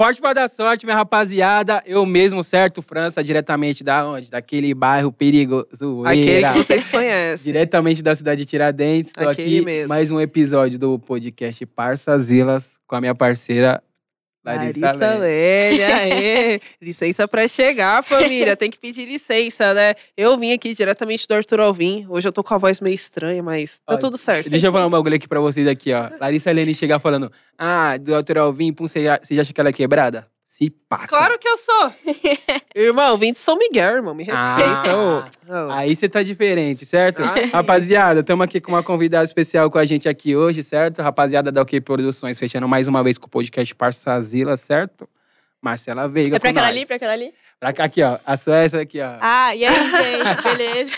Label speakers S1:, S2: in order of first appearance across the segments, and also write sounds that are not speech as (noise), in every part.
S1: Forte pra dar sorte, minha rapaziada. Eu mesmo, certo, França, diretamente da onde? Daquele bairro perigoso.
S2: Aquele
S1: Eira.
S2: que vocês conhecem.
S1: (laughs) Diretamente da cidade de Tiradentes. Tô
S2: Aquele
S1: aqui
S2: mesmo.
S1: mais um episódio do podcast Parçazilas com a minha parceira Larissa,
S2: Larissa
S1: Lé.
S2: Lélia,
S1: (laughs)
S2: aê. licença pra chegar, família. Tem que pedir licença, né? Eu vim aqui diretamente do Arthur Alvim. Hoje eu tô com a voz meio estranha, mas tá
S1: Ó,
S2: tudo certo.
S1: Deixa eu falar um bagulho aqui pra vocês aqui, ó. Larissa Lene chegar falando, ah, do Autoral Vim, pum, você já, você já acha que ela é quebrada? Se passa.
S2: Claro que eu sou. Irmão, vim de São Miguel, irmão. Me respeita.
S1: Ah.
S2: ô. Ô.
S1: Aí você tá diferente, certo?
S2: Ai.
S1: Rapaziada, estamos aqui com uma convidada especial com a gente aqui hoje, certo? Rapaziada da OK Produções, fechando mais uma vez com o podcast Parçazila, certo? Marcela Veiga.
S3: É pra
S1: com
S3: aquela
S1: nós.
S3: ali? Pra aquela ali?
S1: Pra cá, aqui, ó. A sua é essa aqui, ó.
S3: Ah,
S1: (laughs)
S3: e aí, gente? Beleza?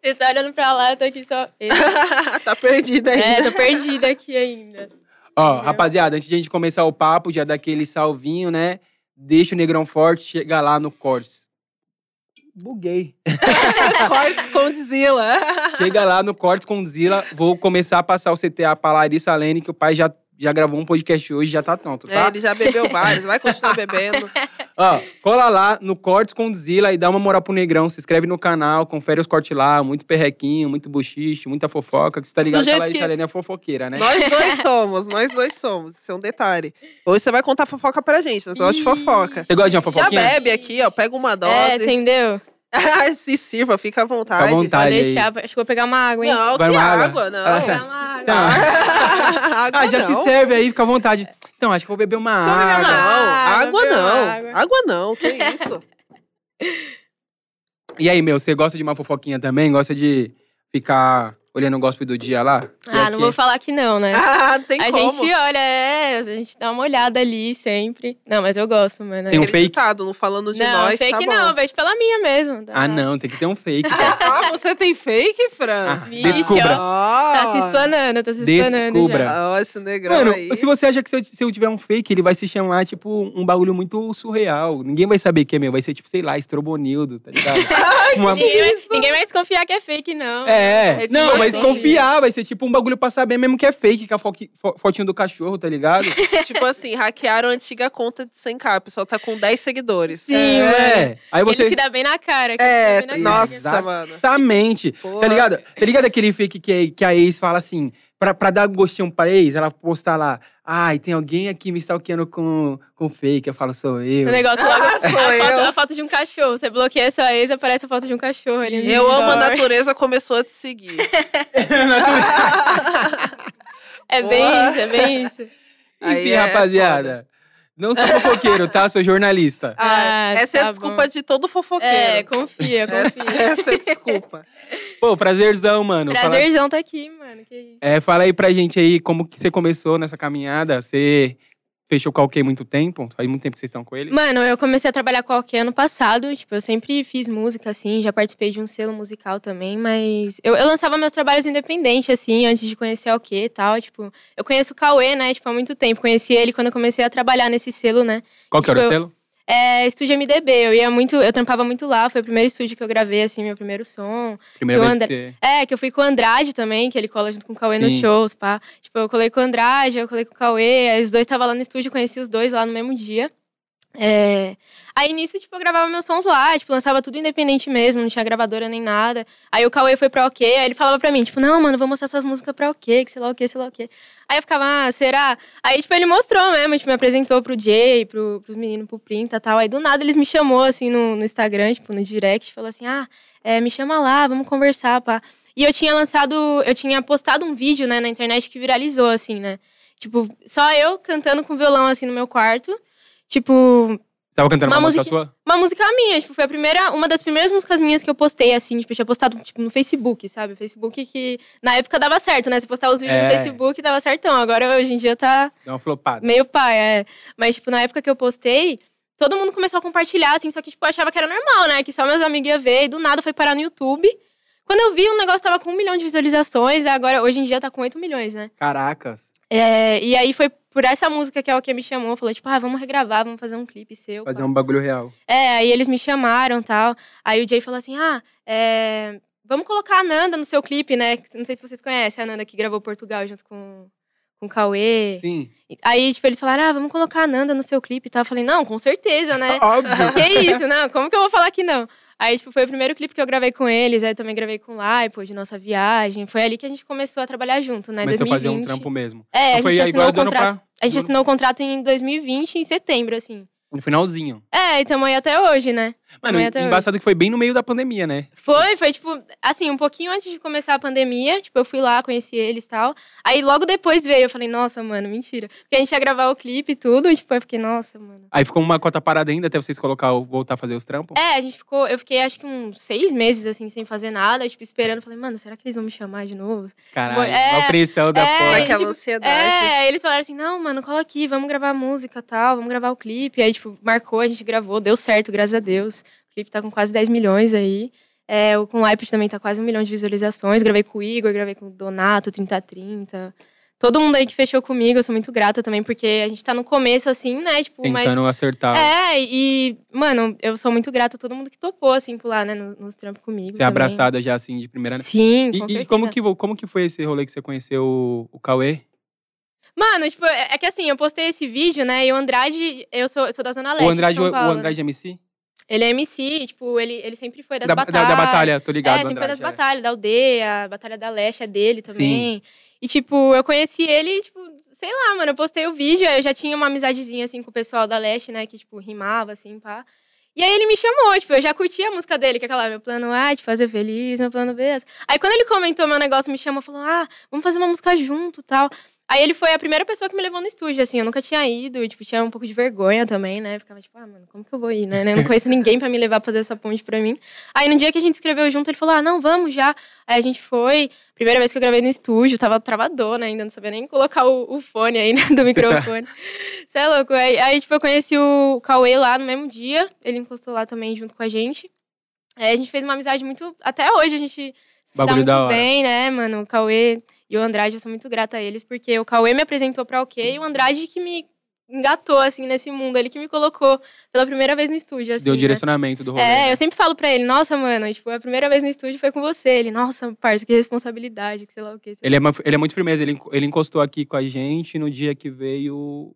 S3: (laughs) Vocês estão olhando pra lá, eu tô aqui só.
S2: (laughs) tá perdida aí. (laughs)
S3: É, tô perdida aqui ainda.
S1: Ó,
S3: Entendeu?
S1: rapaziada, antes de a gente começar o papo, já dá aquele salvinho, né? Deixa o Negrão Forte chegar lá no Cortes. Buguei.
S2: Cortes com Dizila.
S1: Chega lá no Cortes com Zila. Vou começar a passar o CTA pra Larissa Lene, que o pai já, já gravou um podcast hoje, já tá tonto,
S2: É,
S1: tá?
S2: ele já bebeu vários, vai continuar bebendo.
S1: Ó, cola lá no Cortes com Zila e dá uma moral pro Negrão. Se inscreve no canal, confere os cortes lá. Muito perrequinho, muito buchiche, muita fofoca. Que você tá ligado que a
S2: jeito
S1: Larissa
S2: que-
S1: Lene é fofoqueira, (laughs) né?
S2: Nós dois somos, nós dois somos. Isso é um detalhe. Hoje você vai contar fofoca pra gente, nós gostamos de fofoca.
S1: Você gosta de uma
S2: Já
S1: fofoquinha?
S2: bebe aqui, ó, pega uma dose. (laughs)
S3: É, entendeu?
S2: Se sirva, fica à vontade.
S1: Fica à
S3: Vou
S1: vontade aí.
S3: deixar. Acho que vou pegar uma água, hein?
S2: Não,
S1: Vai
S2: que
S1: uma água?
S2: água, não.
S1: Ah,
S3: Vou pegar uma água.
S1: Tá.
S2: (laughs) água
S1: Ah, já
S2: então não.
S1: se Ah, serve aí, fica à vontade. Então, acho que eu vou beber uma
S2: Não,
S1: água.
S2: Não, água
S3: Água,
S2: não.
S3: água.
S2: Água não,
S3: (laughs)
S2: que isso.
S1: E aí, meu, você gosta de uma fofoquinha também? Gosta de ficar olhando o gospel do dia lá? E
S3: Ah,
S1: aqui?
S3: não vou falar que não, né?
S2: Ah, não tem
S3: a
S2: como.
S3: gente olha, é, a gente dá uma olhada ali sempre. Não, mas eu gosto, mano.
S1: Tem um
S2: Aquele
S1: fake?
S2: ditado, não falando de
S3: não,
S2: nós, tá
S3: fake não,
S2: bom.
S3: vejo pela minha mesmo. tá?
S1: Ah, não, tem que ter um fake. cara.
S2: Ah, você tem fake, Fran?
S1: Ah,
S3: Vixe,
S1: descubra.
S2: Ah.
S3: Tá se explanando, tá se explanando.
S1: Descubra.
S3: já.
S2: Ah, esse negrão
S1: Mano,
S2: aí.
S1: se você acha que se eu, se eu tiver um fake, ele vai se chamar, tipo, um bagulho muito surreal. Ninguém vai saber que é meu. Vai ser, tipo, sei lá, estrobonildo, tá
S3: (laughs)
S1: ligado? Uma-
S3: Ninguém vai, ninguém vai desconfiar que é fake, não.
S1: É,
S2: É tipo
S1: não, vai
S3: assim.
S1: desconfiar, vai ser tipo um bagulho pra saber mesmo que é fake, que é a foqui- fo- fotinho do cachorro, tá ligado?
S2: (laughs) Tipo assim, hackearam a antiga conta de 100k, a pessoa tá com 10 seguidores.
S3: (laughs) Sim, mano.
S1: é. Aí você.
S3: Ele se dá bem na cara. que
S2: É,
S3: ele se dá bem na
S2: nossa,
S3: cara.
S1: Exato.
S2: mano.
S1: Exatamente.
S2: Porra.
S1: Tá ligado? Tá ligado aquele fake que, que a ex fala assim, pra, pra dar gostinho pra ex, ela postar lá, ai, tem alguém aqui me stalkeando com, com fake. Eu falo, sou eu.
S3: O negócio logo.
S2: Ah, sou
S3: a,
S2: eu.
S3: Foto, a foto de um cachorro. Você bloqueia sua ex, aparece a foto de um cachorro. ali no
S2: Eu amo a
S3: story.
S2: natureza, começou a te seguir.
S3: É bem isso, é bem
S2: (laughs)
S3: isso.
S2: Aí
S1: Enfim,
S2: é
S1: rapaziada. Não sou fofoqueiro, tá? Sou jornalista.
S2: Ah,
S3: Ah,
S2: essa é a
S3: tá
S2: desculpa de todo
S3: É,
S2: fofoqueiro.
S3: confia,
S2: (laughs) essa,
S3: confia.
S2: essa é a desculpa.
S1: Pô, prazerzão, mano. Fala-
S3: Prazerzão tá aqui, mano. Que isso.
S1: é, fala aí pra gente aí como que você começou nessa caminhada. Você fechou com alguém muito tempo? Faz muito tempo que vocês estão com ele?
S3: Mano, eu comecei a trabalhar com a OK ano passado. Tipo, eu sempre fiz música, assim, já participei de um selo musical também, mas eu, eu lançava meus trabalhos independentes, assim, antes de conhecer a OK e tal. Tipo, eu conheço o Cauê, né? Tipo, há muito tempo. Conheci ele quando eu comecei a trabalhar nesse selo, né?
S1: Qual que era o
S3: tipo,
S1: selo?
S3: É, estúdio MDB. Eu ia muito, eu trampava muito lá. Foi o primeiro estúdio que eu gravei, assim, meu primeiro som.
S1: Primeira
S3: que o
S1: vez que
S3: André-
S1: você...
S3: É, que eu fui com o Andrade também, que ele cola junto com o Cauê nos
S1: Sim.
S3: shows, pá. Tipo, eu colei com o Andrade, eu colei com o Cauê, aí os dois estavam lá no estúdio, conheci os dois lá no mesmo dia. É, Aí nisso, tipo, eu gravava meus sons lá, tipo, lançava tudo independente mesmo, não tinha gravadora nem nada. Aí o Cauê foi pra OK, aí ele falava pra mim, tipo, não, mano, vou mostrar suas músicas pra OK, que sei lá o que, sei lá o quê. Aí eu ficava, ah, será? Aí, tipo, ele mostrou mesmo, tipo, me apresentou pro Jay, pro, pros meninos, pro Printa e tal. Aí do nada eles me chamou, assim, no, no Instagram, tipo, no direct, falou assim, ah, é, me chama lá, vamos conversar, pá. E eu tinha lançado, eu tinha postado um vídeo, né, na internet que viralizou, assim, né? Tipo, só eu cantando com violão, assim, no meu quarto. Tipo,
S1: Você tava cantando uma,
S3: Uma
S1: música
S3: musiquinha-
S1: sua?
S3: uma música minha, tipo, foi a primeira, uma das primeiras músicas minhas que eu postei, assim, tipo, eu tinha postado, tipo, no Facebook, sabe? Facebook que, na época, dava certo, né? Você postar os vídeos
S1: É.
S3: no Facebook, dava certão. Agora, hoje em dia, tá
S1: Deu uma flopada.
S3: meio pai, é. Mas, tipo, na época que eu postei, todo mundo começou a compartilhar, assim, só que, tipo, eu achava que era normal, né? Que só meus amigos iam ver, e do nada foi parar no YouTube. Quando eu vi, o negócio tava com um milhão de visualizações, e agora, hoje em dia, tá com 8 milhões, né?
S1: Caracas.
S3: É, e aí foi por essa música que é o que me chamou, falou, tipo, ah, vamos regravar, vamos fazer um clipe seu.
S1: Fazer
S3: pá.
S1: um bagulho real.
S3: É, aí eles me chamaram tal. Aí o Jay falou assim: ah, é, vamos colocar a Nanda no seu clipe, né? Não sei se vocês conhecem a Nanda que gravou Portugal junto com, com o Cauê.
S1: Sim.
S3: Aí, tipo, eles falaram, ah, vamos colocar a Nanda no seu clipe e tal. Eu falei, não, com certeza, né? (laughs)
S1: Óbvio.
S3: que isso, não? Como que eu vou falar que não? Aí, tipo, foi o primeiro clipe que eu gravei com eles, aí também gravei com o Laipo, de nossa viagem. Foi ali que a gente começou a trabalhar junto, né?
S1: Mas você
S3: 2020.
S1: fazia um trampo mesmo.
S3: É, a
S1: Então
S3: gente,
S1: foi
S3: assinou
S1: agora
S3: o
S1: do ano
S3: contrato,
S1: pra...
S3: a gente
S1: do-
S3: assinou o contrato em 2020, em setembro, assim.
S1: No finalzinho.
S3: É, e tamo aí até hoje, né?
S1: Mano,
S3: Amanhã até
S1: embaçado que foi bem no meio da pandemia, né?
S3: Foi, foi tipo, assim, um pouquinho antes de começar a pandemia, tipo, eu fui lá, conheci eles e tal. Aí logo depois veio, eu falei, nossa, mano, mentira. Porque a gente ia gravar o clipe e tudo, e tipo, eu fiquei, nossa, mano.
S1: Aí ficou uma cota parada ainda até vocês colocar, o- voltar a fazer os trampos.
S3: É, a gente ficou, eu fiquei acho que uns seis meses, assim, sem fazer nada, tipo, esperando. Falei, mano, será que eles vão me chamar de novo?
S1: Caralho,
S3: é,
S1: uma pressão da
S3: (laughs) é,
S1: porra.
S2: Aquela
S3: tipo,
S2: ansiedade.
S3: É, aí eles falaram assim, não, mano, cola aqui, vamos gravar música e tal, vamos gravar o clipe. Aí, tipo, marcou, a gente gravou, deu certo, graças a Deus. O clipe tá com quase 10 milhões aí. É, o com o iPod também tá quase um milhão de visualizações. Gravei com o Igor, gravei com o Donato, 3030. Todo mundo aí que fechou comigo, eu sou muito grata também, porque a gente tá no começo, assim, né? Tipo, mas.
S1: Tentando acertar.
S3: É, e, mano, eu sou muito grata a todo mundo que topou, assim, pular, né, no- nos trampos comigo.
S1: Ser
S3: também.
S1: abraçada já assim de primeira.
S3: Sim,
S1: E,
S3: com
S1: e
S3: certeza.
S1: como, que, vo- como que foi esse rolê que você conheceu o, o Cauê?
S3: Mano, tipo, é é que assim, eu postei esse vídeo, né? E o Andrade, eu sou, eu sou da Zona Leste.
S1: O Andrade,
S3: de São
S1: o
S3: Paulo, né?
S1: Andrade MC?
S3: Ele é MC, tipo, ele, ele sempre foi das
S1: Da, da-
S3: batalhas.
S1: da batalha, tô
S3: É,
S1: ligado.
S3: sempre foi das
S1: Andrade, é.
S3: batalhas, da aldeia, a Batalha da Leste é dele também. E, tipo, eu conheci ele, tipo, sei lá, mano, eu postei o vídeo, aí eu já tinha uma amizadezinha, assim, com o pessoal da Leste, né? Que, tipo, rimava, assim, pá. E aí ele me chamou, tipo, eu já curti a música dele, que é aquela, meu plano A é te fazer feliz, meu plano B. é essa." Aí quando ele comentou meu negócio, me chamou, falou, ah, vamos fazer uma música junto tal. Aí ele foi a primeira pessoa que me levou no estúdio, assim, eu nunca tinha ido, e, tipo, tinha um pouco de vergonha também, né? Ficava tipo, ah, mano, como que eu vou ir, né? Eu não conheço ninguém pra me levar pra fazer essa ponte pra mim. Aí no dia que a gente escreveu junto, ele falou, ah, não, vamos já. Aí a gente foi, primeira vez que eu gravei no estúdio, tava travadona ainda, não sabia nem colocar o, o fone ainda do microfone. Você é louco? Aí, aí, tipo, eu conheci o Cauê lá no mesmo dia, ele encostou lá também junto com a gente. Aí É, a gente fez uma amizade muito, até hoje a gente se
S1: Bagulho
S3: dá muito
S1: da hora.
S3: bem, né, mano? O Cauê e o Andrade, eu sou muito grata a eles, porque o Cauê me apresentou pra OK e o Andrade que me engatou, assim, nesse mundo, ele que me colocou pela primeira vez no estúdio, assim,
S1: Deu o
S3: né?
S1: direcionamento do rolê.
S3: É,
S1: né?
S3: eu sempre falo pra ele, nossa, mano, tipo, a primeira vez no estúdio foi com você. Ele, nossa, parça, que responsabilidade, que sei lá o que.
S1: ele, é, ma- ele é muito firmeza. Ele, enco- ele encostou aqui com a gente no dia que veio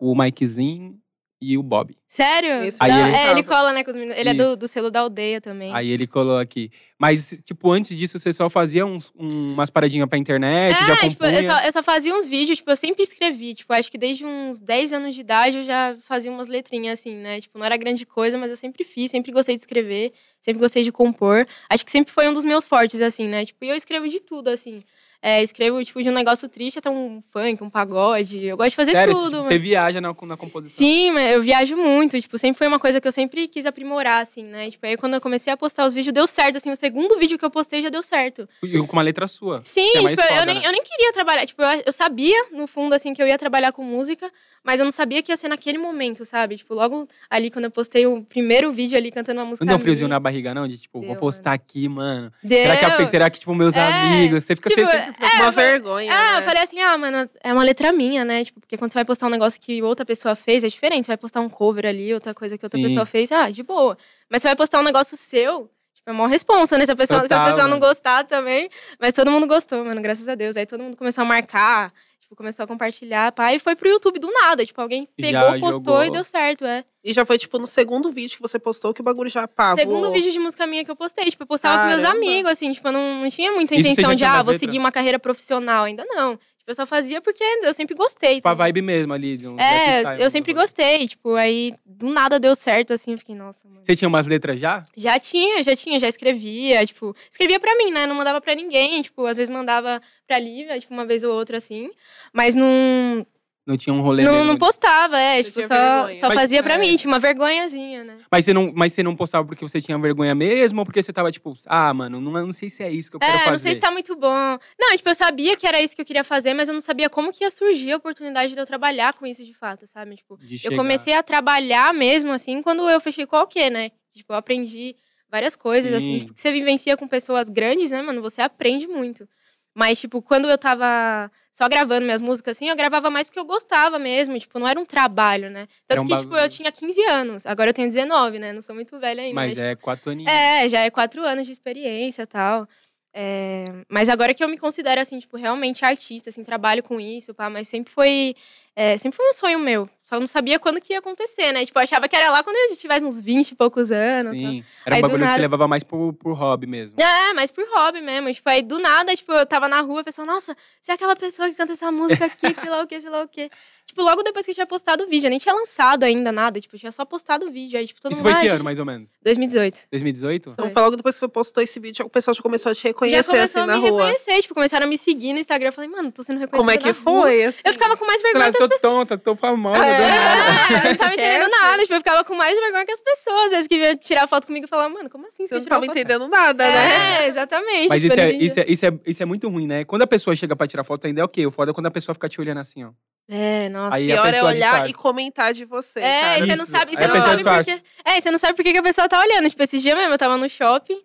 S1: o Mikezinho e o Bob.
S3: Sério?
S2: Isso.
S1: Aí
S3: Não,
S1: ele-
S3: É, ele cola, né, com os meninos. Ele é
S1: Isso.
S3: do, do selo da aldeia também.
S1: Aí ele colou aqui. Mas, tipo, antes disso, você só fazia uns- um- umas paradinhas pra internet, já
S3: é,
S1: compunha.
S3: tipo, eu só, eu só fazia uns vídeos, tipo, eu sempre escrevi. Tipo, acho que desde uns 10 anos de idade eu já fazia umas letrinhas, assim, né? Tipo, não era grande coisa, mas eu sempre fiz, sempre gostei de escrever, sempre gostei de compor. Acho que sempre foi um dos meus fortes, assim, né? Tipo, e eu escrevo de tudo, assim. É, escrevo, tipo, de um negócio triste até um funk, um pagode. Eu gosto de fazer
S1: Sério,
S3: tudo.
S1: tipo,
S3: mano.
S1: você viaja na, na composição.
S3: Sim, mas eu viajo muito. Tipo, sempre foi uma coisa que eu sempre quis aprimorar, assim, né? Tipo, aí quando eu comecei a postar os vídeos, deu certo. Assim, o segundo vídeo que eu postei já deu certo.
S1: E com uma letra sua.
S3: Sim,
S1: Que é mais
S3: tipo,
S1: foda,
S3: eu, nem,
S1: né?
S3: eu nem queria trabalhar. Tipo, eu, eu sabia, no fundo, assim, que eu ia trabalhar com música, mas eu não sabia que ia ser naquele momento, sabe? Tipo, logo ali, quando eu postei o primeiro vídeo ali cantando uma música.
S1: Não deu um friozinho
S3: minha,
S1: na barriga, não? De tipo, vou
S3: Deu,
S1: postar aqui, mano.
S3: Deu.
S1: Será que, a pe- será que, tipo, meus
S3: É,
S1: amigos? Você fica
S3: tipo,
S1: sempre- sempre.
S2: Uma
S3: eu falei-
S2: vergonha.
S3: Ah,
S2: né?
S3: eu falei assim, ah, mano, é uma letra minha, né? Tipo, porque quando você vai postar um negócio que outra pessoa fez, é diferente. Você vai postar um cover ali, outra coisa que outra
S1: Sim.
S3: pessoa fez, ah, de boa. Mas você vai postar um negócio seu, tipo, é uma responsa, né? Se a pessoa, se
S1: Total,
S3: a pessoa não
S1: mano.
S3: gostar também. Mas todo mundo gostou, mano, graças a Deus. Aí todo mundo começou a marcar, tipo, começou a compartilhar, pá. E foi pro YouTube do nada, tipo, alguém
S1: Já
S3: pegou, postou
S1: jogou.
S3: e deu certo, é.
S2: E já foi, tipo, no segundo vídeo que você postou que o bagulho já pá,
S3: Segundo
S2: voou.
S3: vídeo de música minha que eu postei, tipo, eu postava pros meus
S2: Caramba.
S3: amigos, assim, tipo, eu não, não tinha muita
S1: Isso você
S3: intenção
S1: já
S3: de,
S1: tinha
S3: ah,
S1: umas
S3: vou
S1: letras?
S3: seguir uma carreira profissional, ainda não. Tipo, eu só fazia porque eu sempre gostei.
S1: Tipo, a
S3: também.
S1: vibe mesmo ali. de um
S3: É,
S1: lifestyle,
S3: eu
S1: um
S3: sempre
S1: rolê.
S3: gostei, tipo, aí do nada deu certo, assim, eu fiquei, nossa, mano.
S1: Você tinha umas letras já?
S3: Já tinha, já tinha, já escrevia, tipo, escrevia pra mim, né? Não mandava pra ninguém, tipo, às vezes mandava pra Lívia, tipo, uma vez ou outra, assim, mas não,
S1: Não tinha um rolê
S3: não,
S1: mesmo?
S3: não
S1: de-
S3: postava, é,
S2: Você
S3: tipo,
S2: tinha
S3: só,
S2: vergonha.
S3: só
S1: Mas-
S3: fazia pra
S2: é.
S3: mim, tinha uma vergonhazinha, né?
S1: Mas você, não, mas você não postava porque você tinha vergonha mesmo ou porque você tava tipo, ah, mano, não, não sei se é isso que eu quero
S3: É,
S1: fazer.
S3: não sei se tá muito bom. Não, tipo, eu sabia que era isso que eu queria fazer, mas eu não sabia como que ia surgir a oportunidade de eu trabalhar com isso de fato, sabe? Tipo,
S1: De
S3: eu
S1: chegar.
S3: comecei a trabalhar mesmo, assim, quando eu fechei qualquer, né? Tipo, eu aprendi várias coisas,
S1: Sim.
S3: assim, tipo, que você vivencia com pessoas grandes, né, mano? Você aprende muito. Mas, tipo, quando eu tava só gravando minhas músicas, assim, eu gravava mais porque eu gostava mesmo, tipo, não era um trabalho, né?
S1: Era
S3: Tanto
S1: um
S3: que, tipo, eu
S1: bagulho.
S3: tinha 15 anos, agora eu tenho 19, né? Não sou muito velha ainda.
S1: Mas
S3: né?
S1: é quatro aninhos.
S3: É, já é quatro anos de experiência e tal. É, mas agora que eu me considero, assim, tipo, realmente artista, assim, trabalho com isso, pá, mas sempre foi, é, sempre foi um sonho meu. Só não sabia quando que ia acontecer, né? Tipo, eu achava que era lá quando eu tivesse uns 20 e poucos anos. tal.
S1: Sim. Era
S3: É,
S1: um
S3: tá. Aí do
S1: bagulho que você
S3: nada-
S1: levava mais pro, pro hobby mesmo.
S3: É, mas por hobby mesmo. Tipo, aí do nada, tipo, eu tava na rua, a pessoa, nossa, você é aquela pessoa que canta essa música aqui, que sei lá o quê, sei lá o quê. Tipo, logo depois que eu tinha postado o vídeo, eu nem tinha lançado ainda nada, tipo, eu tinha só postado o vídeo. Aí, tipo, todo
S1: Isso foi
S3: mundo.
S1: que
S3: "Ah,
S1: ano,
S3: gente,
S1: mais ou menos?
S3: 2018.
S1: 2018?
S3: Foi.
S2: Então, foi logo depois que você postou esse vídeo, o pessoal já começou a te reconhecer
S3: Já começou
S2: assim na
S3: a me
S2: rua.
S3: reconhecer, tipo, começaram a me seguir no Instagram. Eu falei, mano, tô sendo reconhecida.
S2: Como é que
S3: na rua."
S2: foi? Assim?
S3: Eu ficava com mais vergonha
S1: Claro,
S3: (laughs) que as
S1: tô
S3: pessoas.
S1: tonta, tô famosa. né?
S2: É.
S1: do nada.
S3: Eu não tava entendendo
S2: Esquece.
S3: nada, tipo, eu ficava com mais vergonha que as pessoas. Às vezes que vinha tirar foto comigo e falava, mano, como assim?
S2: Você
S3: Você
S2: não
S3: tirou
S2: tava
S3: foto?
S2: entendendo nada, né?
S3: É, exatamente.
S1: Mas
S3: tipo,
S1: isso é,
S3: eu não entendi.
S1: isso, é, isso, é, isso é muito ruim, né? Quando a pessoa chega pra tirar foto, ainda é ok. O foda é quando a pessoa fica te olhando assim, ó.
S3: É, nossa.
S1: Aí E a
S2: Pior é
S1: pessoa de
S2: olhar
S1: casa.
S2: e comentar de você.
S3: É,
S2: cara.
S3: e você
S1: Isso.
S3: não sabe,
S1: Aí
S3: e você
S1: a
S3: não
S1: pessoa
S3: sabe por
S1: disfarça.
S3: que. É, e você não sabe por que que a pessoa tá olhando. Tipo, esse dia mesmo eu tava no shopping.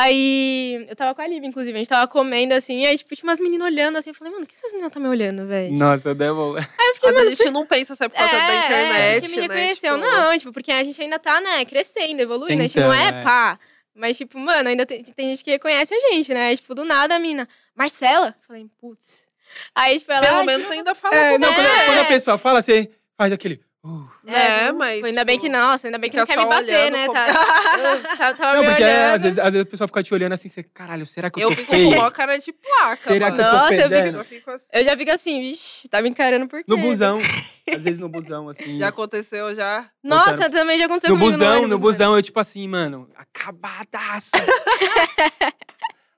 S3: Aí eu tava com a Lívia, inclusive, a gente tava comendo assim, aí tipo, tinha umas meninas olhando assim, eu falei, mano, por que essas meninas estão me olhando, velho?
S1: Nossa, eu devo...
S2: Mas a gente não pensa se é por causa da
S3: é,
S2: internet.
S3: porque me
S2: né?
S3: reconheceu,
S2: Tipo,
S3: não, tipo, porque a gente ainda tá, né, crescendo, evoluindo, a gente não
S1: Tentando,
S3: é
S1: é.
S3: pá. Mas, tipo, mano, ainda tem, tem gente que reconhece a gente, né? Tipo, do nada a mina, Marcela? Eu Falei, putz. Aí, tipo, ela.
S2: Pelo
S3: "Ah,
S2: menos ainda fala
S1: É,
S2: com
S1: não, quando,
S2: você.
S1: quando a pessoa fala, você faz aquele... uh.
S2: É,
S3: tipo,
S2: mas,
S3: Ainda bem
S2: tipo,
S3: que, nossa, ainda bem que não
S2: fica
S3: quer me
S2: só
S3: bater,
S2: olhando
S3: né?
S2: como-
S3: Tá,
S2: (laughs)
S3: eu tava tava
S1: Não,
S3: me
S1: porque é,
S3: olhando.
S1: às, vezes, às vezes a pessoa fica te olhando assim, você... Caralho, será que eu,
S2: Eu
S1: tô
S2: fico
S1: feia?
S2: com mó cara de placa,
S1: Será que
S2: mano.
S1: eu tô
S3: Nossa, eu fico-
S2: Eu
S1: fedendo?
S2: já fico assim.
S3: Eu já fico assim, vixi, tá me encarando por quê?
S1: No busão. Às vezes no busão, assim.
S2: Já aconteceu, já.
S3: Nossa,
S1: Voltando.
S3: também já aconteceu
S1: No
S3: comigo
S1: busão,
S3: ônibus,
S1: no
S3: mano.
S1: busão, eu tipo assim, mano, acabadaça.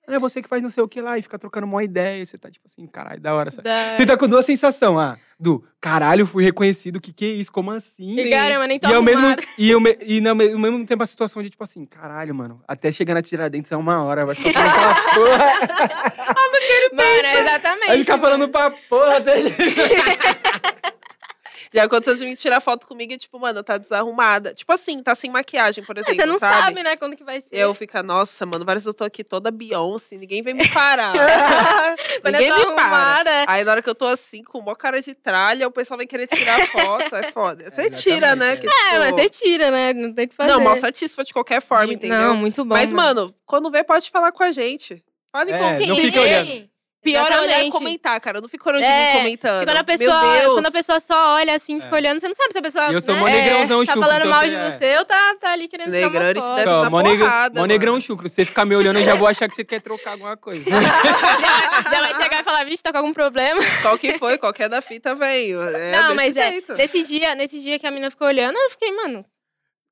S1: Não é você que faz não sei o que lá e fica trocando uma ideia. Você tá tipo assim, caralho, da hora. sabe?
S3: Da-
S1: Você tá com duas sensações, ah, do caralho, fui reconhecido, que que é isso, como assim?
S3: E
S1: né?
S3: caramba, nem tô
S1: e ao mesmo,
S3: arrumada.
S1: e, eu, me- e no me- ao mesmo tempo a situação de tipo assim, caralho, mano, até chegar na Tiradentes é uma hora, vai ficar falando
S3: (laughs)
S1: pra porra,
S3: Mano, exatamente.
S1: vai ficar falando
S3: mano.
S1: pra porra. até-
S2: Já aconteceu de me tirar foto comigo e, tipo, mano, tá desarrumada. Tipo assim, tá sem maquiagem, por
S3: Ah,
S2: exemplo.
S3: (laughs) Você não
S2: sabe?
S3: sabe? né, quando que vai ser.
S2: Eu fico, nossa, mano, parece que eu tô aqui toda Beyoncé, ninguém vem me parar.
S3: (laughs)
S2: (laughs)
S3: Quando é
S2: ninguém
S3: eu
S2: me
S3: tô
S2: para.
S3: arrumada, é.
S2: Aí na hora que eu tô assim, com mó cara de tralha, o pessoal vai querer tirar foto, é foda. Você
S1: tá
S2: tira, né?
S1: exatamente,
S2: que,
S3: É,
S2: tipo,
S3: mas você tira, né? Não tem o que fazer.
S2: Não, mal satisfa de qualquer forma,
S3: De-
S2: entendeu?
S3: Não, muito bom.
S2: mas, mano, quando vê, pode falar com a gente. Fale
S1: É,
S2: com
S1: não
S2: quem
S1: fique
S2: vê.
S1: olhando.
S2: Pior é olhar e
S3: Exatamente.
S2: comentar, cara. Eu não fico olhando
S3: É,
S2: de mim comentando.
S3: E Quando a,
S2: Meu
S3: pessoa,
S2: Deus.
S3: quando a pessoa só olha assim, fica
S1: É.
S3: olhando, você não sabe se a pessoa.
S1: E eu sou
S3: né,
S1: mó negrãozão
S3: Tá
S1: chucro,
S3: falando
S1: então
S3: mal
S1: você-
S3: de
S1: é.
S3: você ou tá, tá ali querendo
S2: Esse
S3: tirar
S2: negrão,
S3: uma
S2: ele te
S3: foto.
S2: desce
S1: Só,
S2: na
S1: mó negr-
S2: porrada,
S1: mó
S2: mano.
S1: negrão chucro. Se você ficar me olhando, eu já vou achar que você quer trocar alguma coisa.
S3: (laughs) já, já vai chegar e falar, vixe, tá com algum
S2: (laughs)
S3: problema. (laughs)
S2: Qual que foi, qualquer da fita veio. É
S3: não,
S2: desse
S3: mas
S2: jeito.
S3: é. Nesse dia, nesse dia que a menina ficou olhando, eu fiquei, mano,
S1: (laughs)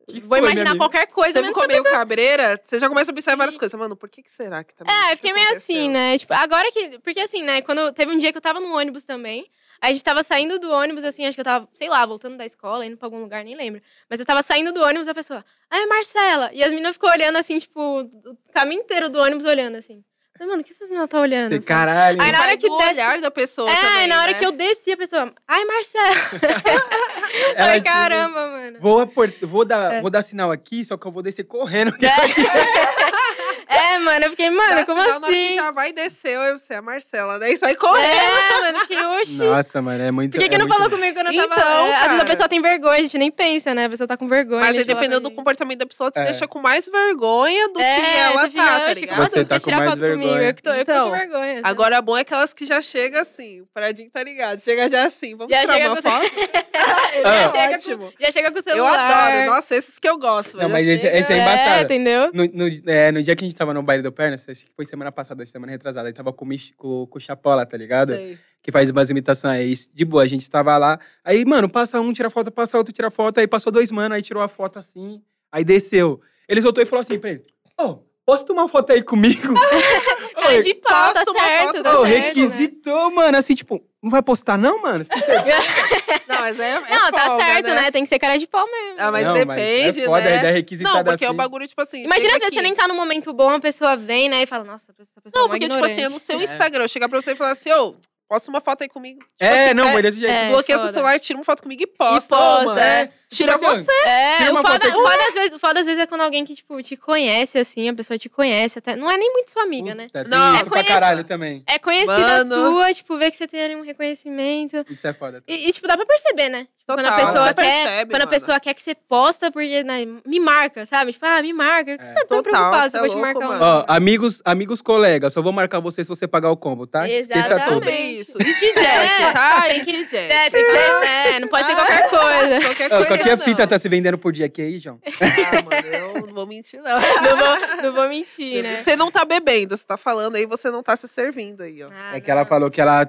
S1: Que
S3: vou
S1: foi, minha
S3: imaginar
S1: amiga?
S3: qualquer coisa,
S2: Você
S3: menos
S2: ficou meio cabreira, você já começa a observar várias
S3: Sim.
S2: coisas. Mano, por que, que será que tá
S3: É, eu fiquei meio assim, né? Tipo, agora que. Porque assim, né? Quando teve um dia que eu tava no ônibus também. Aí a gente tava saindo do ônibus, assim, acho que eu tava, sei lá, voltando da escola, indo pra algum lugar, nem lembro. Mas eu tava saindo do ônibus, a pessoa, ah, é Marcela. E as meninas ficou olhando, assim, tipo, o caminho inteiro do ônibus olhando, assim. Eu Falei, mano, o que essas meninas tá olhando?
S1: Você,
S3: assim?
S1: caralho.
S3: Aí
S2: Aí
S3: na hora que
S2: do
S3: der-
S2: olhar da pessoa
S3: é,
S2: também,
S3: e na hora
S2: né?
S3: que eu desci, a pessoa, ai, Marcela.
S1: ela é
S3: Ai,
S1: te-
S3: caramba, É. mano.
S1: Vou, apor- vou, dar, vou dar sinal aqui, só que eu vou descer
S3: (laughs)
S1: correndo.
S3: É, mano, eu fiquei, mano,
S2: Dá
S3: como
S2: sinal, na hora que
S3: assim?
S2: já vai descer, eu, você é a Marcela, né? E sai correndo.
S3: É, mano, eu fiquei, oxi.
S1: Nossa, mano, é muito.
S3: Por que, que
S1: é
S3: não
S1: muito-
S3: falou comigo quando eu tava.
S2: Então,
S3: é, às vezes a
S2: cara.
S3: pessoa tem vergonha, a gente nem pensa, né? A pessoa tá com vergonha.
S2: Mas aí,
S3: de falar
S2: dependendo do
S3: comigo.
S2: comportamento da pessoa, te
S1: É.
S2: deixa com mais vergonha do que ela
S3: É, você
S2: tá,
S3: fica,
S2: tá
S3: "Oxe,
S2: ligado?
S3: nossa,
S1: Você tá
S3: quer
S1: com
S3: tirar
S1: mais
S3: foto Comigo.
S1: vergonha.
S3: Eu que tô, eu que tô
S2: Então,
S3: com vergonha. assim. sabe?
S2: Agora, bom é aquelas que já chega assim, o paradinho tá ligado, chega já assim, vamos
S3: Já
S2: tirar
S3: chega
S2: uma
S3: com-
S2: foto? (laughs)
S1: Ah.
S2: Ele é
S3: chega
S2: ótimo.
S3: (laughs) já chega com o
S2: Eu
S3: celular.
S2: adoro, nossa, esses que eu gosto.
S1: Não,
S2: já
S1: mas esse-
S2: chega-
S1: esse aí- É embaçado.
S3: entendeu?
S1: No, no- é, no dia que a gente tava no baile do Pernas, acho que foi semana passada, semana retrasada, aí tava com o, Mich- com, com o Chapola, tá ligado?
S2: Sei.
S1: Que faz umas imitações aí. De boa, a gente tava lá. Aí, mano, passa um, tira foto, passa outro, tira foto. Aí passou dois mano, aí tirou a foto assim. Aí desceu. Ele soltou e falou assim pra ele: Ô, posso tomar uma foto aí
S2: (laughs)
S1: comigo?
S3: Cara de pau, tá
S2: posta uma
S3: certo,
S2: foto,
S3: tá
S1: Ô,
S2: ô,
S3: certo. né?
S1: requisitou, mano. Assim, tipo, não vai postar não, mano? Você tem certeza?
S2: Não, mas é, é
S3: Não, tá
S2: folga,
S3: certo,
S2: né?
S3: né? Tem que ser cara de pau mesmo.
S2: Ah, (laughs) mas
S1: Não,
S2: depende,
S1: é foda,
S2: né?
S1: a ideia requisitada
S2: Não, porque é
S1: assim.
S2: o bagulho, tipo assim.
S3: Imagina se
S2: chega
S3: você
S2: aqui.
S3: nem tá num momento bom, a pessoa vem, né? E fala, nossa, essa pessoa
S2: Não,
S3: é mó
S2: porque, tipo
S3: ignorante.
S2: assim, é no seu
S1: É.
S2: Instagram. Eu chegar pra você e falar assim, ô, posta uma foto aí comigo. Tipo
S1: É,
S2: assim,
S1: não, foi desse jeito.
S3: É,
S2: Bloqueia seu
S3: foda.
S2: celular, tira uma foto comigo e posta.
S3: E posta,
S2: ô, mano.
S3: é.
S2: Tira
S1: Tipo assim,
S2: você.
S3: É,
S1: Tira
S3: o
S1: uma
S3: foda,
S1: foto aí.
S3: o foda às vezes, o foda às vezes é quando alguém que, tipo, te conhece, assim, a pessoa te conhece até. Não é nem muito sua
S2: Hum.
S3: amiga, né?
S1: Puta, tem
S2: Não,
S1: isso
S3: é
S1: pra
S3: conhece-
S1: caralho também.
S3: É conhecida
S2: Mano.
S3: sua, tipo, ver que você tem ali um reconhecimento.
S1: Isso é foda.
S3: E, e, tipo, dá pra perceber, né? Tipo, Quando a
S2: Total,
S3: pessoa
S2: você
S3: quer.
S2: percebe,
S3: quando a
S2: mano.
S3: pessoa quer que você posta, porque né, me marca, sabe? Tipo, ah, me marca. Por que
S1: É.
S3: você tá
S2: Total,
S3: tão preocupado
S2: você
S3: se eu
S2: é
S3: vou te
S2: louco,
S3: marcar
S2: mano.
S3: um.
S1: Ó, amigos, amigos colegas, só vou marcar você se você pagar o combo, tá? Esqueça
S2: É
S1: tudo.
S3: Exatamente.
S2: sobre isso.
S3: (laughs)
S2: E de Jack, tá? E de Jack.
S3: É, tem É. que ser. É, não pode ser
S2: (laughs)
S3: qualquer coisa.
S1: (laughs)
S2: Qualquer
S1: Ó,
S2: coisa.
S1: qualquer
S2: não.
S1: fita tá se vendendo por dia aqui aí, João.
S2: Ah, mano, eu não vou mentir, não.
S3: Não vou, não vou mentir, né?
S2: Você não tá bebendo, você tá falando aí, você não tá se servindo aí, ó.
S3: Ah,
S1: É que ela
S3: não.
S1: falou que ela.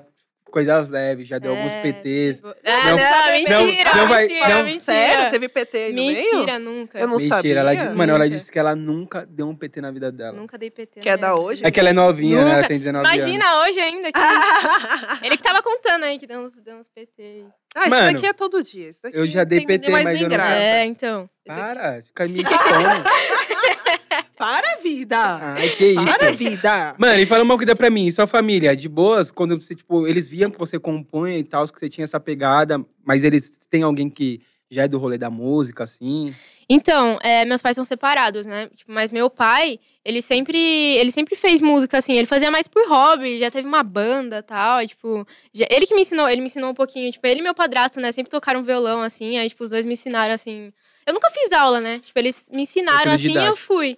S1: Coisas leves, já deu alguns
S3: É,
S1: PTs.
S3: Ah,
S1: Não,
S2: não,
S3: não, mentira,
S1: não vai-
S3: mentira,
S1: não.
S3: mentira.
S2: Tá Sério? Teve PT aí no meio?
S3: Mentira, nunca.
S2: Eu não
S1: Mentira,
S2: sabia. (laughs)
S1: ela, é di- mano, ela
S3: Nunca.
S1: disse que ela nunca deu um PT na vida dela.
S3: Nunca dei PT. na
S2: Quer
S3: minha
S2: dar
S3: vida.
S2: hoje?
S1: É que ela é novinha, né? Ela
S3: Nunca.
S1: tem 19 anos.
S3: Imagina hoje
S2: (laughs)
S3: ainda. Que... Ele que tava contando aí que deu uns, deu uns PT. aí.
S2: Ah, isso
S1: Mano,
S2: daqui é todo dia. Isso daqui
S1: eu já dei
S2: tem
S1: PT,
S2: mais
S1: mas
S2: nem
S1: eu não-
S2: graça.
S3: É, então.
S2: Esse aqui-
S1: Para, fica
S3: (laughs)
S1: me expondo.
S2: Para a vida!
S1: Ai, que Ah, isso.
S2: Para a vida!
S1: Mano, e fala uma coisa pra mim, e sua família, de boas, quando você, tipo, eles viam que você compunha e tal, que você tinha essa pegada, mas eles têm alguém que já é do rolê da música, assim.
S3: Então, é, meus pais são separados, né? Tipo, mas meu pai, ele sempre, ele sempre fez música, assim. Ele fazia mais por hobby, já teve uma banda e tal. e, tipo, já- ele que me ensinou, ele me ensinou um pouquinho. Tipo, ele e meu padrasto, né? Sempre tocaram violão, assim. Aí, tipo, os dois me ensinaram, assim. Eu nunca fiz aula, né? Tipo, eles me ensinaram, assim, e eu
S1: didático.
S3: fui.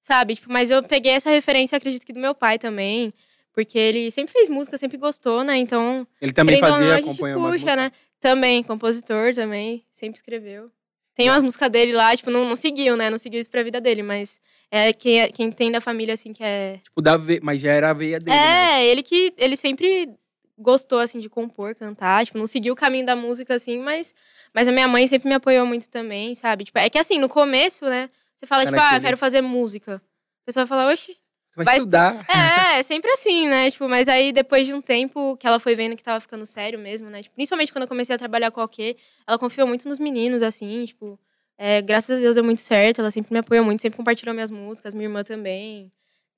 S3: Sabe? Tipo, mas eu peguei essa referência, acredito que do meu pai também. Porque ele sempre fez música, sempre gostou, né? Então,
S1: Ele também
S3: Querendo ou
S1: fazia,
S3: não, a gente
S1: acompanha umas
S3: puxa,
S1: músicas.
S3: né? Também, compositor também, sempre escreveu. Tem umas músicas dele lá, tipo, não, não seguiu, né? Não seguiu isso pra vida dele, mas é quem, é- quem tem da família, assim, que é.
S1: Tipo, da ve... mas já era a veia dele, né?
S3: É, ele que. Ele sempre gostou, assim, de compor, cantar, tipo, não seguiu o caminho da música, assim, mas. Mas a minha mãe sempre me apoiou muito também, sabe? Tipo, é que assim, no começo, né? Você fala,
S1: Cara,
S3: tipo, ah,
S1: que
S3: eu quero fazer música. A pessoa fala, oxi,
S1: Você vai,
S3: vai
S1: estudar.
S3: é, é sempre assim, né? Tipo, mas aí depois de um tempo que ela foi vendo que tava ficando sério mesmo, né? Tipo, principalmente quando eu comecei a trabalhar com a OK, ela confiou muito nos meninos, assim, tipo, é, graças a Deus deu muito certo, ela sempre me apoiou muito, sempre compartilhou minhas músicas, minha irmã também.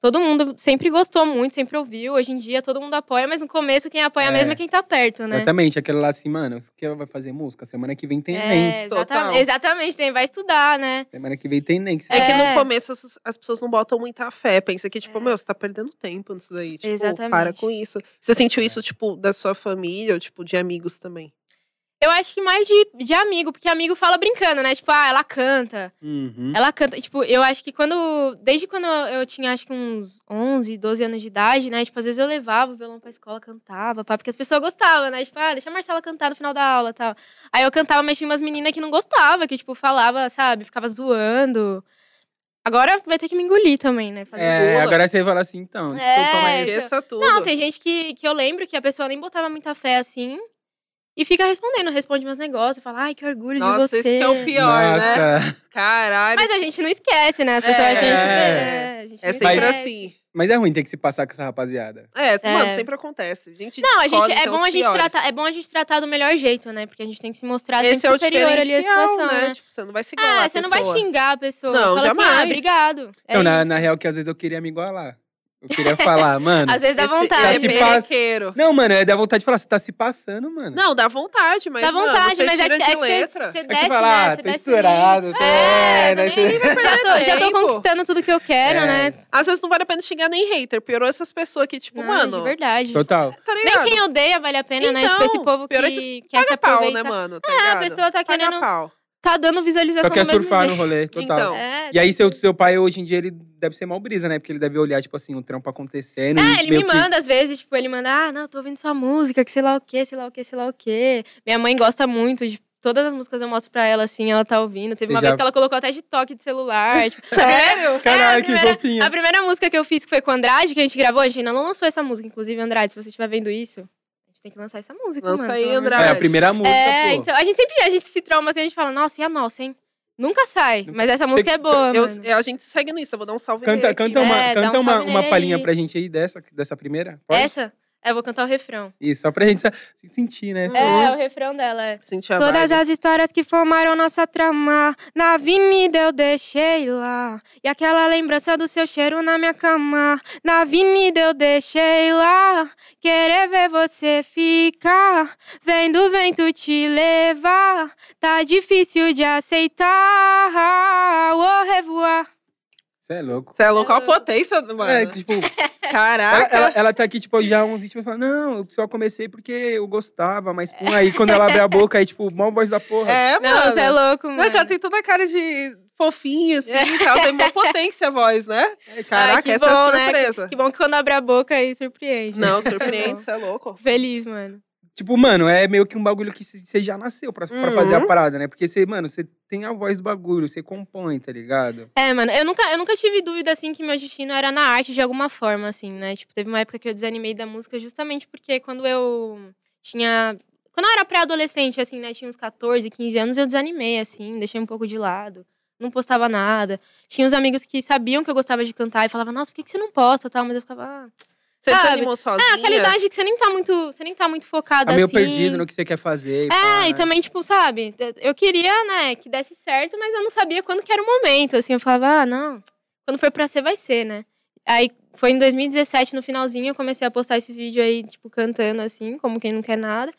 S3: Todo mundo sempre gostou muito, sempre ouviu. Hoje em dia todo mundo apoia, mas no começo quem apoia
S1: É.
S3: mesmo é quem tá perto, né?
S1: Exatamente, aquela lá assim, mano, você quer- vai fazer música? Semana que vem tem Enem.
S3: É,
S2: Total.
S3: exatamente, exatamente, tem, vai estudar, né?
S1: Semana que vem tem Enem. que você
S2: É, que
S1: vai-
S2: no começo as, as pessoas não botam muita fé. Pensa que, tipo, meu, você tá perdendo tempo nisso daí. Tipo,
S3: Exatamente.
S2: para com isso. Você
S1: É.
S2: sentiu isso, tipo, da sua família ou, tipo, de amigos também?
S3: Eu acho que mais de, de amigo, porque amigo fala brincando, né? Tipo, ah, ela canta,
S1: Uhum.
S3: Ela canta, tipo, eu acho que quando. Desde quando eu tinha, acho que uns 11, 12 anos de idade, né? Tipo, às vezes eu levava o violão pra escola, cantava, pá, porque as pessoas gostavam, né? Tipo, ah, deixa a Marcela cantar no final da aula e tal. Aí eu cantava, mas tinha umas meninas que não gostavam, que, tipo, falava, sabe? Ficava zoando. Agora vai ter que me engolir também, né? fazer
S1: É,
S2: boa.
S1: agora você fala assim, então, desculpa,
S3: É,
S1: mas...
S2: Esqueça tudo.
S3: não, tem gente que, que eu lembro que a pessoa nem botava muita fé assim. E fica respondendo, responde meus negócios, fala, ai, que orgulho de
S2: Nossa,
S3: você.
S2: esse que é o pior, né?
S1: Nossa,
S2: Caralho.
S3: Mas a gente não esquece, né? As pessoas
S2: É.
S3: acham que a gente. É, a gente
S2: é
S3: não
S2: sempre
S3: esquece.
S2: assim.
S1: mas é ruim ter que se passar com essa rapaziada.
S2: É, mano,
S3: É.
S2: sempre acontece. A gente
S3: Não, a gente,
S2: escolhe,
S3: é,
S2: então,
S3: bom
S2: os
S3: a gente
S2: piores.
S3: tratar, é bom a gente tratar do melhor jeito, né? Porque a gente tem que se mostrar
S2: Esse é
S3: sempre
S2: o
S3: superior ali à
S2: diferencial,
S3: situação, né?
S2: né? Tipo, você não vai se igualar
S3: Ah,
S2: à
S3: você não vai
S2: pessoa.
S3: xingar a pessoa.
S2: Não,
S3: Fala assim,
S2: jamais.
S3: ah, obrigado. É
S1: Então, na,
S3: isso.
S1: na real, que às vezes eu queria me igualar. Eu queria falar,
S3: (laughs)
S1: mano...
S3: Às vezes dá
S2: Esse-
S3: vontade.
S1: esse
S2: É
S1: passo-
S2: perequeiro.
S1: Não, mano, é da vontade de falar, você tá se passando, mano.
S2: Não, dá vontade, mas,
S3: Dá
S2: mano,
S3: vontade,
S2: tipo, você
S3: mas é
S2: tira
S3: que,
S2: de
S3: é que
S2: letra.
S3: você, você
S1: É que
S3: desce,
S1: você fala, ah,
S3: né? Você
S1: tô
S3: desce.
S1: estourado. sei lá,
S3: É,
S1: né,
S3: tô
S1: você-
S3: nem (laughs) aí
S1: (laughs)
S3: pra perder
S2: tô-
S3: já tô
S2: tempo.
S3: conquistando tudo que eu quero,
S1: É.
S3: né?
S2: Às vezes não vale a pena xingar nem hater. Piorou essas pessoas que, tipo,
S3: Não, de
S2: mano.
S3: verdade.
S1: Total.
S2: Tá ligado?
S3: Nem quem odeia vale a pena, né? Tipo,
S2: Então,
S3: esse povo
S2: pior
S3: que
S2: esses
S3: quer
S2: Paga
S3: se
S2: pau, né,
S3: aproveitar.
S2: mano? Tá
S3: É, a
S2: ligado?
S3: pessoa tá
S2: Paga
S3: querendo. (laughs)
S2: pau.
S3: Tá dando visualização
S1: Só
S3: do
S1: quer
S3: mesmo
S1: surfar no
S3: jeito.
S1: rolê, total.
S2: Então.
S3: É,
S1: E aí, seu, seu pai, hoje em dia, ele deve ser mal brisa, né? Porque ele deve olhar, tipo assim, um trampo acontecendo. e
S3: Ah, ele
S1: meio
S3: me
S1: que-
S3: manda às vezes, tipo, ele manda, ah, não, tô ouvindo sua música, que sei lá o quê, sei lá o quê, sei lá o quê. Minha mãe gosta muito de todas as músicas eu mostro pra ela, assim, ela tá ouvindo. Teve
S1: Você
S3: uma
S1: já-
S3: vez que ela colocou até de toque de celular.
S1: (laughs)
S3: tipo,
S2: Sério?
S1: É, Caralho,
S3: É, a
S1: que
S3: primeira-
S1: fofinha.
S3: a primeira música que eu fiz, que foi com o Andrade, que a gente gravou, a gente ainda não lançou essa música, inclusive, Andrade, se você estiver vendo isso, a gente tem que lançar essa música,
S2: Lança
S3: mano.
S2: aí,
S3: pelo amor de
S2: Andrade.
S1: É, a
S3: Deus.
S1: primeira música,
S3: É,
S1: pô.
S3: então, a gente sempre, a gente se trauma assim, a gente fala, nossa, e a nossa, hein? Nunca sai, mas essa música é boa,
S2: Eu,
S3: mano.
S2: eu- a gente segue no Insta, eu vou dar um salve nele
S1: Canta,
S2: aqui.
S1: canta uma,
S3: É, dá um
S1: canta uma,
S3: salve
S1: uma
S3: nele
S1: palhinha
S3: aí.
S1: pra gente aí dessa, dessa primeira. Pode?
S3: Essa? É, vou cantar o refrão.
S1: Isso, só pra gente sa- se sentir, né?
S3: É, o refrão dela é.
S2: Senti a
S3: Todas
S2: vibe.
S3: as histórias que formaram nossa trama, na avenida eu deixei lá. E aquela lembrança do seu cheiro na minha cama, na avenida eu deixei lá. Querer ver você ficar, vendo o vento te levar. Tá difícil de aceitar, ah, ou revoar.
S1: Você é louco.
S2: Você é louco, a potência, mano.
S1: É, que, tipo,
S3: Ah,
S1: ela,
S2: Caraca.
S1: ela, ela tá aqui, tipo, já há uns 20 anos falando, não, eu só comecei porque eu gostava, mas pum, aí quando ela abre a boca, aí, tipo, mó voz da porra.
S2: É,
S3: Não,
S2: mano.
S3: você é louco, mano.
S2: Não, tá que ela Né, tem toda a cara de fofinha, assim. Ela tem uma potência a voz, né? Caraca,
S3: que
S2: essa é
S3: bom,
S2: a
S3: né?
S2: surpresa.
S3: Que bom que quando abre a boca aí surpreende.
S2: Não, surpreende, você é
S3: (laughs)
S2: louco.
S3: Feliz, mano.
S1: Tipo, mano, é meio que um bagulho que você já nasceu pra, pra
S2: Uhum.
S1: fazer a parada, né? Porque você, mano, você tem a voz do bagulho, você compõe, tá ligado?
S3: É, mano, eu nunca, eu nunca tive dúvida, assim, que meu destino era na arte de alguma forma, assim, né? Tipo, teve uma época que eu desanimei da música justamente porque quando eu tinha... Quando eu era pré-adolescente, assim, né? Tinha uns 14, 15 anos, eu desanimei, assim, deixei um pouco de lado. Não postava nada. Tinha uns amigos que sabiam que eu gostava de cantar e falavam, nossa, por que, que você não posta, tal? Mas eu ficava... Ah,
S2: Você
S3: Sabe?
S2: desanimou sozinha?
S3: é aquela idade que você nem tá muito, você nem tá muito focado,
S1: Tá meio
S3: assim.
S1: perdido no que você quer fazer. e pá,
S3: É, e
S1: né?
S3: também, tipo, sabe, eu queria, né, que desse certo, mas eu não sabia quando que era o momento, assim, eu falava, ah, não, quando for pra ser, vai ser, né. Aí, foi em 2017, no finalzinho, eu comecei a postar esses vídeos aí, tipo, cantando, assim, como quem não quer nada.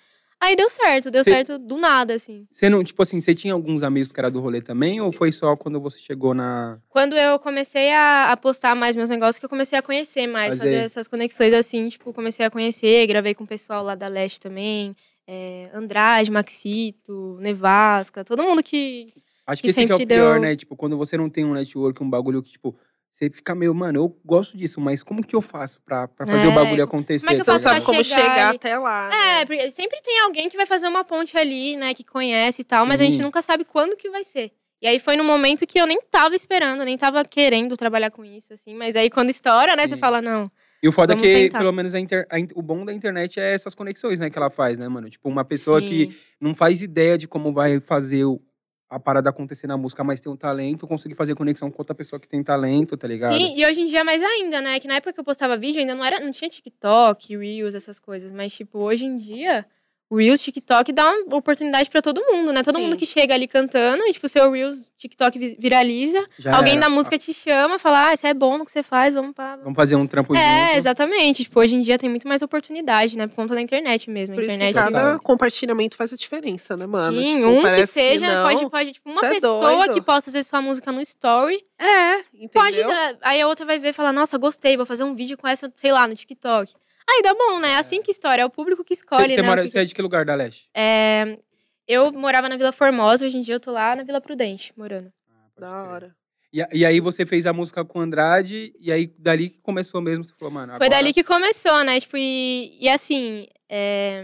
S3: Aí deu certo, deu
S1: Cê-
S3: certo do nada, assim.
S1: Você não, tipo assim, você tinha alguns amigos que era do rolê também, ou foi só quando você chegou na.
S3: Quando eu comecei a, a postar mais meus negócios, que eu comecei a conhecer mais,
S1: Fazer.
S3: fazer essas conexões assim, tipo, comecei a conhecer, gravei com o pessoal lá da Leste também, é, Andrade, Maxito, Nevasca, todo mundo que,
S1: Acho que,
S3: Que
S1: esse que é o
S3: sempre
S1: pior,
S3: deu-
S1: né? Tipo, quando você não tem um network, um bagulho que, tipo, você fica meio, mano, eu gosto disso, mas como que eu faço pra, pra fazer o
S3: É,
S1: bagulho
S3: como
S1: acontecer?
S3: é que
S1: tá
S3: eu
S2: Então
S3: faço
S1: ligado?
S2: sabe como
S3: chegar
S2: chegar,
S3: e-
S2: até lá.
S3: É,
S2: né?
S3: porque sempre tem alguém que vai fazer uma ponte ali, né? Que conhece e tal, mas a gente
S1: Sim.
S3: nunca sabe quando que vai ser. E aí foi num momento que eu nem tava esperando, nem tava querendo trabalhar com isso, assim. Mas aí quando estoura, né? Você
S1: Sim.
S3: fala, não.
S1: E o foda é
S3: Vamos
S1: que,
S3: tentar.
S1: pelo menos, a inter- a in- o bom da internet é essas conexões, né, que ela faz, né, mano? Tipo, uma pessoa que
S3: Sim.
S1: não faz ideia de como vai fazer o- a parada acontecer na música, mas tem um talento, conseguir fazer conexão com outra pessoa que tem talento, tá ligado?
S3: Sim, e hoje em dia mais ainda, né? Que na época que eu postava vídeo ainda não era, não tinha TikTok, Reels, essas coisas. Mas, tipo, hoje em dia, o Reels, TikTok dá uma oportunidade pra todo mundo, né? Todo
S2: Sim.
S3: mundo que chega ali cantando e, tipo, seu Reels, TikTok vi- viraliza.
S1: Já
S3: alguém
S1: era.
S3: da música te chama, fala, ah, isso é bom no que você faz, vamos pra...
S1: Vamos fazer um
S2: Tipo,
S1: trampo
S3: É,
S1: junto.
S3: exatamente. Tipo, hoje em dia tem muito mais oportunidade, né? Por conta da internet mesmo.
S2: Por
S3: a
S2: isso
S3: internet.
S2: que cada
S1: Total.
S2: compartilhamento faz a diferença, né, mano?
S3: Sim,
S2: Tipo,
S3: um que
S2: parece
S3: seja,
S2: não.
S3: pode, pode, tipo, uma
S2: Cê é
S3: pessoa
S2: doido.
S3: que posta, às vezes, sua música no story,
S2: É, entendeu?
S3: pode dar. Aí a outra vai ver e falar, nossa, gostei, vou fazer um vídeo com essa, sei lá, no TikTok. Aí dá bom, né? Assim que história, é o público que escolhe,
S1: Você
S3: né? o
S1: mora,
S3: que-
S1: cê é de que lugar da Leste?
S3: É, eu morava na Vila Formosa, hoje em dia eu tô lá na Vila Prudente, morando.
S1: Ah, pode
S2: Da
S1: crer.
S2: hora.
S1: E, a- e aí você fez a música com o Andrade, e aí dali que começou mesmo, você falou, mano,
S3: Foi
S1: agora-
S3: dali que começou, né? Tipo, e, e assim. é,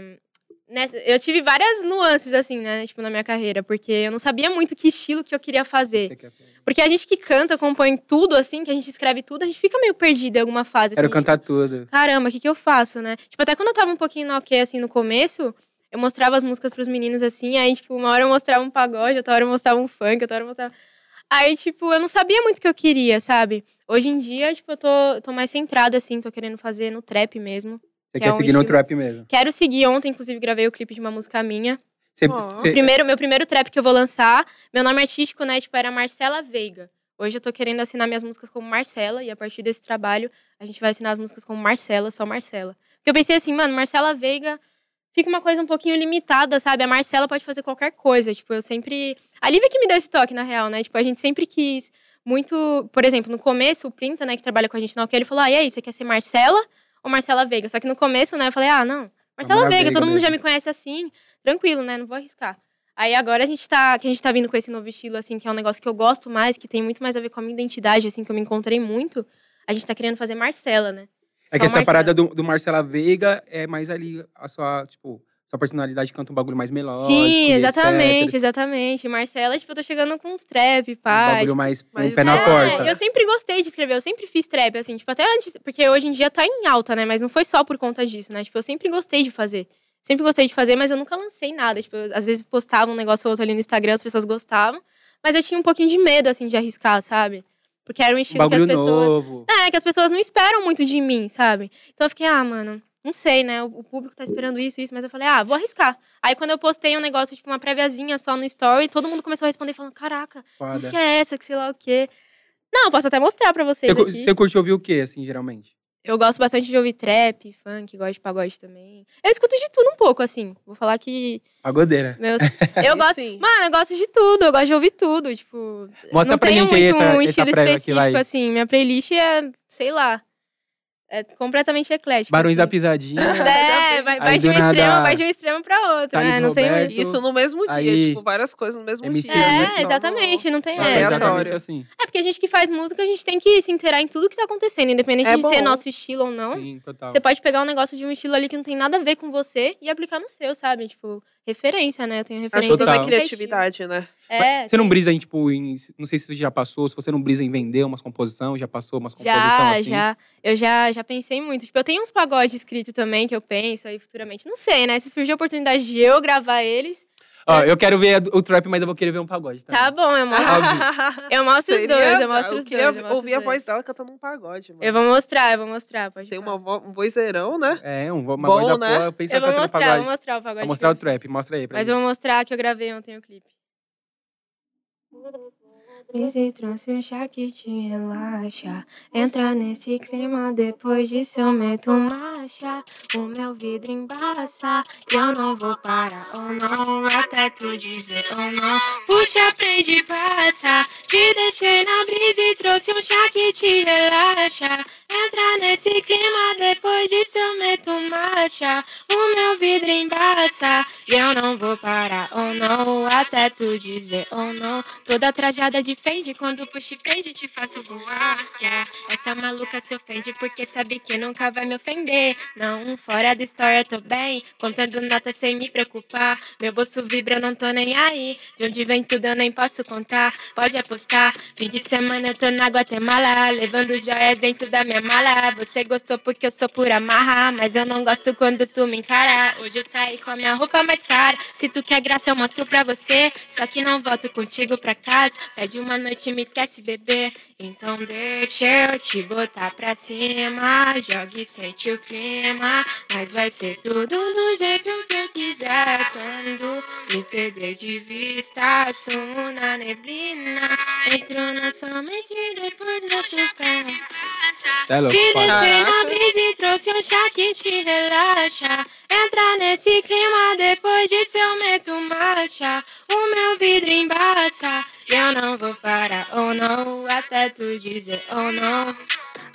S3: nessa- eu tive várias nuances, assim, né? Tipo, na minha carreira, porque eu não sabia muito que estilo que eu queria fazer.
S1: você quer fazer.
S3: Porque a gente que canta, compõe tudo, assim, que a gente escreve tudo, a gente fica meio perdida em alguma fase.
S1: Quero
S3: assim,
S1: cantar tudo.
S3: tipo, Caramba, o que, que eu faço, né? Tipo, até quando eu tava um pouquinho na OK, assim, no começo, eu mostrava as músicas pros meninos, assim, aí, tipo, uma hora eu mostrava um pagode, outra hora eu mostrava um funk, outra hora eu mostrava. Aí, tipo, eu não sabia muito o que eu queria, sabe? Hoje em dia, tipo, eu tô, eu tô mais centrada, assim, tô querendo fazer no trap mesmo.
S1: Você
S3: que
S1: quer
S3: é um
S1: seguir no
S3: estilo-
S1: trap mesmo.
S3: Quero seguir. Ontem, inclusive, gravei o clipe de uma música minha.
S1: Você,
S2: Ó.
S1: você-
S3: Primeiro, meu primeiro trap que eu vou lançar. Meu nome artístico, né, tipo, era Marcela Veiga. Hoje eu tô querendo assinar minhas músicas como Marcela. E a partir desse trabalho, a gente vai assinar as músicas como Marcela, só Marcela. Porque eu pensei assim, mano, Marcela Veiga fica uma coisa um pouquinho limitada, sabe? A Marcela pode fazer qualquer coisa. Tipo, eu sempre. A Lívia que me deu esse toque, na real, né? Tipo, a gente sempre quis muito. Por exemplo, no começo, o Printa, né, que trabalha com a gente na OK, ele falou: ah, e aí, você quer ser Marcela ou Marcela Veiga? Só que no começo, né, eu falei: ah, não. Marcela
S1: Marcela
S3: Veiga,
S1: Veiga
S3: todo mundo já
S1: mesmo.
S3: me conhece assim, tranquilo, né? Não vou arriscar. Aí agora a gente tá, que a gente tá vindo com esse novo estilo, assim, que é um negócio que eu gosto mais, que tem muito mais a ver com a minha identidade, assim, que eu me encontrei muito. A gente tá querendo fazer Marcela, né?
S1: é
S3: Só
S1: que essa
S3: Marcela.
S1: parada do, do Marcela Veiga é mais ali a sua, tipo, sua personalidade canta um bagulho mais melódico.
S3: Sim,
S1: e
S3: exatamente,
S1: etc.
S3: exatamente. Marcela, tipo, eu tô chegando com uns trap,
S1: Um
S3: pá.
S1: bagulho
S3: tipo,
S1: mais com o
S2: Mas
S1: pé na
S2: é,
S1: porta.
S3: eu sempre gostei de escrever, eu sempre fiz trap, assim, tipo, até antes, porque hoje em dia tá em alta, né? Mas não foi só por conta disso, né? Tipo, eu sempre gostei de fazer. Sempre gostei de fazer, mas eu nunca lancei nada. Tipo, eu, às vezes postava um negócio ou outro ali no Instagram, as pessoas gostavam. Mas eu tinha um pouquinho de medo, assim, de arriscar, sabe? Porque era um
S1: Um
S3: estilo que as
S1: bagulho
S3: pessoas.
S1: novo.
S3: É, que as pessoas não esperam muito de mim, sabe? Então eu fiquei, ah, mano, não sei, né? O, o público tá esperando isso, isso, mas eu falei, ah, vou arriscar. Aí quando eu postei um negócio, tipo, uma préviazinha só no story, todo mundo começou a responder falando, caraca,
S1: Foda.
S3: música é essa, que sei lá o quê. Não, eu posso até mostrar pra vocês
S1: Você, cu-
S3: aqui.
S1: você curte ouvir o quê, assim, geralmente?
S3: Eu gosto bastante de ouvir trap, funk, gosto de pagode também. Eu escuto de tudo um pouco, assim. Vou falar que
S1: Pagodeira. (laughs)
S3: meus...
S1: É
S3: Eu
S2: Aí
S3: gosto...
S2: Sim.
S3: Mano, eu gosto de tudo, eu gosto de ouvir tudo, tipo...
S1: Mostra
S3: não
S1: pra
S3: tenho
S1: gente aí
S3: muito
S1: essa,
S3: um
S1: essa
S3: estilo
S1: prévia que
S3: específico,
S1: vai.
S3: assim. Minha playlist é, sei lá, é completamente eclética.
S1: Barões da
S3: assim.
S1: Pisadinha.
S3: É, vai, vai
S1: Aí
S3: de um
S1: do nada,
S3: extremo, vai de um extremo pra outro,
S1: Thales
S3: né? Não tem
S1: Roberto,
S3: muito.
S2: Isso no mesmo dia,
S1: Aí-
S2: tipo, várias coisas no mesmo
S1: MC
S2: dia.
S1: Sim, né?
S3: É,
S1: versão
S3: exatamente, não tem
S1: Vai ser
S2: É,
S3: essa.
S1: exatamente
S2: aleatório.
S1: assim.
S3: É porque a gente que faz música, a gente tem que se inteirar em tudo que tá acontecendo, independente
S2: É
S3: de ser
S2: bom.
S3: nosso estilo ou não.
S1: Sim, total.
S3: Você pode pegar um negócio de um estilo ali que não tem nada a ver com você e aplicar no seu, sabe? Tipo, referência, né? Eu tenho referência.
S2: Ajuda
S1: Total.
S3: de
S2: na
S3: qualquer
S2: criatividade, né?
S3: estilo. É,
S1: Você não brisa em, tipo, em- Não sei se você já passou, se você não brisa em vender umas composições, já passou umas composições
S3: Já,
S1: assim.
S3: já. Eu já, já pensei muito. Tipo, eu tenho uns pagodes escritos também que eu penso aí futuramente. Não sei, né? Se surgir a oportunidade de eu gravar eles,
S1: Ó, eu quero ver a do- o trap, mas eu vou querer ver um pagode também.
S3: tá bom, eu mostro. Eu mostro os
S2: Ah, Seria-
S3: dois, eu mostro os dois.
S2: queria
S3: eu mostro
S2: ouvir
S3: os
S2: a voz
S3: dois.
S2: dela cantando um pagode, mano.
S3: Eu vou mostrar, eu vou mostrar, pode
S2: Tem
S3: falar.
S2: uma vo- um vozeirão, né?
S1: É, um, uma
S2: Bom,
S1: voz da
S2: né?
S1: porra, pensa
S3: Eu vou
S1: cantando
S3: mostrar,
S1: pagode.
S3: vou mostrar o pagode.
S1: Vou mostrar o
S3: dele.
S1: trap, mostra aí pra
S3: Mas
S1: mim.
S3: eu vou mostrar que eu gravei ontem o clipe. Esse trouxe um chá que te relaxa. Entra nesse clima depois de seu meto marcha. O meu vidro embaça e eu não vou parar. Ou não, até tu dizer ou não. Puxa, prende e passa. Te deixei na brisa e trouxe um chá que te relaxa. Entra nesse clima depois de seu meto marcha. O meu vidro embaça e eu não vou parar, ou não, até tu dizer ou não. Toda trajada defende, quando puxa e prende, te faço voar. yeah. Essa maluca se ofende porque sabe que nunca vai me ofender. Não, fora do story eu tô bem, contando notas sem me preocupar. Meu bolso vibra, eu não tô nem aí. De onde vem tudo eu nem posso contar, pode apostar. Fim de semana eu tô na Guatemala, levando joias dentro da minha mala. Você gostou porque eu sou pura marra, mas eu não gosto quando tu me encara. Hoje eu saí com a minha roupa mais cara. Se tu quer graça, eu mostro pra você. Só que não volto contigo pra casa. Pede uma noite e me esquece, bebê. Então deixa eu te botar pra cima. Jogue e sente o clima. Mas vai ser tudo do jeito que eu quiser. Quando me perder de vista, sumo na neblina. Entro na sua mente, depois na tua pé.
S1: Tá louco,
S3: Te
S1: foda.
S3: deixei na
S2: Caraca.
S3: brisa e trouxe um chá que te relaxa. Entra nesse clima depois de seu meto marcha. O meu vidro embaça. E eu não vou parar, ou não, até tu dizer ou não.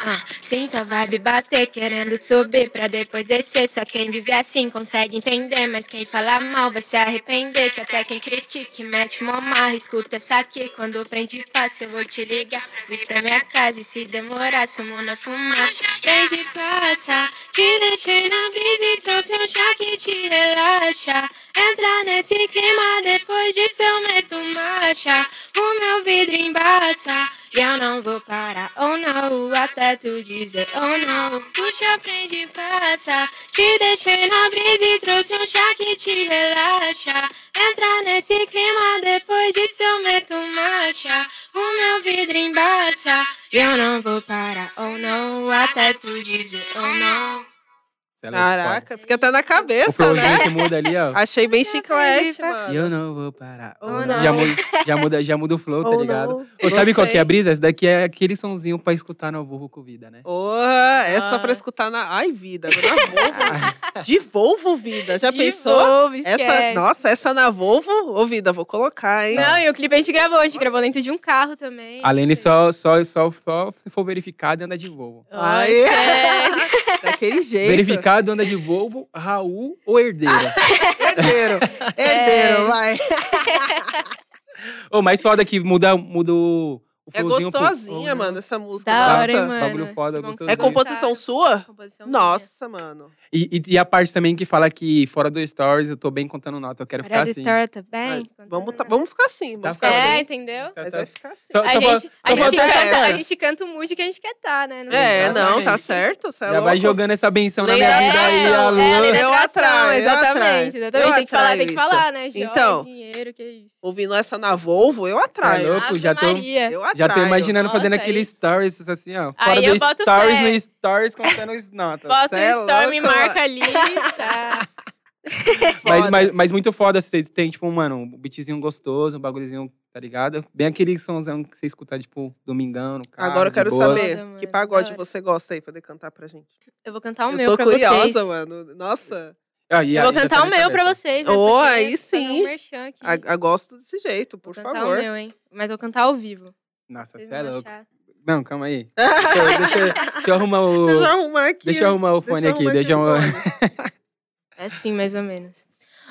S3: Ah, sinto a vibe bater, querendo subir pra depois descer. Só quem vive assim consegue entender. Mas quem fala mal vai se arrepender. Que até quem critique, mete mó marra. Escuta essa aqui, quando prende passa, eu vou te ligar. Vim pra minha casa e se demorar, sumo na fumaça. Prende passa, te deixei na brisa e trouxe um chá que te relaxa. Entra nesse clima depois de seu meto marcha. O meu vidro embaça. E eu não vou parar, oh não, até tu dizer oh não. Puxa, prende e passa. Te deixei na brisa e trouxe um chá que te relaxa. Entra nesse clima depois de seu meto marcha. O meu vidro embaça. E eu não vou parar, oh não, até tu dizer oh não.
S1: Cê é louco, foda.
S2: Caraca, fica até na
S1: O
S2: cabeça,
S1: flowzinho
S2: né?
S1: que muda ali, ó.
S2: Achei bem
S3: aprendi,
S2: chiclete,
S3: vai.
S1: E
S2: mano.
S1: eu não vou parar.
S2: Ou
S1: ou
S3: não.
S1: Já, muda, já, muda, já muda o flow, tá
S2: Ou
S1: ligado?
S2: não.
S1: Ô, sabe qual que é a
S2: Gostei.
S1: brisa? Esse daqui é aquele sonzinho pra escutar no Avô com Vida, né?
S2: Porra, é só
S3: Ah.
S2: pra escutar na. Ai, vida, na
S1: (laughs)
S2: Volvo. De Volvo, vida. Já pensou? Essa... Nossa, essa na Volvo, ô vida, vou colocar, hein?
S3: Não, e o clipe a gente gravou, a gente gravou dentro de um carro também.
S1: A Lene só, só, só, só se for verificado anda de Volvo.
S3: Ai,
S2: Ai, (laughs) Daquele jeito.
S1: Verificado anda de Volvo, Raul ou
S3: (laughs)
S1: Herdeira?
S2: Herdeiro. Herdeiro, vai.
S1: Ô, mas foda que muda, muda o o
S2: É
S1: flowzinho. pro-
S2: gostosinha,
S1: Oh,
S2: mano, essa música.
S3: Da
S2: Nossa.
S3: hora, hein, mano.
S1: bagulho foda,
S3: Que bom que
S1: gostoso.
S3: vocês
S2: É composição
S3: gostaram.
S2: sua?
S3: Composição minha.
S2: Nossa, mano.
S1: E, e- e a parte também que fala que fora do Stories eu tô bem contando nota, eu quero
S3: Fora
S1: ficar
S3: do
S1: assim.
S3: story
S2: Vai,
S3: também.
S2: Vamos, tá- vamos ficar assim, vamos
S1: Tá
S2: ficar
S1: fácil.
S3: É,
S2: assim.
S3: entendeu?
S1: Tá-
S2: Mas
S1: tá-
S2: vai ficar assim.
S1: Só-
S3: A
S1: só assim. pra-
S3: gente, a,
S1: só
S3: gente
S1: pra-
S3: canta, a
S2: essa.
S3: gente canta o mood que a gente quer estar, né?
S2: É,
S1: Exatamente.
S2: não, tá certo. cê é
S1: assim. Já vai
S2: louco.
S1: jogando essa benção na
S2: Lei
S1: minha
S2: da
S1: vida aí,
S2: atração,
S1: alô.
S2: é, lei da
S1: É,
S2: Eu atraio, eu
S3: exatamente,
S2: atraio.
S3: exatamente.
S2: Eu
S3: tem que falar, tem que
S2: atraio
S3: falar, né? Joia,
S2: Então.
S3: dinheiro, que isso.
S2: é Ouvindo essa na Volvo, eu atraio.
S1: Tá louco, já tô-
S3: Maria.
S2: Eu
S1: Já tô
S2: traio.
S1: imaginando
S3: Nossa,
S1: fazendo
S3: aí-
S1: aqueles stories assim, ó. Fora
S3: Aí eu
S1: do
S3: boto
S1: stories
S3: fé.
S1: no stories contando os notas.
S3: Posta
S2: cê é
S3: um story, me
S2: louco,
S3: marca ali.
S2: (laughs)
S3: Tá.
S1: Mas,
S2: Foda.
S1: mas, mas muito foda, vocês tem, tipo, mano, um beatzinho gostoso, um bagulhozinho, tá ligado? Bem aquele somzão que você escuta, tipo, domingão, no carro,
S2: Agora eu
S1: de
S2: quero
S1: boa.
S2: saber
S3: Foda, mano,
S2: que
S3: da
S2: pagode
S3: hora.
S2: você gosta aí pra poder cantar pra gente.
S3: Eu vou cantar o
S2: eu
S3: meu
S2: tô
S3: pra
S2: curiosa,
S3: vocês.
S2: mano. Nossa,
S1: Ah, e
S3: Eu
S1: aí,
S3: vou
S1: já
S3: cantar
S1: tá
S3: o
S1: na
S3: meu pra
S1: cabeça.
S3: vocês. né?
S2: Ô,
S3: porque
S2: aí
S3: eu tô
S2: sim.
S3: fazendo um merchan aqui.
S2: a, a gosto desse jeito,
S3: Vou
S2: por
S3: cantar
S2: favor.
S3: o meu, hein? Mas eu vou cantar ao vivo.
S1: Nossa,
S3: Vocês
S1: você é
S3: vão
S1: louco.
S3: achar.
S1: Não, calma aí. Deixa, eu- deixa eu- deixa eu arrumar o.
S2: Deixa eu arrumar aqui.
S1: Deixa eu arrumar o fone
S2: Deixa eu
S1: aqui.
S2: arrumar
S1: Deixa eu... (laughs)
S2: aqui o fone.
S3: É assim, mais ou menos.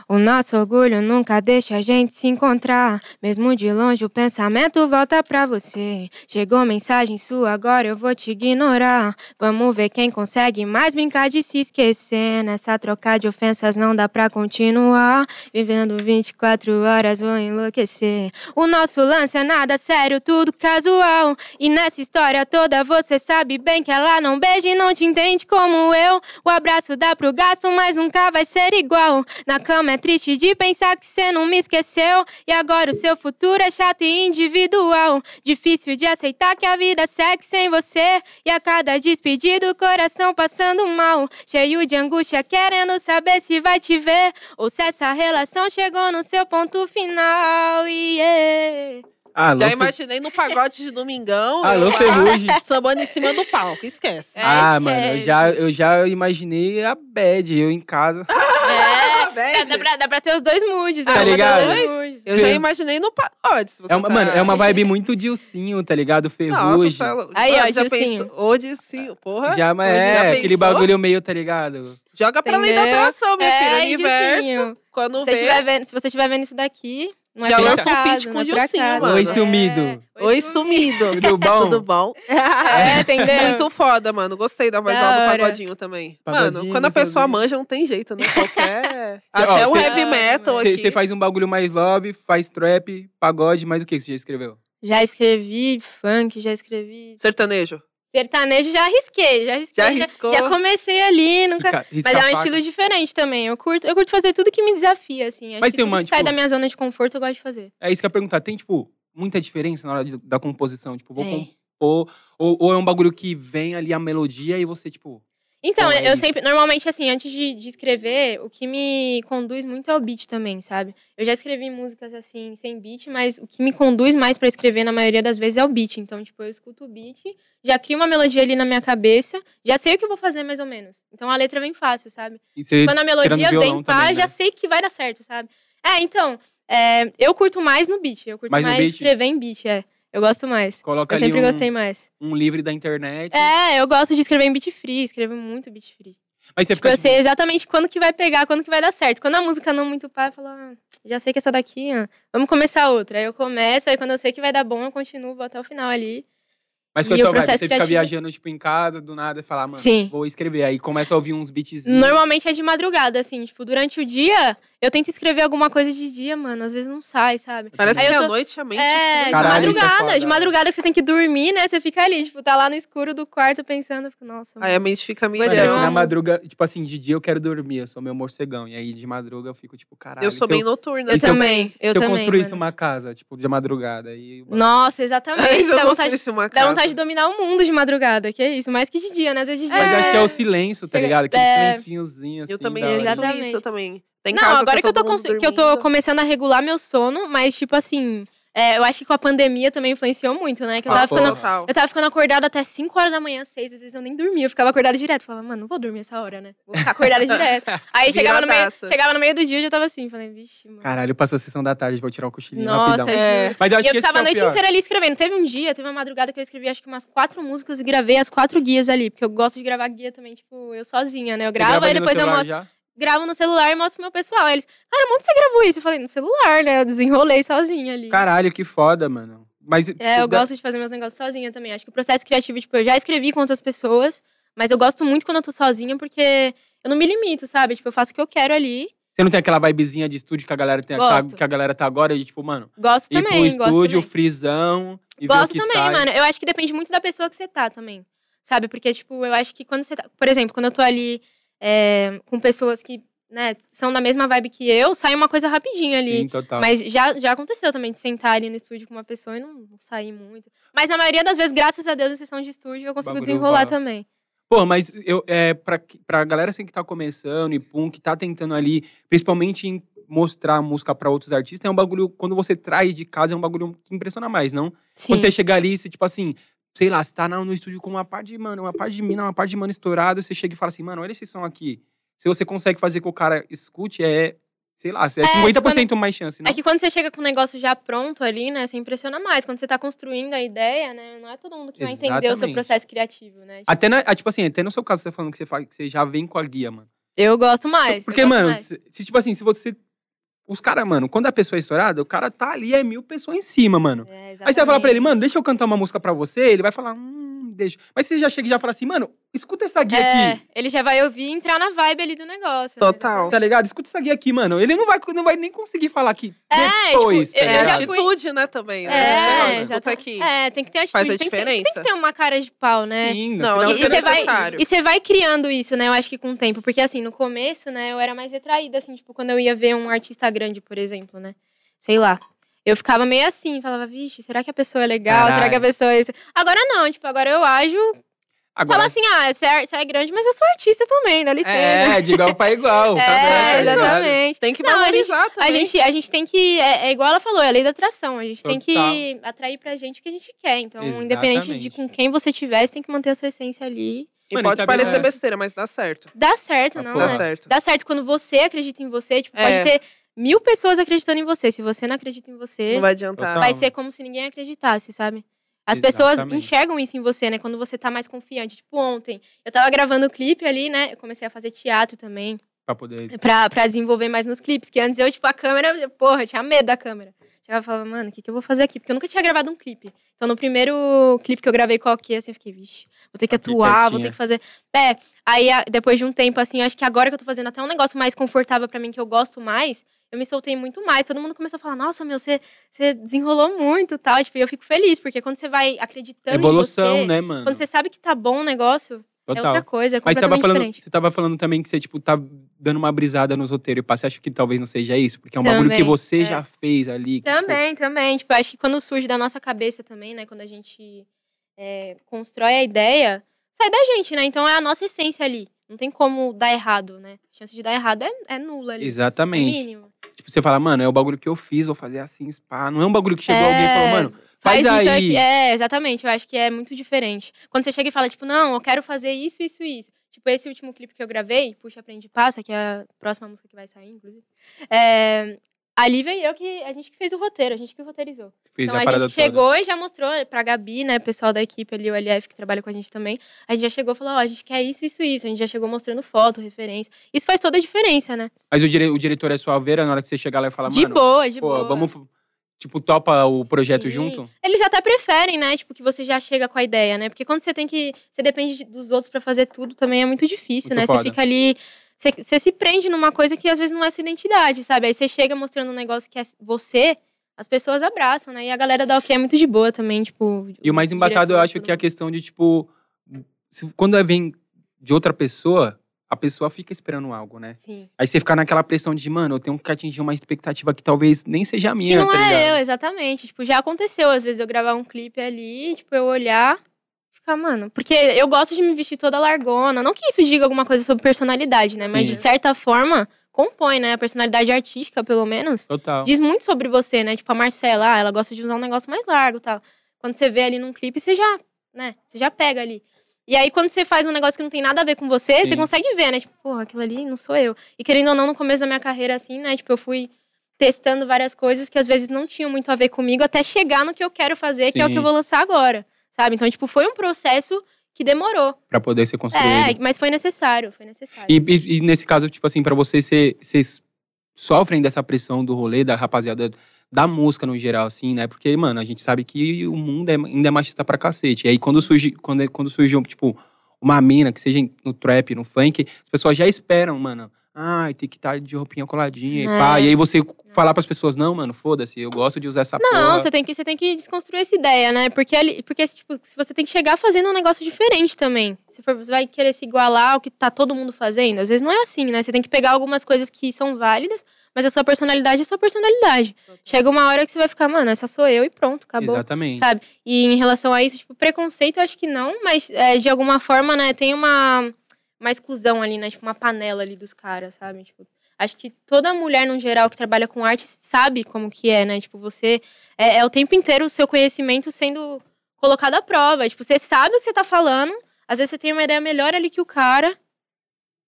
S3: O nosso orgulho nunca deixa a gente se encontrar. Mesmo de longe, o pensamento volta pra você. Chegou mensagem sua, agora eu vou te ignorar. Vamos ver quem consegue mais brincar de se esquecer. Nessa troca de ofensas não dá pra continuar. Vivendo 24 horas, vou enlouquecer. O nosso lance é nada sério, tudo casual. E nessa história toda você sabe bem que ela não beija e não te entende como eu. O abraço dá pro gasto, mas nunca vai ser igual. Na cama é triste de pensar que cê não me esqueceu. E agora o seu futuro é chato e individual. Difícil de aceitar que a vida segue sem você. E a cada despedida o coração passando mal. Cheio de angústia, querendo saber se vai te ver. Ou se essa relação chegou no seu ponto final. é. Yeah.
S1: Ah,
S2: Já
S1: Lu Fe-
S2: imaginei no pagode de domingão.
S1: Alô,
S2: eu lá,
S1: Ferrugem.
S2: Sambando em cima do palco, esquece.
S3: É,
S1: ah,
S3: esquece.
S1: mano, eu já, eu já imaginei a bad, eu em casa.
S2: Ah,
S3: É,
S2: velho.
S3: dá, pra, dá pra ter os dois moods.
S2: Ah,
S3: dá pra ter os
S1: ligado?
S3: dois moods.
S2: Eu já imaginei no pagode. se você
S1: É uma,
S2: tá-
S1: Mano, é uma vibe muito Dilcinho, tá ligado?
S2: Nossa,
S1: Ferrugem.
S2: tá louco.
S3: Aí, ó,
S2: já
S3: Dilcinho.
S2: pensou? Ô, Dilcinho, porra.
S1: já, mas
S2: hoje
S1: é,
S2: já
S1: aquele
S2: pensou?
S1: bagulho meio, tá ligado?
S2: Joga pra lei da
S3: Entendeu?
S2: atração, minha filha.
S3: É,
S2: Universo.
S3: Dilcinho.
S2: Quando
S3: se,
S2: vê.
S3: você tiver vendo, se você estiver vendo isso daqui, não é
S2: Já
S3: por
S1: lança
S2: um
S3: acaso,
S2: feat com
S3: não é por
S2: o Dilcinho,
S3: acaso.
S2: mano.
S1: Oi, sumido.
S3: É,
S2: Oi, sumido.
S3: (laughs)
S1: Tudo bom?
S2: Tudo bom? (laughs)
S3: É, entendeu?
S2: Muito foda, mano. Gostei da voz
S3: Da
S2: lá do
S3: hora.
S2: pagodinho também. mano,
S1: Pagodinho,
S2: quando a pessoa
S1: gostosinho.
S2: manja, não tem jeito, né?
S3: (laughs)
S2: Qualquer.
S1: Cê- ó,
S2: Até o
S1: cê-
S2: heavy
S3: Ah,
S2: metal
S3: mano.
S2: aqui.
S1: Você faz um bagulho mais love, faz trap, pagode, mais o que que você já escreveu?
S3: Já escrevi funk, já escrevi.
S2: Sertanejo.
S3: Sertanejo já arrisquei, já arrisquei.
S2: Já arriscou?
S3: Já, comecei ali, nunca.
S1: Fica- risca
S3: Mas é
S1: a
S3: um
S1: faca.
S3: estilo diferente também. Eu curto, eu curto fazer tudo que me desafia, assim. Acho
S1: Mas
S3: que
S1: tem
S3: tudo
S1: uma,
S3: que sai
S1: tipo-
S3: da minha zona de conforto, eu gosto de fazer.
S1: É isso que eu ia perguntar. Tem, tipo, muita diferença na hora de- da composição? Tipo, vou
S3: Tem.
S1: compor. Ou, ou é um bagulho que vem ali a melodia e você, tipo.
S3: Então,
S1: Então, é
S3: eu
S1: isso.
S3: sempre, normalmente, assim, antes de, de escrever, o que me conduz muito é o beat também, sabe? Eu já escrevi músicas, assim, sem beat, mas o que me conduz mais pra escrever, na maioria das vezes, é o beat. Então, tipo, eu escuto o beat, já crio uma melodia ali na minha cabeça, já sei o que eu vou fazer, mais ou menos. Então, a letra vem fácil, sabe?
S1: e você-
S3: Quando a melodia
S1: violão
S3: vem pá,
S1: também,
S3: eu já
S1: né?
S3: sei que vai dar certo, sabe? É, então, é, eu curto mais no beat. Eu curto
S1: Mais
S3: mais,
S1: no beat?
S3: escrever em beat, é. Eu gosto mais.
S1: coloca
S3: Eu
S1: ali
S3: sempre
S1: um,
S3: gostei mais.
S1: um livre da internet.
S3: É, eu gosto de escrever em beat free, escrevo muito beat free.
S1: Mas você
S3: Tipo,
S1: fica.
S3: eu
S1: Tipo,
S3: sei exatamente quando que vai pegar, quando que vai dar certo. Quando a música não muito pá, eu falo, ah, já sei que essa daqui, ah, vamos começar outra. Aí eu começo, aí quando eu sei que vai dar bom, eu continuo, vou até o final ali.
S1: mas com a
S3: e o
S1: sua vibe, você
S3: processo
S1: fica
S3: criativo-
S1: viajando, tipo, em casa, do nada, e fala, "Ah, mano,
S3: Sim.
S1: vou escrever. Aí começa a ouvir uns beats.
S3: Normalmente é de madrugada, assim, tipo, durante o dia, eu tento escrever alguma coisa de dia, mano. Às vezes não sai, sabe?
S2: Parece
S3: Aí
S2: que
S3: eu
S2: à
S3: tô-
S2: noite a mente.
S3: É,
S2: flui.
S3: de
S1: Caralho, isso é
S3: madrugada, de
S1: foda.
S3: madrugada que você tem que dormir, né? Você fica ali, tipo, tá lá no escuro do quarto pensando, eu fico, nossa.
S2: Aí a mente fica meio.
S3: Pois
S1: Mano,
S3: é,
S1: é que
S3: eu
S1: na
S3: amo.
S1: madruga, tipo assim, de dia eu quero dormir, eu sou meu morcegão. E aí de madruga eu fico, tipo, caralho.
S2: Eu sou
S1: se
S2: bem
S1: eu,
S2: noturna.
S3: eu
S1: e se eu-
S3: também, eu,
S1: se eu
S3: também.
S1: construísse
S3: mano.
S1: uma casa, tipo, de madrugada. Aí,
S3: Nossa,
S2: (laughs)
S3: exatamente.
S1: (laughs)
S2: Mas eu
S3: dá, vontade,
S2: construísse uma
S3: dá
S2: casa.
S3: vontade de dominar o mundo de madrugada, que é isso. Mais que de dia, né? Às vezes de dia.
S1: Mas
S2: É.
S1: acho que é o silêncio, tá
S3: Chega-
S1: ligado? Aquele
S3: é.
S1: silencinhozinho, assim.
S2: Eu também
S1: da hora.
S2: sinto
S3: Exatamente.
S2: isso, eu também. Tem
S3: Não,
S2: casa tá
S3: agora que, eu tô
S2: todo mundo
S3: cons- que eu tô
S2: dormindo.
S3: começando a regular meu sono, mas, tipo assim, é, eu acho que com a pandemia também influenciou muito, né? Que eu
S1: Ah,
S3: tava
S1: pô.
S3: ficando
S2: Total.
S3: Eu tava ficando acordada até 5 horas da manhã, 6, às vezes eu nem dormia, eu ficava acordada direto. Falava, mano, não vou dormir essa hora, né? Vou ficar acordada direto. Aí chegava no, meio,
S2: Viradaça.
S3: chegava no meio do dia eu já tava assim, falei, vixe, mano.
S1: Caralho, passou a sessão da tarde, vou tirar um cochilinho
S3: Nossa,
S1: rapidão.
S2: É.
S3: juro.
S1: Mas eu
S3: E
S1: acho
S3: eu
S1: que esse
S3: ficava
S1: que
S3: a
S1: é o
S3: noite
S1: pior.
S3: inteira ali escrevendo. Teve um dia, teve uma madrugada que eu escrevi acho que umas quatro músicas e gravei as quatro guias ali, porque eu gosto de gravar guia também, tipo, eu sozinha, né? Eu
S1: Você
S3: gravo,
S1: grava
S3: aí
S1: ali no
S3: depois eu
S1: celular
S3: mostro,
S1: já?
S3: gravo no celular e mostro pro meu pessoal. Aí eles, cara, onde você gravou isso? Eu falei, no celular, né? Eu desenrolei sozinha ali.
S1: Caralho, que foda, mano. Mas, tipo,
S3: É, eu
S1: da-
S3: gosto de fazer meus negócios sozinha também. Acho que o processo criativo, tipo, eu já escrevi com outras pessoas, mas eu gosto muito quando eu tô sozinha, porque eu não me limito, sabe? Tipo, eu faço o que eu quero ali.
S1: Você não tem aquela vibezinha de estúdio que a galera tem,
S3: Gosto.
S1: tá- que a galera tá agora e tipo, mano,
S3: Gosto
S1: ir
S3: também,
S1: pro
S3: gosto
S1: estúdio,
S3: também.
S1: frisão e ver o
S3: Gosto
S1: que
S3: também,
S1: sai.
S3: mano. Eu acho que depende muito da pessoa que você tá também. Sabe? Porque, tipo, eu acho que quando você tá. Por exemplo, quando eu tô ali é, eh, com pessoas que né, são da mesma vibe que eu, sai uma coisa rapidinho ali.
S1: Sim, total.
S3: Mas já, já aconteceu também de sentar ali no estúdio com uma pessoa e não, não sair muito. Mas na maioria das vezes, graças a Deus, a sessão de estúdio eu consigo
S1: Bagulho
S3: desenrolar
S1: vai.
S3: também.
S1: Pô, mas eu, é, pra, que- pra galera assim que tá começando e pum, que tá tentando ali, principalmente em mostrar a música pra outros artistas, é um bagulho, quando você traz de casa, é um bagulho que impressiona mais, não?
S3: Sim.
S1: Quando você chega ali, você, tipo assim, sei lá, você tá na- no estúdio com uma parte de, mano, uma parte de mina, uma parte de mano estourado, você chega e fala assim, mano, olha esse som aqui. Se você consegue fazer com que o cara escute, é, sei lá, é, 50% mais chance, né?
S3: tipo, É que quando você chega com o negócio já pronto ali, né, você impressiona mais. Quando você tá construindo a ideia, né, não é todo mundo que vai entender o seu
S1: Exatamente.
S3: processo criativo, né?
S1: Até, na- ah, tipo assim, até no seu caso, você falando que você, faz, que você já vem com a guia, mano.
S3: Eu gosto mais.
S1: Porque,
S3: eu gosto
S1: mano,
S3: mais.
S1: se, se, tipo assim, se você... Os caras, mano, quando a pessoa é estourada, o cara tá ali, é mil pessoas em cima, mano.
S3: É,
S1: Aí você vai falar pra ele,
S3: exatamente.
S1: mano, deixa eu cantar uma música pra você. Ele vai falar, hum, deixa. Mas você já chega e já fala assim, mano, escuta essa guia aqui.
S3: É, ele já vai ouvir e entrar na vibe ali do negócio. né,
S2: Total.
S1: Tá ligado? Escuta isso aqui, aqui, mano. Ele não vai, não vai nem conseguir falar aqui.
S3: É,
S1: depois,
S3: tipo,
S1: tá
S2: É
S3: eu já
S1: ligado?
S3: fui-
S2: atitude, né, também. né?
S1: É,
S2: Não, escuta
S3: exatamente.
S2: aqui.
S3: É, tem que ter atitude.
S2: Faz a
S3: tem que ter-
S2: diferença.
S3: tem que ter uma cara de pau, né?
S1: Sim,
S2: Não,
S1: senão
S3: e
S2: às vezes
S3: você
S2: é
S3: vai-
S2: necessário.
S3: E você vai criando isso, né? Eu acho que com o tempo. Porque, assim, no começo, né, eu era mais retraída, assim, tipo, quando eu ia ver um artista grande, por exemplo, né? Sei lá. Eu ficava meio assim, falava, vixe, será que a pessoa é legal? Será que a
S1: Caralho.
S3: pessoa é isso? Agora não, tipo, agora eu ajo. Fala
S1: Agora,
S3: assim, ah, você é, você é grande, mas eu sou artista também, dá licença.
S1: é, de igual pra igual. (laughs) tá
S3: né? É,
S1: certo, tá ligado?
S3: exatamente.
S2: Tem que
S3: Não, a gente-
S2: valorizar também.
S3: A gente, a gente tem que. É, é igual ela falou, é a lei da atração. A gente tem que
S1: Total.
S3: atrair pra gente o que a gente quer. Então, independente de
S1: Exatamente.
S3: com quem você tiver, você tem que manter a sua essência ali.
S2: E
S1: Mano,
S2: pode
S1: sabe-
S2: parecer
S1: é.
S2: besteira, mas dá certo.
S3: Dá certo,
S1: Ah,
S3: não.
S1: porra.
S2: Dá
S3: é?
S2: certo.
S3: Dá certo quando você acredita em você. Tipo, pode
S2: É.
S3: ter mil pessoas acreditando em você. Se você não acredita em você,
S2: Não vai adiantar.
S1: Total.
S3: vai ser como se ninguém acreditasse, sabe? As pessoas
S1: Exatamente.
S3: enxergam isso em você, né? Quando você tá mais confiante. Tipo, ontem, eu tava gravando o clipe ali, né? Eu comecei a fazer teatro também.
S1: Pra poder.
S3: Pra, pra desenvolver mais nos clipes. Que antes eu, tipo, a câmera, porra, eu tinha medo da câmera. Chegava e falava, mano, o que, que eu vou fazer aqui? Porque eu nunca tinha gravado um clipe. Então, no primeiro clipe que eu gravei com a Ok, assim, eu fiquei, vixe, vou ter que
S1: Aqui
S3: atuar, vou
S1: quietinha.
S3: ter que fazer. É, aí a- depois de um tempo, assim, eu acho que agora que eu tô fazendo até um negócio mais confortável pra mim, que eu gosto mais, eu me soltei muito mais. Todo mundo começou a falar, nossa, meu, você você desenrolou muito e tal. Tipo, e eu fico feliz, porque quando você vai acreditando
S1: Evolução,
S3: em você,
S1: né, mano?
S3: quando você sabe que tá bom o negócio, é
S1: Total.
S3: outra coisa, é
S1: Mas você
S3: completamente
S1: tava, falando,
S3: diferente.
S1: você tava falando também que você, tipo, tá dando uma brisada nos roteiros. e pá. Você acha que talvez não seja isso? Porque é um bagulho que
S3: Também,
S1: você
S3: é.
S1: já fez ali. que, tipo,
S3: Também, também. Tipo, acho que quando surge da nossa cabeça também, né? Quando a gente é, constrói a ideia, sai da gente, né? Então é a nossa essência ali. Não tem como dar errado, né? A chance de dar errado é, é nula ali. É
S1: Exatamente.
S3: mínimo.
S1: Tipo, você fala, mano, é o bagulho que eu fiz, vou fazer assim, pá. Não é um bagulho que chegou alguém e falou,
S3: É,
S1: mano, faz, aí.
S3: isso aqui. É, exatamente. Eu acho que é muito diferente. Quando você chega e fala, tipo, não, eu quero fazer isso, isso, e isso. Tipo, esse último clipe que eu gravei, Puxa, Aprende e Passa, que é a próxima música que vai sair, inclusive. É, a Lívia e eu, que a gente que fez o roteiro, a gente que roteirizou.
S1: Fez
S3: Então
S1: a
S3: a
S1: parada
S3: gente
S1: toda.
S3: chegou e já mostrou pra Gabi, né, pessoal da equipe ali, o LF que trabalha com a gente também. A gente já chegou e falou, ó, a gente quer isso, isso, isso. A gente já chegou mostrando foto, referência. Isso faz toda a diferença, né?
S1: Mas o, dire- o diretor é sua veira, na hora que você chegar lá e falar,
S3: de
S1: mano,
S3: boa, de
S1: pô,
S3: boa.
S1: vamos, f- tipo, topa o projeto
S3: Sim.
S1: junto?
S3: Eles até preferem, né, tipo, que você já chega com a ideia, né? Porque quando você tem que... Você depende de- dos outros pra fazer tudo, também é muito difícil,
S1: Muito
S3: né?
S1: foda.
S3: Você fica ali... Você, você se prende numa coisa que às vezes não é sua identidade, sabe? Aí você chega mostrando um negócio que é você... As pessoas abraçam, né? E a galera da OK é muito de boa também, tipo.
S1: E o mais embaçado, eu
S3: diretor,
S1: acho
S3: todo
S1: que é a questão de, tipo, se- quando vem de outra pessoa, a pessoa fica esperando algo, né?
S3: mundo. Sim.
S1: Aí você fica naquela pressão de, mano, eu tenho que atingir uma expectativa que talvez nem seja
S3: Que
S1: minha,
S3: não
S1: tá ligado?
S3: é eu, exatamente. Tipo, já aconteceu, às vezes, eu gravar um clipe ali, tipo, eu olhar, ficar, mano. Porque eu gosto de me vestir toda largona. Não que isso diga alguma coisa sobre personalidade, né? Mas
S1: Sim.
S3: de certa forma, compõe, né? A personalidade artística, pelo menos.
S1: Total.
S3: Diz muito sobre você, né? Tipo, a Marcela, ah, ela gosta de usar um negócio mais largo e tal. Quando você vê ali num clipe, você já, né? Você já pega ali. E aí, quando você faz um negócio que não tem nada a ver com você,
S1: Sim.
S3: você consegue ver, né? Tipo, porra, aquilo ali não sou eu. E querendo ou não, no começo da minha carreira, assim, né? Tipo, eu fui testando várias coisas que às vezes não tinham muito a ver comigo até chegar no que eu quero fazer, que é o que
S1: Sim.
S3: eu vou lançar agora, sabe? Então, tipo, foi um processo que demorou.
S1: Pra poder ser
S3: É,
S1: construído.
S3: mas foi necessário, foi necessário.
S1: E, e- e nesse caso, tipo assim, pra vocês, cê- vocês sofrem dessa pressão do rolê, da rapaziada, da música no geral, assim, né? Porque, mano, a gente sabe que o mundo é- ainda é machista pra cacete. E aí, quando surge, um, quando, quando surge, tipo, uma mina, que seja no trap, no funk, as pessoas já esperam, mano. Ai, tem que estar de roupinha coladinha
S3: É.
S1: e pá. E aí você falar pras pessoas, não, mano, foda-se, eu gosto de usar essa
S3: Não,
S1: porra.
S3: você tem, que, você tem que desconstruir essa ideia, né? Porque, ali- porque tipo, se você tem que chegar fazendo um negócio diferente também. Se for, você vai querer se igualar ao que tá todo mundo fazendo. Às vezes não é assim, né? Você tem que pegar algumas coisas que são válidas, mas a sua personalidade é a sua personalidade. Chega uma hora que você vai ficar, mano, essa sou eu e pronto, acabou.
S1: Exatamente.
S3: sabe? E em relação a isso, tipo, preconceito eu acho que não, mas é, de alguma forma, né, tem uma, uma exclusão ali, né? Tipo, uma panela ali dos caras, sabe? Tipo, acho que toda mulher, no geral, que trabalha com arte sabe como que é, né? Tipo, você é, é o tempo inteiro o seu conhecimento sendo colocado à prova. Tipo, você sabe o que você tá falando, às vezes você tem uma ideia melhor ali que o cara,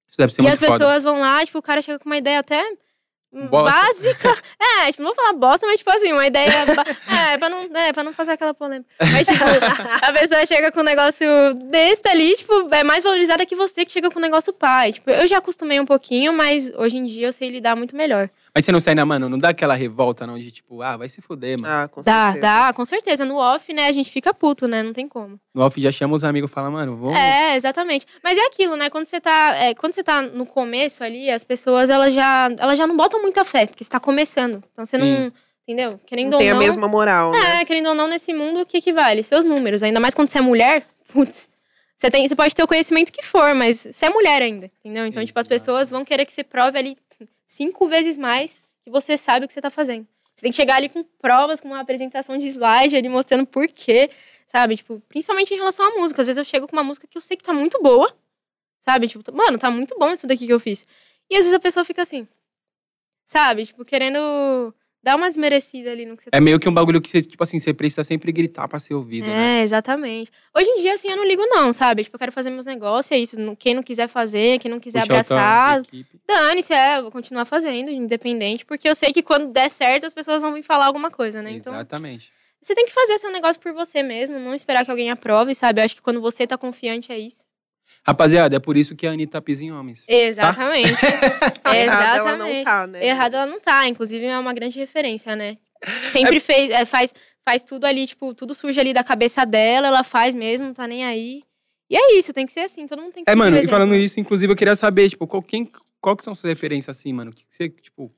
S1: Isso deve ser
S3: e
S1: muito
S3: as pessoas
S1: foda.
S3: vão lá, tipo, o cara chega com uma ideia até. hum,
S1: Bosta. (laughs)
S3: Básica. É, tipo, não vou falar bosta, mas tipo assim, uma ideia. ba- É, pra não, é, pra não fazer aquela polêmica. Mas, tipo, a pessoa chega com um negócio besta ali, tipo, é mais valorizada que você que chega com um negócio pai. Tipo, eu já acostumei um pouquinho, mas hoje em dia eu sei lidar muito melhor.
S1: Mas você não sai na mano, não dá aquela revolta, não, de tipo, ah, vai se fuder, mano.
S2: Ah, com
S3: Dá,
S2: certeza.
S3: dá, com certeza. No off, né, a gente fica puto, né? Não tem como.
S1: No off já chama os amigos e fala, mano, vamos.
S3: É, exatamente. Mas é aquilo, né? Quando você tá, é, quando você tá no começo ali, as pessoas elas já, elas já não botam muita fé, porque você tá começando. Então você não. Entendeu? Querendo
S2: Não tem
S3: ou
S2: a
S3: não.
S2: mesma moral, né?
S3: É, querendo ou não, nesse mundo, o que, que vale? Seus números. Ainda mais quando você é mulher, (laughs) putz. Você, tem, você pode ter o conhecimento que for, mas você é mulher ainda, entendeu? Então, tipo, as
S1: Exato.
S3: pessoas vão querer que você prove ali cinco vezes mais que você sabe o que você tá fazendo. Você tem que chegar ali com provas, com uma apresentação de slide ali mostrando por quê, sabe? Tipo, principalmente em relação à música. Às vezes eu chego com uma música que eu sei que tá muito boa, sabe? Tipo, mano, tá muito bom isso daqui que eu fiz. E às vezes a pessoa fica assim, sabe? Tipo, querendo dar uma desmerecida ali no que você tá
S1: É meio que um bagulho que você, tipo assim, você precisa sempre gritar pra ser ouvido, né?
S3: é, exatamente. Hoje em dia, assim, eu não ligo, não, sabe? Tipo, eu quero fazer meus negócios, é isso. Não- Quem não quiser fazer, quem não quiser
S1: Puxar o tom da
S3: abraçar,
S1: equipe.
S3: dane-se, é, eu vou continuar fazendo, independente, porque eu sei que quando der certo, as pessoas vão vir falar alguma coisa, né? Então,
S1: Exatamente.
S3: você tem que fazer seu negócio por você mesmo, não esperar que alguém aprove, sabe? Eu acho que quando você tá confiante, é isso.
S1: Rapaziada, é por isso que a Anitta pisa em homens.
S3: Exatamente.
S2: Errada
S3: Exatamente.
S2: ela não tá, né?
S3: Ah. (laughs) Errado ela não tá, inclusive é uma grande referência, né? Sempre fez, é, faz, faz tudo ali, tipo, tudo surge ali da cabeça dela, ela faz mesmo, não tá nem aí. E é isso, tem que ser assim, todo mundo tem que
S1: É,
S3: seguir
S1: mano,
S3: o
S1: e falando
S3: exemplo.
S1: isso, inclusive, eu queria saber, tipo, qual, quem, qual que são suas referências, assim, mano? Que você, tipo...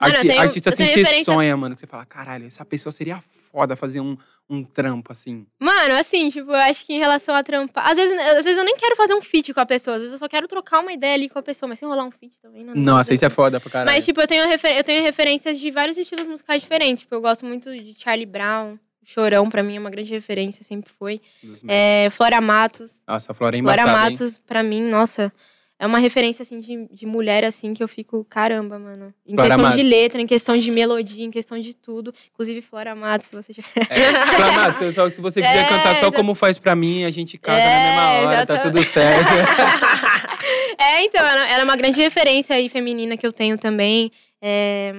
S3: Mano, eu
S1: arti-
S3: tenho-
S1: artista,
S3: eu
S1: assim,
S3: tenho
S1: que você
S3: referência-
S1: sonha, mano. Que você fala, caralho, essa pessoa seria foda fazer um, um trampo, assim.
S3: Mano, assim, tipo, eu acho que em relação a trampar. Às vezes, às vezes eu nem quero fazer um feat com a pessoa, às vezes eu só quero trocar uma ideia ali com a pessoa, mas sem rolar um feat também, né?
S1: Nossa, isso é foda pra caralho.
S3: Mas, tipo, eu tenho, refer- eu tenho referências de vários estilos musicais diferentes. Tipo, eu gosto muito de Charlie Brown, Chorão, pra mim é uma grande referência, sempre foi.
S1: Dos meus.
S3: É, Flora Matos.
S1: Nossa, a Flora é
S3: Glória
S1: embaçada, hein?
S3: Matos, pra mim, nossa, é uma referência, assim, de, de mulher, assim, que eu fico, caramba, mano. Em
S1: Glória
S3: questão de
S1: Matos.
S3: letra, em questão de melodia, em questão de tudo. Inclusive, Flora Matos, se você já...
S1: É, Flora Matos, eu só- se você quiser
S3: É,
S1: cantar só
S3: exa-
S1: como faz pra mim, a gente casa na
S3: É,
S1: mesma hora, tá
S3: exatamente.
S1: tudo certo.
S3: É, então, ela, ela é uma grande referência aí feminina que eu tenho também. É,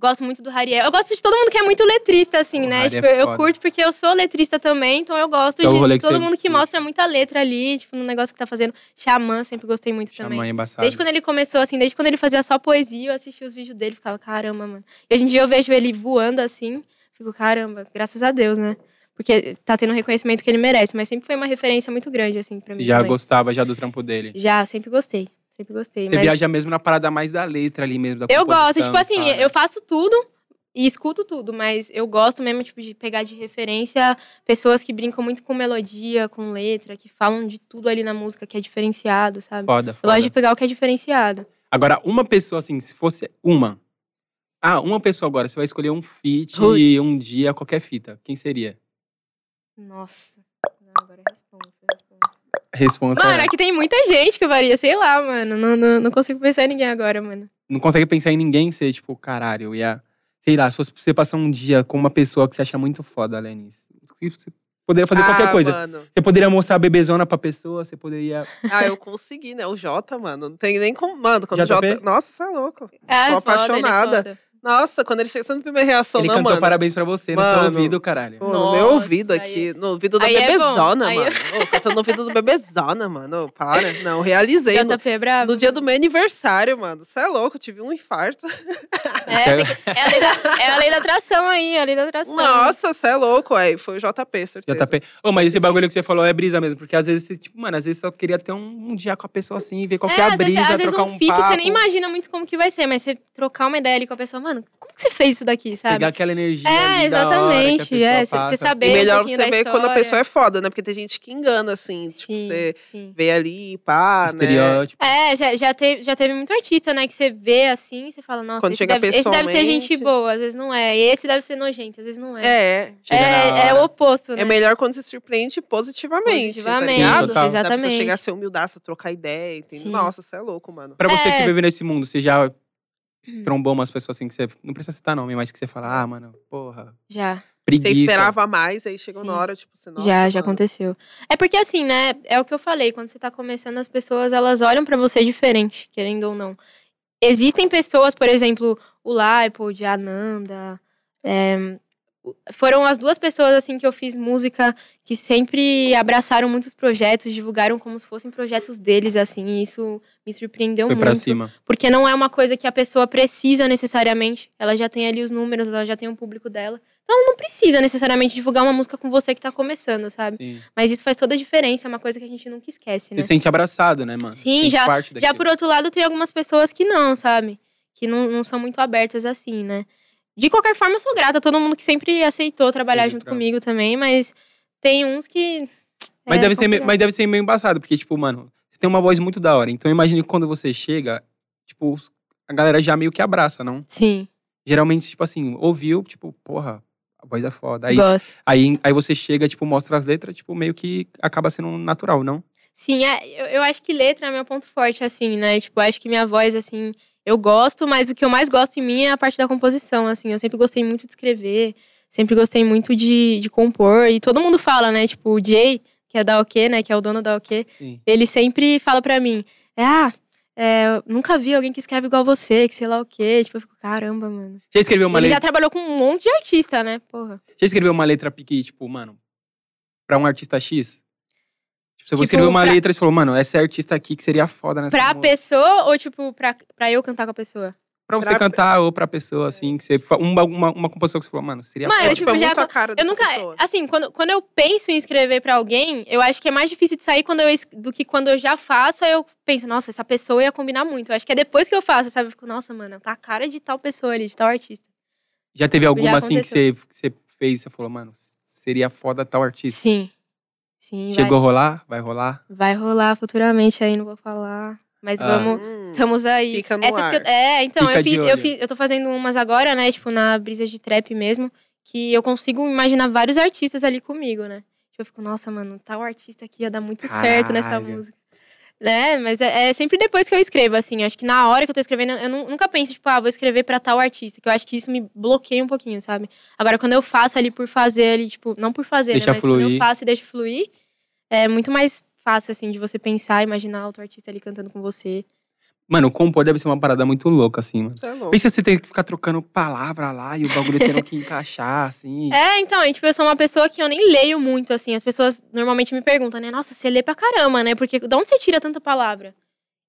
S3: Gosto muito do Rariel. Eu gosto de todo mundo que é muito letrista, assim,
S1: O
S3: né?
S1: Rariel
S3: Tipo,
S1: é
S3: eu
S1: foda.
S3: curto porque eu sou letrista também, então eu gosto
S1: Então, o
S3: de,
S1: rolê
S3: de
S1: que
S3: todo
S1: você
S3: mundo que
S1: curte.
S3: mostra muita letra ali, tipo, no negócio que tá fazendo. Xamã, sempre gostei muito (laughs) também.
S1: Xamã é embaçado.
S3: Desde quando ele começou, assim, desde quando ele fazia só poesia, eu assistia os vídeos dele, ficava, caramba, mano. E hoje em dia eu vejo ele voando assim, fico, caramba, graças a Deus, né? Porque tá tendo o reconhecimento que ele merece, mas sempre foi uma referência muito grande, assim, pra
S1: Você
S3: mim.
S1: já
S3: também.
S1: gostava já do trampo dele.
S3: Já, sempre gostei. Sempre gostei.
S1: Você
S3: mas
S1: viaja mesmo na parada mais da letra ali mesmo, da
S3: eu gosto,
S1: composição,
S3: tipo assim,
S1: pá, né?
S3: eu faço tudo e escuto tudo, mas eu gosto mesmo, tipo, de pegar de referência pessoas que brincam muito com melodia, com letra, que falam de tudo ali na música, que é diferenciado, sabe?
S1: Foda,
S3: Eu gosto
S1: foda.
S3: de pegar o que é diferenciado.
S1: Agora, uma pessoa, assim, se fosse uma. Ah, uma pessoa agora, você vai escolher um feat
S3: Putz.
S1: e um dia, qualquer fita. Quem seria?
S3: Nossa. Não, agora é responsa, responsa.
S1: Responsa.
S3: Mano,
S1: né?
S3: é que tem muita gente que varia, sei lá, mano. Não, não, não consigo pensar em ninguém agora, mano.
S1: Não consegue pensar em ninguém, você, tipo, caralho, eu ia. Sei lá, se fosse você passar um dia com uma pessoa que você acha muito foda, Lenis. Você você poderia fazer qualquer
S2: Ah,
S1: coisa.
S2: Mano.
S1: Você poderia mostrar a bebezona pra pessoa, você poderia.
S2: Ah, eu consegui, né? O Jota, mano. Não tem nem como. Mano, quando o
S1: JP?
S2: Jota. Nossa, você é louco.
S3: É,
S2: Sou
S3: foda, ele é
S2: apaixonada.
S3: foda.
S2: Nossa, quando ele chegou, você não viu minha reação,
S1: Ele
S2: não,
S1: cantou
S2: mano.
S1: parabéns pra você no seu
S2: Mano.
S1: ouvido, caralho.
S2: Pô, no meu
S3: Nossa,
S2: ouvido
S3: aí-
S2: aqui. No ouvido da
S3: aí é bom,
S2: bebezona,
S3: aí eu-
S2: mano. Ô, cantando no ouvido do bebezona, mano. Ô, Para. Não, realizei. No,
S3: JP é bravo.
S2: no dia do meu aniversário, mano. Você é louco, eu tive um infarto.
S3: É, tem que- é a lei da, é a lei da atração aí, é a lei da atração.
S2: Nossa, você é louco, aí Foi o JP, certeza.
S1: JP. Ô, mas esse bagulho que você falou é brisa mesmo, porque às vezes, você, tipo, mano, às vezes só queria ter um, um dia com a pessoa assim, ver qual que é,
S3: É,
S1: a
S3: às vezes,
S1: brisa,
S3: às vezes
S1: trocar
S3: um feat,
S1: papo,
S3: você nem imagina muito como que vai ser, mas você trocar uma ideia ali com a pessoa, mano, como que você fez isso daqui, sabe?
S1: pegar aquela energia
S3: é,
S1: ali da hora que a
S3: exatamente.
S1: pessoa
S3: É, você
S1: passa.
S3: você saber.
S2: E
S3: um
S2: melhor
S3: pouquinho
S2: você
S3: da
S2: ver quando a
S3: história.
S2: pessoa é foda, né? Porque tem gente que engana, assim. Tipo,
S3: Sim,
S2: você
S3: sim.
S2: vê ali,
S1: Ah,
S2: pá, né?
S1: Estereótipo.
S3: É, já- já teve, já teve muito artista, né, que você vê assim, você fala, nossa,
S2: Quando
S3: esse
S2: chega
S3: deve, esse deve ser gente
S2: pessoalmente.
S3: boa, às vezes não é. E esse deve ser nojento, às vezes não é.
S2: É.
S1: Chega na
S3: é, é
S1: hora.
S3: o oposto, né?
S2: É melhor quando se surpreende positivamente. tá
S3: Positivamente,
S2: ligado?
S1: Sim, total.
S2: Da pessoa
S3: exatamente.
S2: chegar assim. a ser humildaça, trocar ideia, entendeu?
S3: Sim.
S2: Nossa, você é louco, mano.
S1: Pra você que
S3: É.
S1: vive nesse mundo, você já trombou umas pessoas assim que você. Não precisa citar nome, mas que você fala, ah, mano, porra,
S3: Já,
S2: Você
S1: preguiça.
S2: esperava mais, aí chegou na
S3: Sim.
S2: hora, tipo, você nossa,
S3: já,
S2: mano.
S3: já aconteceu. É porque assim, né, é o que eu falei, quando você tá começando, as pessoas, elas olham pra você diferente, querendo ou não. Existem pessoas, por exemplo, o Laipold, a Ananda, é, o- foram as duas pessoas, assim, que eu fiz música, que sempre abraçaram muitos projetos, divulgaram como se fossem projetos deles, assim, e isso me surpreendeu
S1: Foi
S3: muito.
S1: pra cima.
S3: Porque não é uma coisa que a pessoa precisa necessariamente. Ela já tem ali os números, ela já tem o público dela. Então ela não precisa necessariamente divulgar uma música com você que tá começando, sabe?
S1: Sim.
S3: Mas isso faz toda a diferença, é uma coisa que a gente nunca esquece,
S1: Você
S3: né?
S1: se sente abraçado, né, mano?
S3: Sim,
S1: Sente Parte
S3: Já
S1: daquilo.
S3: por outro lado, tem algumas pessoas que não, sabe? Que não, não são muito abertas assim, né? De qualquer forma, eu sou grata a todo mundo que sempre aceitou trabalhar
S1: Entendi,
S3: junto
S1: claro.
S3: comigo também, mas tem uns que.
S1: Mas,
S3: é
S1: deve ser, meio-
S3: complicado.
S1: mas deve ser meio embaçado, porque, tipo, mano, você tem uma voz muito da hora. Então imagine que quando você chega, tipo, os- a galera já meio que abraça, não?
S3: Sim,
S1: Geralmente, tipo assim, ouviu, tipo, porra, a voz é foda. Aí,
S3: gosto.
S1: aí, aí você chega, tipo, mostra as letras, tipo, meio que acaba sendo natural, não?
S3: Sim, é, eu, eu acho que letra é meu ponto forte, assim, né? Tipo, acho que minha voz, assim, eu gosto, mas o que eu mais gosto em mim é a parte da composição, assim. Eu sempre gostei muito de escrever, sempre gostei muito de, de compor. E todo mundo fala, né? Tipo, o Jay, que é da OK, né? Que é o dono da OK,
S1: Sim.
S3: ele sempre fala pra mim, ah, é, eu nunca vi alguém que escreve igual você, que sei lá o quê. Tipo, eu fico, caramba, mano.
S1: Já escreveu uma
S3: Ele
S1: letra.
S3: já trabalhou com um monte de artista, né? Porra.
S1: Já escreveu uma letra pique, tipo, mano, pra um artista X? Tipo, você
S3: Tipo,
S1: escreveu uma
S3: pra-
S1: letra e você falou, mano, essa artista aqui que seria foda nessa
S3: Pra
S1: música.
S3: pessoa ou, tipo, pra, pra eu cantar com a pessoa?
S1: Pra você
S2: pra-
S1: cantar ou pra pessoa, assim, que você. fa- Uma, uma, uma composição que você falou, mano, seria
S3: Mano,
S1: foda.
S2: É,
S3: Eu,
S2: tipo, é
S3: tipo, já
S2: muito a
S3: acon-
S2: cara
S3: Eu
S2: dessa
S3: nunca.
S2: pessoa.
S3: Assim, quando, quando eu penso em escrever pra alguém, eu acho que é mais difícil de sair quando eu, es- do que quando eu já faço. Aí eu penso, nossa, essa pessoa ia combinar muito. Eu acho que é depois que eu faço, sabe? Eu fico, nossa, mano, tá a cara de tal pessoa ali, de tal artista.
S1: Já teve alguma assim que você,
S3: Tipo, aconteceu.
S1: que você fez e você falou, mano, seria foda tal artista?
S3: Sim. Sim,
S1: Chegou a rolar? Vai rolar?
S3: vai, vai rolar futuramente aí, não vou falar. Mas
S1: Ah.
S3: vamos.
S2: Hum.
S3: Estamos aí.
S2: Fica no
S3: Essas que eu-
S2: ar.
S3: é, então,
S1: Fica
S3: eu
S1: de
S3: fiz, eu
S1: olho.
S3: fiz. Eu tô fazendo umas agora, né? Tipo, na brisa de trap mesmo. Que eu consigo imaginar vários artistas ali comigo, né? Eu fico, nossa, mano, tal artista aqui ia dar muito certo nessa
S1: Caralho.
S3: música. Né? Mas é, é sempre depois que eu escrevo, assim. Acho que na hora que eu tô escrevendo, eu nu- nunca penso, tipo, ah, vou escrever pra tal artista. Que eu acho que isso me bloqueia um pouquinho, sabe? Agora, quando eu faço ali por fazer ali, tipo, não por fazer,
S1: Deixa
S3: né? Mas quando
S1: fluir.
S3: eu faço e deixo fluir, é muito mais fácil, assim, de você pensar, imaginar outro artista ali cantando com você.
S1: Mano, compor deve ser uma parada muito louca, assim, mano.
S2: Você é louco.
S1: Pensa você tem que ficar trocando palavra lá e o bagulho tendo que encaixar, assim.
S3: É, então, e, tipo, eu sou uma pessoa que eu nem leio muito, assim. As pessoas normalmente me perguntam, né? Nossa, você lê pra caramba, né? Porque de onde você tira tanta palavra?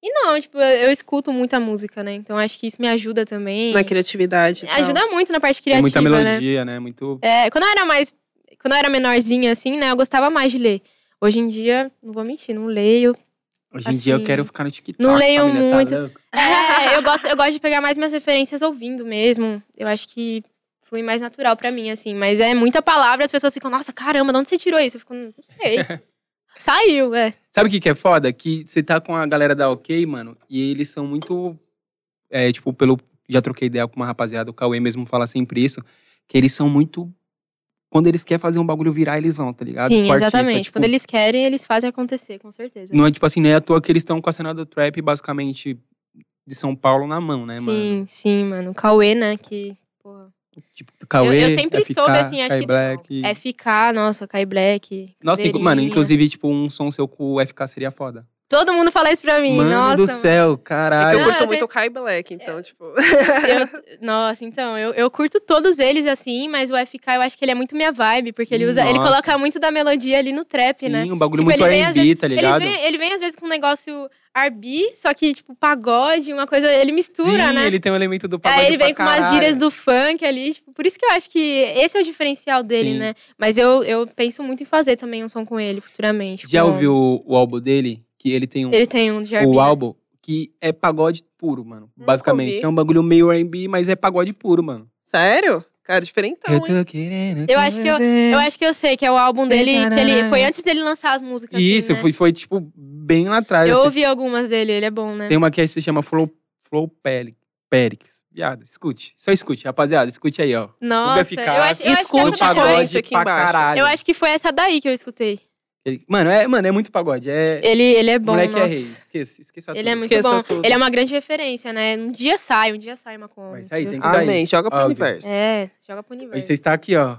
S3: E não, tipo, eu eu escuto muita música, né? Então acho que isso me ajuda também.
S1: é
S2: Na criatividade. então. e tal.
S3: Ajuda muito na parte
S1: Tem
S3: criativa,
S1: É muita
S3: né?
S1: melodia, né? Muito.
S3: É, quando eu era mais. Quando eu era menorzinha, assim, né? Eu gostava mais de ler. Hoje em dia, não vou mentir, não leio.
S1: Hoje em dia eu
S3: assim,
S1: quero ficar no TikTok.
S3: não leio
S1: família, tá
S3: muito.
S1: louco?
S3: É, eu gosto, eu gosto de pegar mais minhas referências ouvindo mesmo. Eu acho que flui mais natural pra mim, assim. Mas é muita palavra, as pessoas ficam, nossa, caramba, de onde você tirou isso? Eu fico, não
S1: (laughs)
S3: sei. Saiu, é.
S1: Sabe o que, que é foda? Que você tá com a galera da OK, mano, e eles são muito. É, tipo, pelo. Já troquei ideia com uma rapaziada, o Cauê mesmo fala sempre isso, que eles são muito. Quando eles querem fazer um bagulho virar, eles vão, tá ligado?
S3: Sim,
S1: Com o artista,
S3: exatamente.
S1: tipo,
S3: Quando eles querem, eles fazem acontecer, com certeza.
S1: Não é tipo assim, nem à toa que eles estão com a cena do trap, basicamente, de São Paulo na mão, né, mano?
S3: sim, sim, mano. O Cauê, né? Que. Porra.
S1: Tipo, Cauê,
S3: eu, eu sempre
S1: FK,
S3: soube, assim, acho
S1: Kai
S3: que.
S1: Black.
S3: FK, nossa, Kai Black.
S1: Nossa, inc-
S3: Cabelinho.
S1: mano, inclusive, tipo, um som seu com o FK seria foda.
S3: Todo mundo fala isso pra mim.
S1: Mano
S3: Nossa.
S1: do céu,
S2: É que eu
S1: caralho.
S3: Ah,
S2: curto
S3: eu
S2: muito o Kai Black, então, tipo.
S3: eu- nossa, então, eu, eu curto todos eles, assim, mas o FK eu acho que ele é muito minha vibe, porque ele usa. Ele
S1: Nossa.
S3: coloca muito da melodia ali no trap,
S1: Sim,
S3: né?
S1: um bagulho
S3: Tipo,
S1: muito
S3: ele vem às
S1: R&B, tá
S3: Ele
S1: ligado?
S3: vem, ele vem às vezes com um negócio R&B, só que, tipo, pagode, uma coisa. Ele mistura,
S1: Sim,
S3: né?
S1: ele tem um elemento do pagode
S3: Aí ele vem com
S1: pra
S3: umas
S1: caralho.
S3: gírias do funk ali. Tipo, por isso que eu acho que esse é o diferencial dele,
S1: Sim.
S3: né? Mas eu, eu penso muito em fazer também um som com ele futuramente.
S1: Já
S3: com-
S1: ouviu o, o álbum dele? Que ele tem um
S3: tipo- Ele tem um de
S1: o
S3: R&B. né?
S1: álbum que é pagode puro, mano.
S2: Nunca
S1: basicamente.
S2: ouvi.
S1: É um bagulho meio R&B, mas é pagode puro, mano.
S2: (laughs) Sério? Cara, diferentão, hein?
S1: tô querendo...
S3: Então, Eu acho que Eu acho que eu sei que é o álbum dele, que ele foi antes dele lançar as músicas. assim,
S1: Isso,
S3: né?
S1: foi, foi, tipo, bem lá atrás.
S3: Eu
S1: assim.
S3: ouvi algumas dele, ele é bom, né?
S1: Tem uma que se chama Flow, Flow Pelic- Perix. Viado, escute. Só escute, rapaziada. Escute aí, ó.
S3: Nossa,
S1: FK.
S3: eu acho, eu acho que
S2: Escute
S1: No
S3: essa daí-
S2: agora.
S1: pagode
S2: aqui
S1: pra
S2: embaixo.
S1: caralho.
S3: Eu acho que foi essa daí que eu escutei.
S1: Ele- Mano, é, mano, é muito pagode. É...
S3: Ele, ele é bom,
S1: Moleque é
S3: nossa.
S1: rei. Esqueça, esqueça
S3: ele
S1: tudo.
S3: é muito
S2: Esqueça
S3: bom.
S2: tudo.
S3: Ele é uma grande referência, né? Um dia sai, um dia sai uma conta.
S1: Vai sair, tem que sair.
S2: Amém. Joga pro
S1: Óbvio.
S2: universo.
S3: um É, joga pro
S1: Hoje
S3: universo.
S1: você está aqui, ó.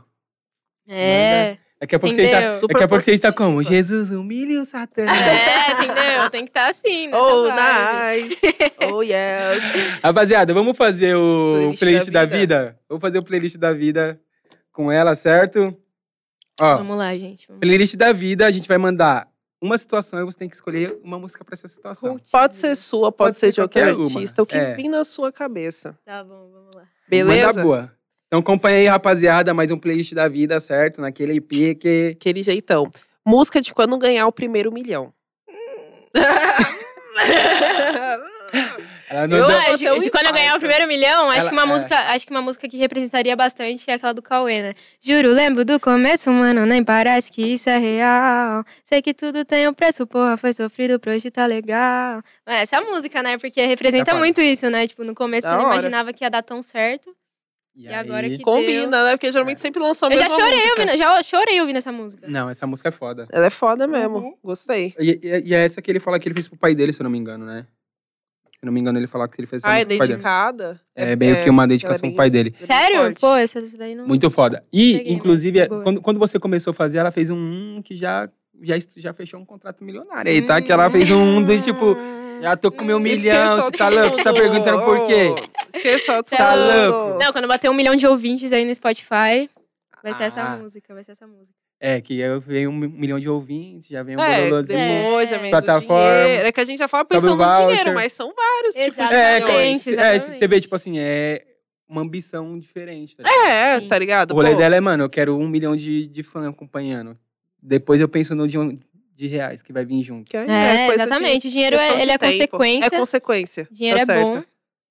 S3: É,
S1: Daqui a pouco você está...
S3: Entendeu?
S1: Daqui a pouco você está
S2: Super
S1: como?
S2: positiva.
S1: Jesus humilha o Satã.
S3: (laughs) é, entendeu? Tem que estar assim, nessa
S2: Oh,
S3: vibe.
S2: nice.
S3: (laughs)
S2: Oh, yes.
S1: Rapaziada, vamos fazer o
S2: Playlist
S1: playlist da
S2: da
S1: vida? Vamos fazer o playlist da vida com ela, certo? Ó,
S3: Vamos lá, gente. Vamos
S1: playlist da vida, a gente vai mandar uma situação e você tem que escolher uma música pra essa situação.
S3: curtir.
S2: Pode ser sua, pode,
S1: Pode ser
S2: ser de outro
S1: qualquer uma.
S2: artista, o que
S1: É.
S2: vir na sua cabeça.
S3: Tá bom, vamos lá.
S1: Manda
S2: Beleza?
S1: boa. Então acompanha aí, rapaziada, mais um playlist da vida, certo? Naquele pique.
S2: Aquele jeitão. Música de quando ganhar o primeiro
S3: (laughs)
S2: milhão. (laughs)
S1: Ela não
S2: Eu
S1: deu-
S2: acho
S3: Ah,
S2: vou
S3: de,
S2: ter um
S3: de quando eu
S2: infarto.
S3: ganhar o primeiro milhão, acho
S1: Ela-
S3: que uma
S1: é.
S3: música, acho que uma música que representaria bastante é aquela do Cauê, né? Juro, lembro do começo, mano, nem parece que isso é real. Sei que tudo tem um preço, porra, foi sofrido, pra hoje tá legal. É, essa música, né? Porque representa
S1: Tá,
S3: muito isso, né? Tipo, no começo
S2: Da
S3: eu não
S2: hora.
S3: imaginava que ia dar tão certo.
S1: E,
S3: agora que-
S2: Combina, né? Porque geralmente sempre lançam a
S3: eu já
S2: mesma
S3: chorei
S2: música.
S3: ouvindo, já chorei ouvindo essa música.
S1: Não, essa música é foda.
S2: Ela é foda mesmo.
S3: Uhum.
S2: Gostei.
S1: E, e- e é essa que ele fala que ele fez pro pai dele, se eu não me engano, né? Se eu não me engano, ele fala que ele fez essa
S2: Ah, é
S1: música pro pai dele.
S2: dedicada.
S1: É meio que uma dedicação
S2: bem-
S1: pro pai dele.
S2: bem
S3: Sério?
S2: forte.
S3: Pô, essa, essa daí não.
S1: Muito foda. E,
S3: Peguei, mas
S1: inclusive, é-
S3: boa.
S1: quando, quando você começou a fazer, ela fez um hum que já, já, est- já fechou um contrato milionário aí, tá? Que ela fez um hum do tipo, já tô com meu
S3: Hum.
S1: milhão,
S2: Esqueça
S1: você tá
S2: tudo.
S1: louco?
S2: (laughs)
S1: Você tá perguntando por quê?
S2: Oh, Esqueça tudo.
S3: Tá
S1: louco?
S3: Não, quando bater um milhão de ouvintes aí no Spotify, vai ser
S1: Ah.
S3: essa música, vai ser essa música.
S1: É, que eu venho um mi- milhão de ouvintes, já vem um
S2: É,
S1: bololozinho.
S3: é.
S2: demônio, já vem do
S1: Plataforma.
S2: dinheiro. É que a gente já fala
S1: Sobre o
S2: pensando no dinheiro,
S1: voucher.
S2: mas são vários tipos de
S1: É,
S3: Exatamente,
S1: cara,
S2: milhões.
S1: c- é, c-
S3: exatamente.
S1: você vê, tipo assim, é uma ambição diferente, tá ligado?
S2: É,
S3: Sim.
S2: tá ligado?
S1: O rolê
S2: Pô,
S1: dela é, mano, eu quero um milhão de, de fãs acompanhando. Depois eu penso no de, um- de reais que vai vir junto.
S2: que aí
S3: É,
S2: coisa de
S3: exatamente. O dinheiro
S2: questão
S3: é,
S2: de
S3: ele é
S2: tempo.
S3: consequência.
S2: É consequência.
S3: dinheiro
S2: tá
S3: é
S2: certo.
S3: bom.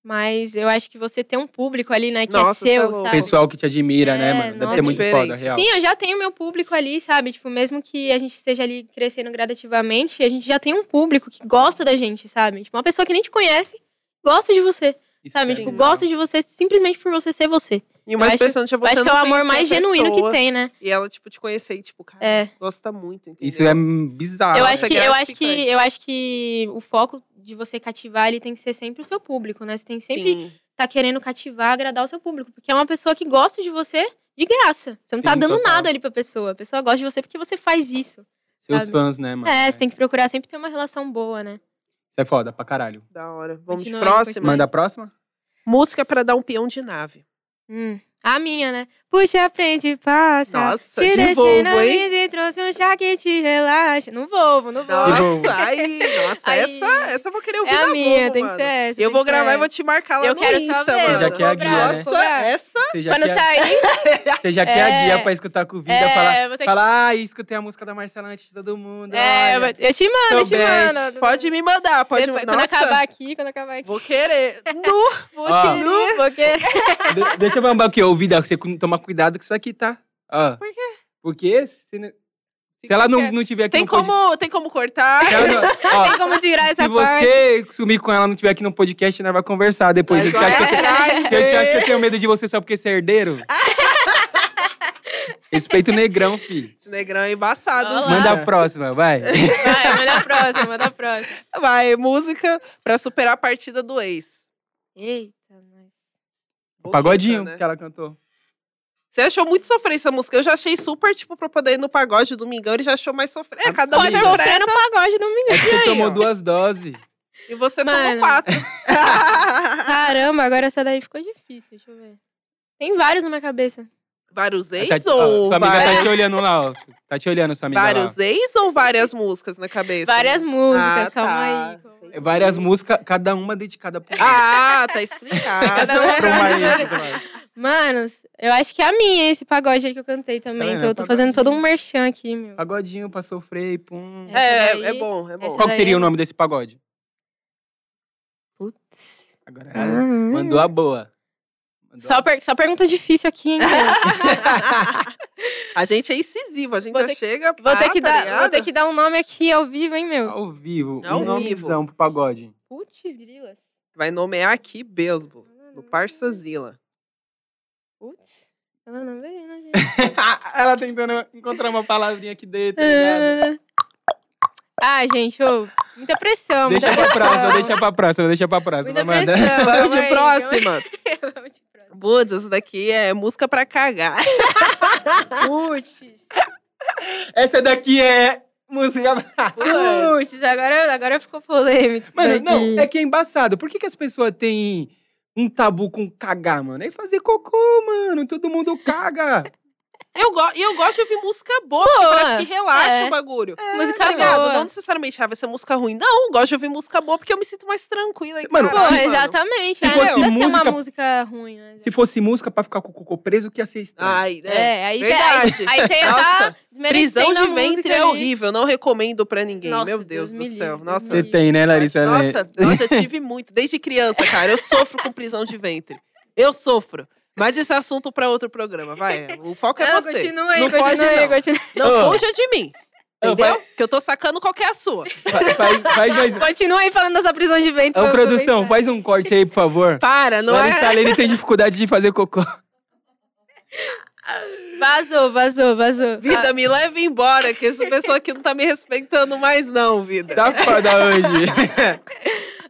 S3: Mas eu acho que você tem um público ali, né, que
S2: Nossa,
S3: é
S2: cê é
S3: seu,
S2: louco.
S3: sabe?
S1: Pessoal que te admira, né,
S3: É,
S1: mano? Deve
S3: nossa.
S1: ser muito foda,
S2: Diferente.
S1: real.
S3: Sim, eu já tenho meu público ali, sabe? Tipo, mesmo que a gente esteja ali crescendo gradativamente, a gente já tem um público que gosta da gente, sabe? Tipo, uma pessoa que nem te conhece gosta de você,
S1: Isso
S3: sabe?
S1: é
S3: Tipo,
S1: bizarro.
S3: gosta de você simplesmente por você ser você.
S2: E uma
S3: acho-
S2: expressão de
S3: Eu
S2: você
S3: acho que é o
S2: não
S3: amor
S2: conhecer a
S3: mais genuíno que
S2: pessoa
S3: tem, né?
S2: E ela, tipo, te conhecer e, tipo, cara,
S3: É.
S2: gosta muito, entendeu?
S1: Isso é bizarro.
S3: eu
S2: Nossa,
S3: acho que
S2: é
S3: eu acho que
S2: gratificante.
S3: eu acho que o foco de você cativar ele tem que ser sempre o seu público, né? Você tem que sempre
S2: Sim.
S3: tá querendo cativar, agradar o seu público, porque é uma pessoa que gosta de você de graça. Você não tá
S1: Sim,
S3: dando
S1: total.
S3: nada ali pra pessoa. A pessoa gosta de você porque você faz isso.
S1: Seus
S3: sabe?
S1: fãs, né, mano?
S3: é, você tem que procurar sempre ter uma relação boa, né?
S1: Isso é foda pra caralho.
S2: Da hora. Vamos de
S3: Continua aí,
S2: próxima.
S3: Mãe. continua
S1: Manda a próxima?
S2: Música pra dar um peão de nave.
S3: Hum. A minha, né? Puxa, aprende, passa.
S2: Nossa,
S3: te
S2: de
S3: deixei
S2: Volvo,
S3: na
S2: hein?
S3: brisa e trouxe um chá que te relaxa. No Volvo, no Volvo.
S1: De novo.
S2: Nossa, aí, nossa,
S3: Aí.
S2: essa, essa eu vou querer ouvir
S3: É
S2: na
S3: a minha,
S2: Globo,
S3: tem que
S2: mano.
S3: ser essa.
S2: Eu
S3: tem
S2: vou
S3: que ser
S2: gravar e vou
S3: essa.
S2: te marcar lá
S3: Eu
S2: no
S3: quero só
S2: Insta,
S3: ver,
S2: mano.
S3: eu
S1: Já que é a
S3: vou
S1: guia, né?
S2: Nossa,
S3: cobrar.
S2: essa
S1: Você já,
S3: Quando
S1: quer,
S3: sair,
S1: você já quer a
S3: É.
S1: guia pra escutar com o Vida,
S3: é,
S1: falar,
S3: eu vou ter que...
S1: falar, ah, escutei a música da Marcela antes de todo mundo.
S3: É, eu
S1: olha."
S3: vou- eu te mando, eu te
S1: Também.
S3: mando.
S2: pode me mandar, pode me
S3: Depois, Quando
S2: mandar.
S3: acabar aqui, quando acabar aqui.
S2: Vou querer.
S3: (laughs)
S2: Nu, vou
S1: Ó.
S2: querer.
S3: Vou querer.
S1: De- deixa eu falar aqui, ô Vida, você cu- tomar cuidado com isso aqui, tá? Ó.
S2: Por
S1: quê? Porque se, não- se ela não, não tiver aqui
S2: Tem
S1: no pod-
S2: como, tem como cortar?
S1: se ela
S3: (laughs)
S1: não- ó,
S3: Tem como tirar essa
S1: Ah, se
S3: parte.
S1: você sumir com ela e não tiver aqui no podcast, nós vamos conversar depois.
S2: Mas
S1: Você acha que eu
S2: vai
S1: tenho-
S2: atrás,
S1: Então, Você acha que
S2: hein?
S1: eu tenho medo de você só porque você é
S2: (laughs)
S1: herdeiro? Respeita o negrão, filho.
S2: Esse negrão é embaçado.
S3: Olá.
S2: viu?
S1: Manda a próxima, vai.
S3: Vai, manda a próxima, manda a próxima.
S2: Vai, música pra superar a partida do ex.
S3: Eita, nós.
S1: Pagodinho
S2: Boquita, né?
S1: que ela cantou.
S2: Você achou muito sofrer essa música. Eu já achei super, tipo, pra poder ir no pagode Domingão, ele já achou mais sofrer. É, cada um
S3: Pode
S1: Amiga.
S3: sofrer
S2: interpreta.
S3: no pagode do
S2: E
S3: Miguel.
S1: Você
S2: aí,
S1: Ah, É tomou
S2: ó?
S1: duas doses.
S2: E você tomou
S3: Mano. (laughs)
S2: quatro. Ah.
S3: Caramba, agora essa daí ficou difícil, deixa eu ver. Tem vários na minha cabeça.
S2: Vários
S1: Tá-
S2: ex
S1: ó,
S2: ou
S1: sua amiga tá
S2: várias,
S1: te olhando lá, ó. Tá te olhando, sua amiga
S2: vários ex ou várias músicas na cabeça?
S3: Várias músicas,
S2: Ah,
S3: calma
S2: tá.
S3: aí. calma aí.
S1: lá. É Várias músicas, cada uma dedicada pro...
S2: Ah, tá explicado.
S3: (laughs) Cada um uma
S1: pro
S3: pra
S1: marido.
S2: (laughs)
S3: onde Manos, eu acho que é a minha esse pagode aí que eu cantei
S1: Tá
S3: também.
S1: vendo?
S3: que eu tô fazendo todo um merchan aqui, meu.
S1: Pagodinho pra sofrer e pum.
S3: É.
S2: É,
S3: Essa daí-
S2: é bom, é bom.
S3: essa
S1: Qual que
S3: daí
S1: seria
S3: é-
S1: o nome desse pagode?
S3: Putz. Ah,
S1: Agora, é ela mandou a boa. Mandou
S3: Só,
S1: a-
S3: per- só pergunta difícil aqui, hein? meu?
S2: a gente é incisivo, a gente
S3: Vou
S2: já
S3: ter
S2: chega. (laughs)
S3: Vou,
S2: pá,
S3: ter que
S2: tá
S3: dar, vou
S2: ligado?
S3: ter que dar um nome aqui ao vivo, hein, meu?
S1: (laughs) Ao vivo.
S2: Ao
S1: um
S2: vivo.
S1: nomezão pro pagode.
S3: Putz, grilas.
S2: Vai nomear aqui mesmo, no Parçazila.
S3: Putz. Ela não veio, né?
S1: (laughs) ela tentando encontrar uma palavrinha aqui dentro,
S3: É,
S1: tá ligado?
S3: gente? Ah, gente, ô, muita pressão,
S1: Deixa
S3: muita
S1: pra
S3: pressão.
S1: próxima, deixa pra próxima, deixa pra próxima.
S3: Muita
S1: Amanda.
S3: pressão.
S2: Vamos
S3: calma
S2: de
S3: aí,
S2: próxima.
S3: calma aí, (laughs) vamos de próxima.
S2: Budas, isso daqui é música pra
S3: (laughs)
S2: cagar.
S3: Putz.
S1: (laughs) Essa daqui é música.
S2: Mano,
S3: Putz, agora, agora ficou polêmico. isso
S1: Mano,
S3: daqui.
S1: não, é que é embaçado. Por que, que as pessoas têm um tabu com cagar, mano? É fazer cocô, mano. Todo mundo
S3: (laughs)
S1: caga.
S2: Eu, go e eu gosto de ouvir música boa, porque
S3: Boa,
S2: parece que relaxa
S3: é.
S2: o bagulho.
S3: Música
S2: Tá ligado?
S3: boa.
S2: Não necessariamente, ah, vai ser música ruim. Não, eu gosto de ouvir música boa porque eu me sinto mais tranquila. e
S1: Mano,
S3: Pô,
S2: caralho, mano.
S3: exatamente.
S1: Se
S3: né?
S1: fosse
S3: não precisa ser
S1: música-
S3: uma música ruim, né?
S1: Se fosse música pra ficar com o cocô preso, que ia ser estranho.
S2: Ai, é.
S3: É, aí
S2: Verdade.
S3: você aí, você ia
S2: Nossa,
S3: tá
S2: Prisão
S3: desmerecendo a
S2: de
S3: música
S2: ventre é
S3: ali.
S2: horrível, não recomendo pra ninguém.
S3: Nossa,
S2: Meu Deus,
S3: Deus
S2: do
S3: me
S2: céu.
S3: livre, Deus
S2: Nossa,
S3: me
S1: Você tem, né, Larissa?
S2: Nossa, eu já tive muito, desde criança, cara. Eu sofro com prisão de ventre. Eu sofro. Mas esse é assunto pra outro programa, vai. O foco é
S3: Não,
S2: você.
S3: continua aí,
S2: não
S3: continua
S2: foge,
S3: aí,
S2: não.
S3: continua.
S2: Não
S1: Ô.
S2: fuja de mim.
S1: Ô,
S2: Entendeu? Que eu tô sacando qualquer sua.
S1: Fa- Faz, faz
S3: (laughs)
S1: mais.
S3: Continua aí falando da sua prisão de ventre.
S1: Ô,
S3: pra eu
S1: produção,
S3: pensar.
S1: faz um corte aí, por favor.
S2: Para, não
S1: Larissa
S2: é.
S1: Lene tem dificuldade de fazer
S3: (laughs)
S1: cocô.
S3: Vazou, vazou, vazou.
S2: Vida, me leve embora, que essa pessoa aqui não tá me respeitando mais, não, vida.
S1: Tá foda hoje.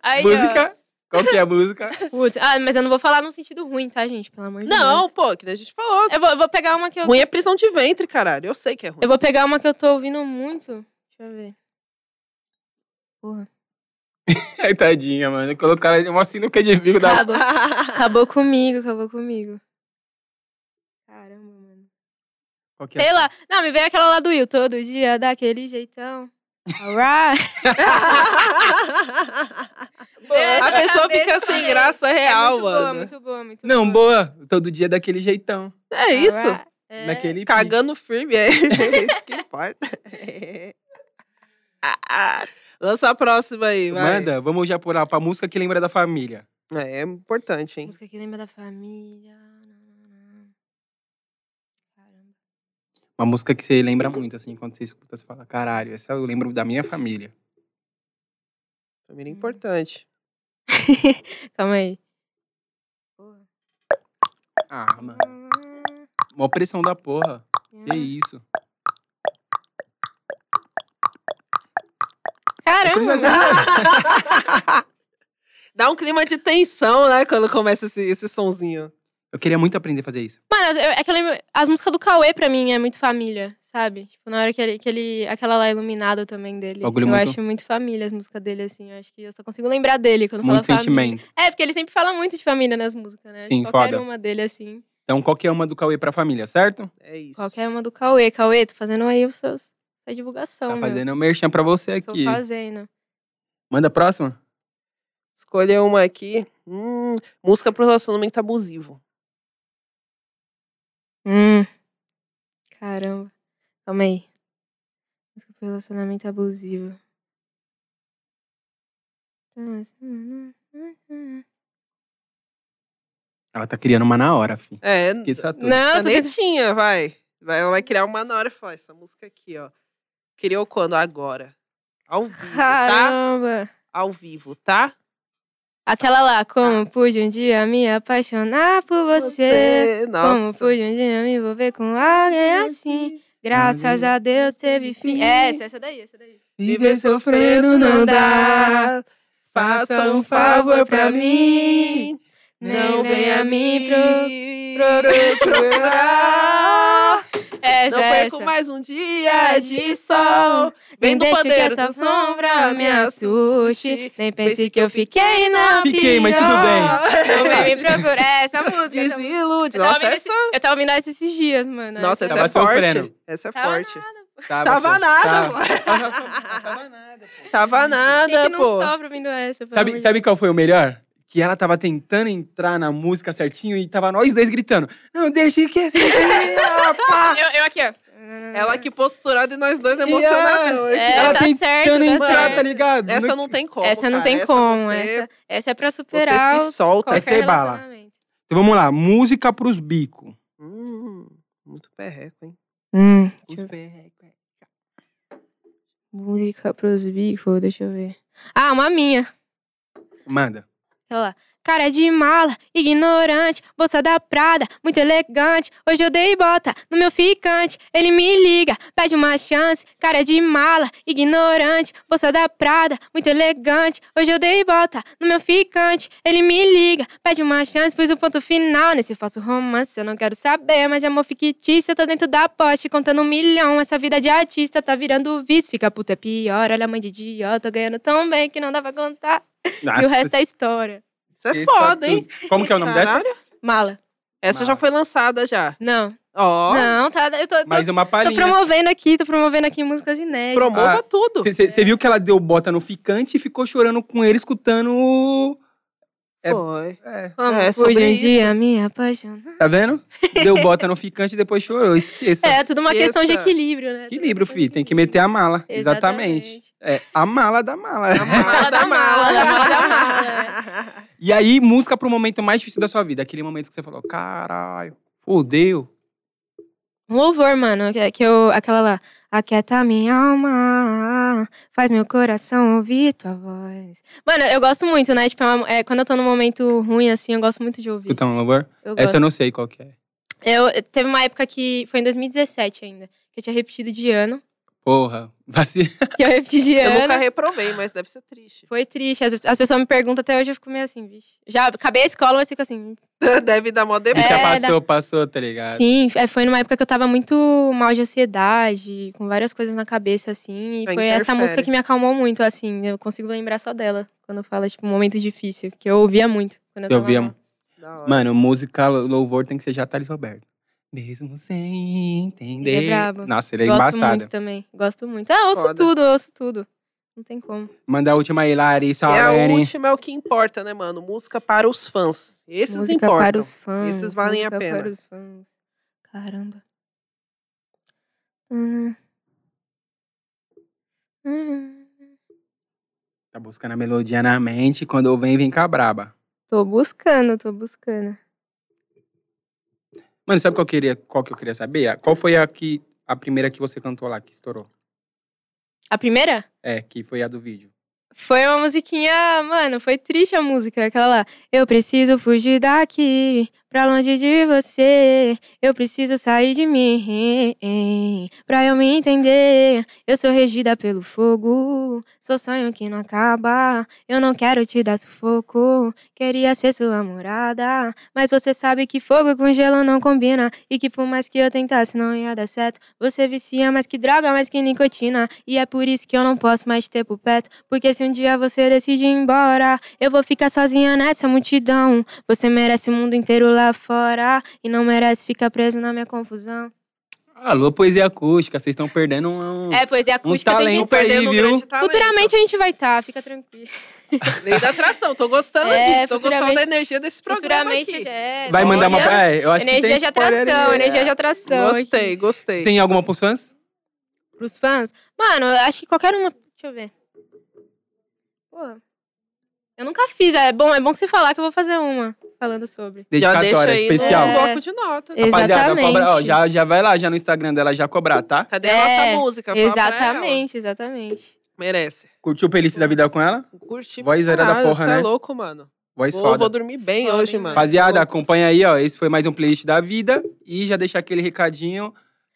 S3: Ah, aí, ó.
S1: música? Qual que é a música?
S3: Putz, Ah, mas eu não vou falar num sentido ruim, tá, gente? Pelo amor de
S2: Não,
S3: Deus.
S2: pô, que nem a gente falou.
S3: Eu vou, eu vou pegar uma que eu.
S2: Ruim é prisão de ventre, caralho. Eu sei que é ruim.
S3: Eu vou pegar uma que eu tô ouvindo muito. Deixa eu ver. Porra.
S1: Ai, Tadinha, mano. Colocaram uma sinuca assim de bico da
S3: Acabou.
S2: (laughs)
S3: acabou comigo, acabou comigo. Caramba, mano.
S1: Qual que é a
S3: Sei lá. Não, me veio aquela lá do Will. Todo dia, daquele jeitão.
S2: (laughs)
S3: Alright. Veio essa
S2: a
S3: na
S2: pessoa
S3: cabeça
S2: fica
S3: também.
S2: sem graça real,
S3: é muito boa,
S2: mano.
S3: muito boa, muito
S1: Não, boa. Todo dia daquele jeitão.
S2: É isso.
S3: Alright. É.
S1: Naquele
S2: Cagando firme, é isso que importa. (laughs) Ah, ah. Lança a próxima aí,
S1: pico.
S2: vai.
S1: Manda, vamos já pular pra música que lembra da família.
S2: É, é importante, hein?
S3: Música que lembra da família. Caramba.
S1: Uma música que você lembra muito, assim, quando você escuta, você fala, caralho, essa eu lembro da minha família.
S2: Família é importante.
S3: Calma aí. Porra.
S1: Ah, mano. Mó pressão da porra.
S3: Hum.
S1: Que isso. É
S3: Caramba!
S2: É. (laughs) Dá um clima de tensão, né? Quando começa esse, esse sonzinho.
S1: Eu queria muito aprender a fazer isso.
S3: Mano, eu- é que eu lembro. As músicas do Cauê, pra mim, é muito família, sabe? Tipo, na hora que ele. Que ele aquela lá iluminado também dele.
S1: Bagulho
S3: eu
S1: muito-
S3: acho muito família as músicas dele, assim. Eu acho que eu só consigo lembrar dele quando
S1: muito
S3: fala família.
S1: sentimento.
S3: É, porque ele sempre fala muito de família nas músicas, né? De
S1: Sim,
S3: qualquer
S1: foda.
S3: uma dele, assim.
S1: Então, qual que é uma do Cauê pra família, certo?
S2: É isso.
S3: Qualquer uma do Cauê. Cauê, tô fazendo aí os seus, sua divulgação,
S1: Tá
S3: meu.
S1: fazendo um merchan pra você
S3: Tô
S1: aqui.
S3: fazendo.
S1: Manda a próxima?
S3: um.
S2: Escolha uma aqui. Hum, música pro relacionamento abusivo.
S3: Hum. Caramba. Calma aí. Música pro relacionamento abusivo.
S1: Ela tá criando uma na hora, fi.
S2: É,
S1: Esqueça tudo.
S3: Não, tô tentando-
S2: canetinha, vai. vai. Ela vai criar uma na hora e falar, essa música aqui, ó. Criou quando? Agora. Ao vivo, tá?
S3: (laughs) Caramba.
S2: Ao vivo, tá?
S3: Aquela lá, como pude um dia me apaixonar por você. Como
S2: nossa.
S3: pude um dia me envolver com alguém assim. Graças a Deus teve fim. Hum. Essa, essa daí, essa daí.
S2: Viver sofrendo não dá. Faça um favor pra um mim.
S3: Nem venha me
S2: procurar.
S3: (laughs) Essa, é
S2: Não perco
S3: essa.
S2: mais um dia de sol. Vem
S3: Nem
S2: do
S3: deixe que
S2: pandeiro
S3: essa
S2: da
S3: sombra me assuste. Nem pense que eu fiquei na
S1: Fiquei, mas tudo bem.
S3: (laughs) Não vem me procurar. É, essa música. essa música.
S2: Desilude.
S3: Eu tava
S2: Nossa,
S3: ouvindo
S2: essa,
S3: esse- Eu tava ouvindo essa esses dias, mano.
S2: nossa, essa
S1: Tava
S2: é forte.
S1: sofrendo.
S2: Essa é
S3: Tava
S2: forte.
S1: Tava,
S2: Tava
S1: pô.
S2: nada,
S1: (laughs) Tava, Tava- tava nada, pô.
S2: Tava
S3: Por que
S2: nada,
S3: que não
S2: é pô.
S3: sofre ouvindo essa? pelo amor
S1: Sabe,
S3: de
S1: sabe qual foi o melhor? Que ela tava tentando entrar na música certinho e tava nós dois gritando. Não, deixa que esse dia, pá."
S3: (laughs) Deus? Eu, eu aqui, ó.
S2: Ela que posturada e nós dois
S1: Yeah.
S2: emocionadão. aqui.
S3: É,
S1: ela
S3: tá
S1: tentando
S3: certo, tá
S1: entrar,
S3: certo.
S1: tá ligado?
S2: Essa
S1: No-
S2: não tem como.
S3: essa não
S2: cara.
S3: tem como.
S2: você-
S3: Essa, essa é pra
S2: Você
S3: superar
S2: se solta.
S3: qualquer
S1: Essa é bala.
S3: relacionamento.
S1: Então vamos lá, música pros bico.
S2: Hum, muito perreco, hein?
S3: Hum,
S1: é.
S3: música pros bicos, deixa eu ver. Ah, uma minha.
S1: Manda.
S3: Ela, cara de mala, ignorante, bolsa da Prada, muito elegante. Hoje eu dei bota no meu ficante. Ele me liga, pede uma chance. Cara de mala, ignorante, bolsa da Prada, muito elegante. Hoje eu dei bota no meu ficante. Ele me liga, pede uma chance. Pus o ponto final nesse falso romance. Eu não quero saber, mas de amor fictício. Eu tô dentro da poste, contando um milhão. Essa vida de artista tá virando vício. Fica puta é pior, olha a mãe de idiota. Ganhando tão bem que não dá pra contar. E o resto é história.
S2: Isso é foda, hein?
S1: Como que é o nome dessa?
S2: Caralho.
S3: Mala.
S2: Essa já foi lançada já.
S3: Não.
S2: Ó,
S3: Não, tá. Eu tô, tô-
S1: Mais uma
S3: tô
S1: palhinha.
S3: promovendo aqui, tô promovendo aqui músicas inéditas.
S2: promova
S1: Ah,
S2: tudo.
S1: Você viu que ela deu bota no ficante e ficou chorando com ele, escutando... o- é-
S2: Foi.
S1: É,
S3: Como
S2: É,
S3: pude
S2: sobre
S3: um
S2: isso.
S3: dia me apaixonar.
S1: tá vendo? Deu bota no ficante e depois chorou, esqueça.
S3: É, tudo uma
S2: Esqueça.
S3: questão de equilíbrio, né?
S1: Equilíbrio, filho. Tem que meter a mala. Exatamente. É, a mala da mala.
S3: mala da mala, da mala da mala,
S1: (laughs) E aí, música pro momento mais difícil da sua vida. Aquele momento que você falou, caralho, fodeu.
S3: Um louvor, mano, que, que eu. Aquela lá. Aquieta minha alma, faz meu coração ouvir tua voz. Mano, eu gosto muito, né? Tipo, é uma- é, quando eu tô num momento ruim, assim, eu gosto muito de ouvir.
S1: Escuta um louvor?
S3: Eu
S1: Essa
S3: gosto.
S1: eu não sei qual que é.
S3: Eu, teve uma época que. Foi em 2017 ainda. Que eu tinha repetido de ano. (laughs)
S1: Porra, (laughs) vacina.
S3: Que eu repeti de
S2: (laughs) Eu
S3: ano.
S2: nunca reprovei, mas deve ser triste. (laughs)
S3: Foi triste. As, as pessoas me perguntam até hoje, eu fico meio assim, vixe. Já acabei a escola, mas fico assim.
S2: Deve dar mó depois.
S1: Bicha
S3: É,
S1: passou, passou, tá ligado?
S3: Sim, é, foi numa época que eu tava muito mal de ansiedade, com várias coisas na cabeça, assim. E
S2: Já
S3: foi essa
S2: interfere.
S3: música que me acalmou muito, assim. Eu consigo lembrar só dela quando fala, tipo, um momento difícil. Que eu ouvia muito. Quando
S1: Eu
S3: eu tava
S1: ouvia
S3: mal.
S1: mu-
S2: Da hora.
S1: Mano, música louvor tem que ser já Thales Roberto. Mesmo sem entender.
S3: Ele é brabo.
S1: Nossa, ele é
S3: Gosto
S1: embaçado.
S3: muito também. Gosto muito. Ah, eu ouço
S2: Foda.
S3: tudo, eu ouço tudo. Não tem como.
S1: Manda a última aí, Larissa
S2: É a
S1: Aleren.
S2: última é o que importa, né, mano? Música para os fãs. Esses
S3: música
S2: importam.
S3: para os fãs.
S2: Esses valem a
S3: música
S2: pena.
S3: Para os fãs. Caramba. Hum. Hum.
S1: Tá buscando a melodia na mente. Quando vem, vem com a braba.
S3: Tô buscando, tô buscando.
S1: Mano, sabe qual, que eu queria, qual que eu queria saber? A- Qual foi a, que, a primeira que você cantou lá, que estourou?
S3: A primeira?
S1: É, que foi a do vídeo.
S3: Foi uma musiquinha, mano, foi triste a música, aquela lá. Eu preciso fugir daqui, pra longe de você. Eu preciso sair de mim, pra eu me entender. Eu sou regida pelo fogo, sou sonho que não acaba. Eu não quero te dar sufoco, queria ser sua morada. Mas você sabe que fogo com gelo não combina. E que por mais que eu tentasse, não ia dar certo. Você vicia mais que droga, mais que nicotina. E é por isso que eu não posso mais ter por perto. Porque se um dia você decidir ir embora, eu vou ficar sozinha nessa multidão. Você merece o mundo inteiro lá fora. E não merece ficar preso na minha confusão.
S1: Alô, poesia acústica, vocês estão perdendo um.
S3: É, pois é, acústica
S1: Um
S3: tem
S1: talento
S3: que...
S2: Estão perdendo
S1: Aí,
S2: um
S1: viu?
S2: grande talento.
S3: Futuramente a gente vai estar, fica tranquilo.
S2: Lei da atração. Tô gostando
S3: É,
S2: disso. Tô gostando
S3: futuramente-
S2: da energia desse programa
S3: Futuramente
S2: aqui.
S3: já é.
S1: Vai mandar uma.
S3: energia-
S1: É, eu acho que
S3: Energia
S1: tem
S3: de
S1: spoiler
S3: atração,
S1: aí, é.
S3: energia de atração.
S2: Gostei, gostei.
S1: Tem alguma pros fãs?
S3: pros fãs. Mano, eu acho que qualquer uma. Deixa eu ver. Pô. Eu nunca fiz. É bom, é bom que você falar que eu vou fazer uma falando sobre.
S2: já deixa
S1: Dedicatória
S2: aí
S1: especial.
S2: no
S3: É.
S2: bloco de notas.
S3: Ex-
S1: né? Rapaziada, cobra, ó,
S3: Exatamente.
S1: já, já vai lá já no Instagram dela já cobrar, tá?
S2: Cadê a
S3: É,
S2: nossa música? Fala pra ela.
S3: Exatamente, exatamente.
S2: Merece.
S1: Curtiu o playlist da vida com ela?
S2: Curti.
S1: Voz
S2: pra
S1: era da
S2: caralho,
S1: porra,
S2: cê
S1: né?
S2: é louco, mano.
S1: Voz
S2: Vou, vou
S1: foda.
S2: dormir bem
S3: Foda,
S2: hoje,
S3: hein,
S2: mano.
S3: mano.
S1: Rapaziada,
S2: Louco.
S1: acompanha aí, ó. Esse foi mais um playlist da vida. E já deixa aquele recadinho.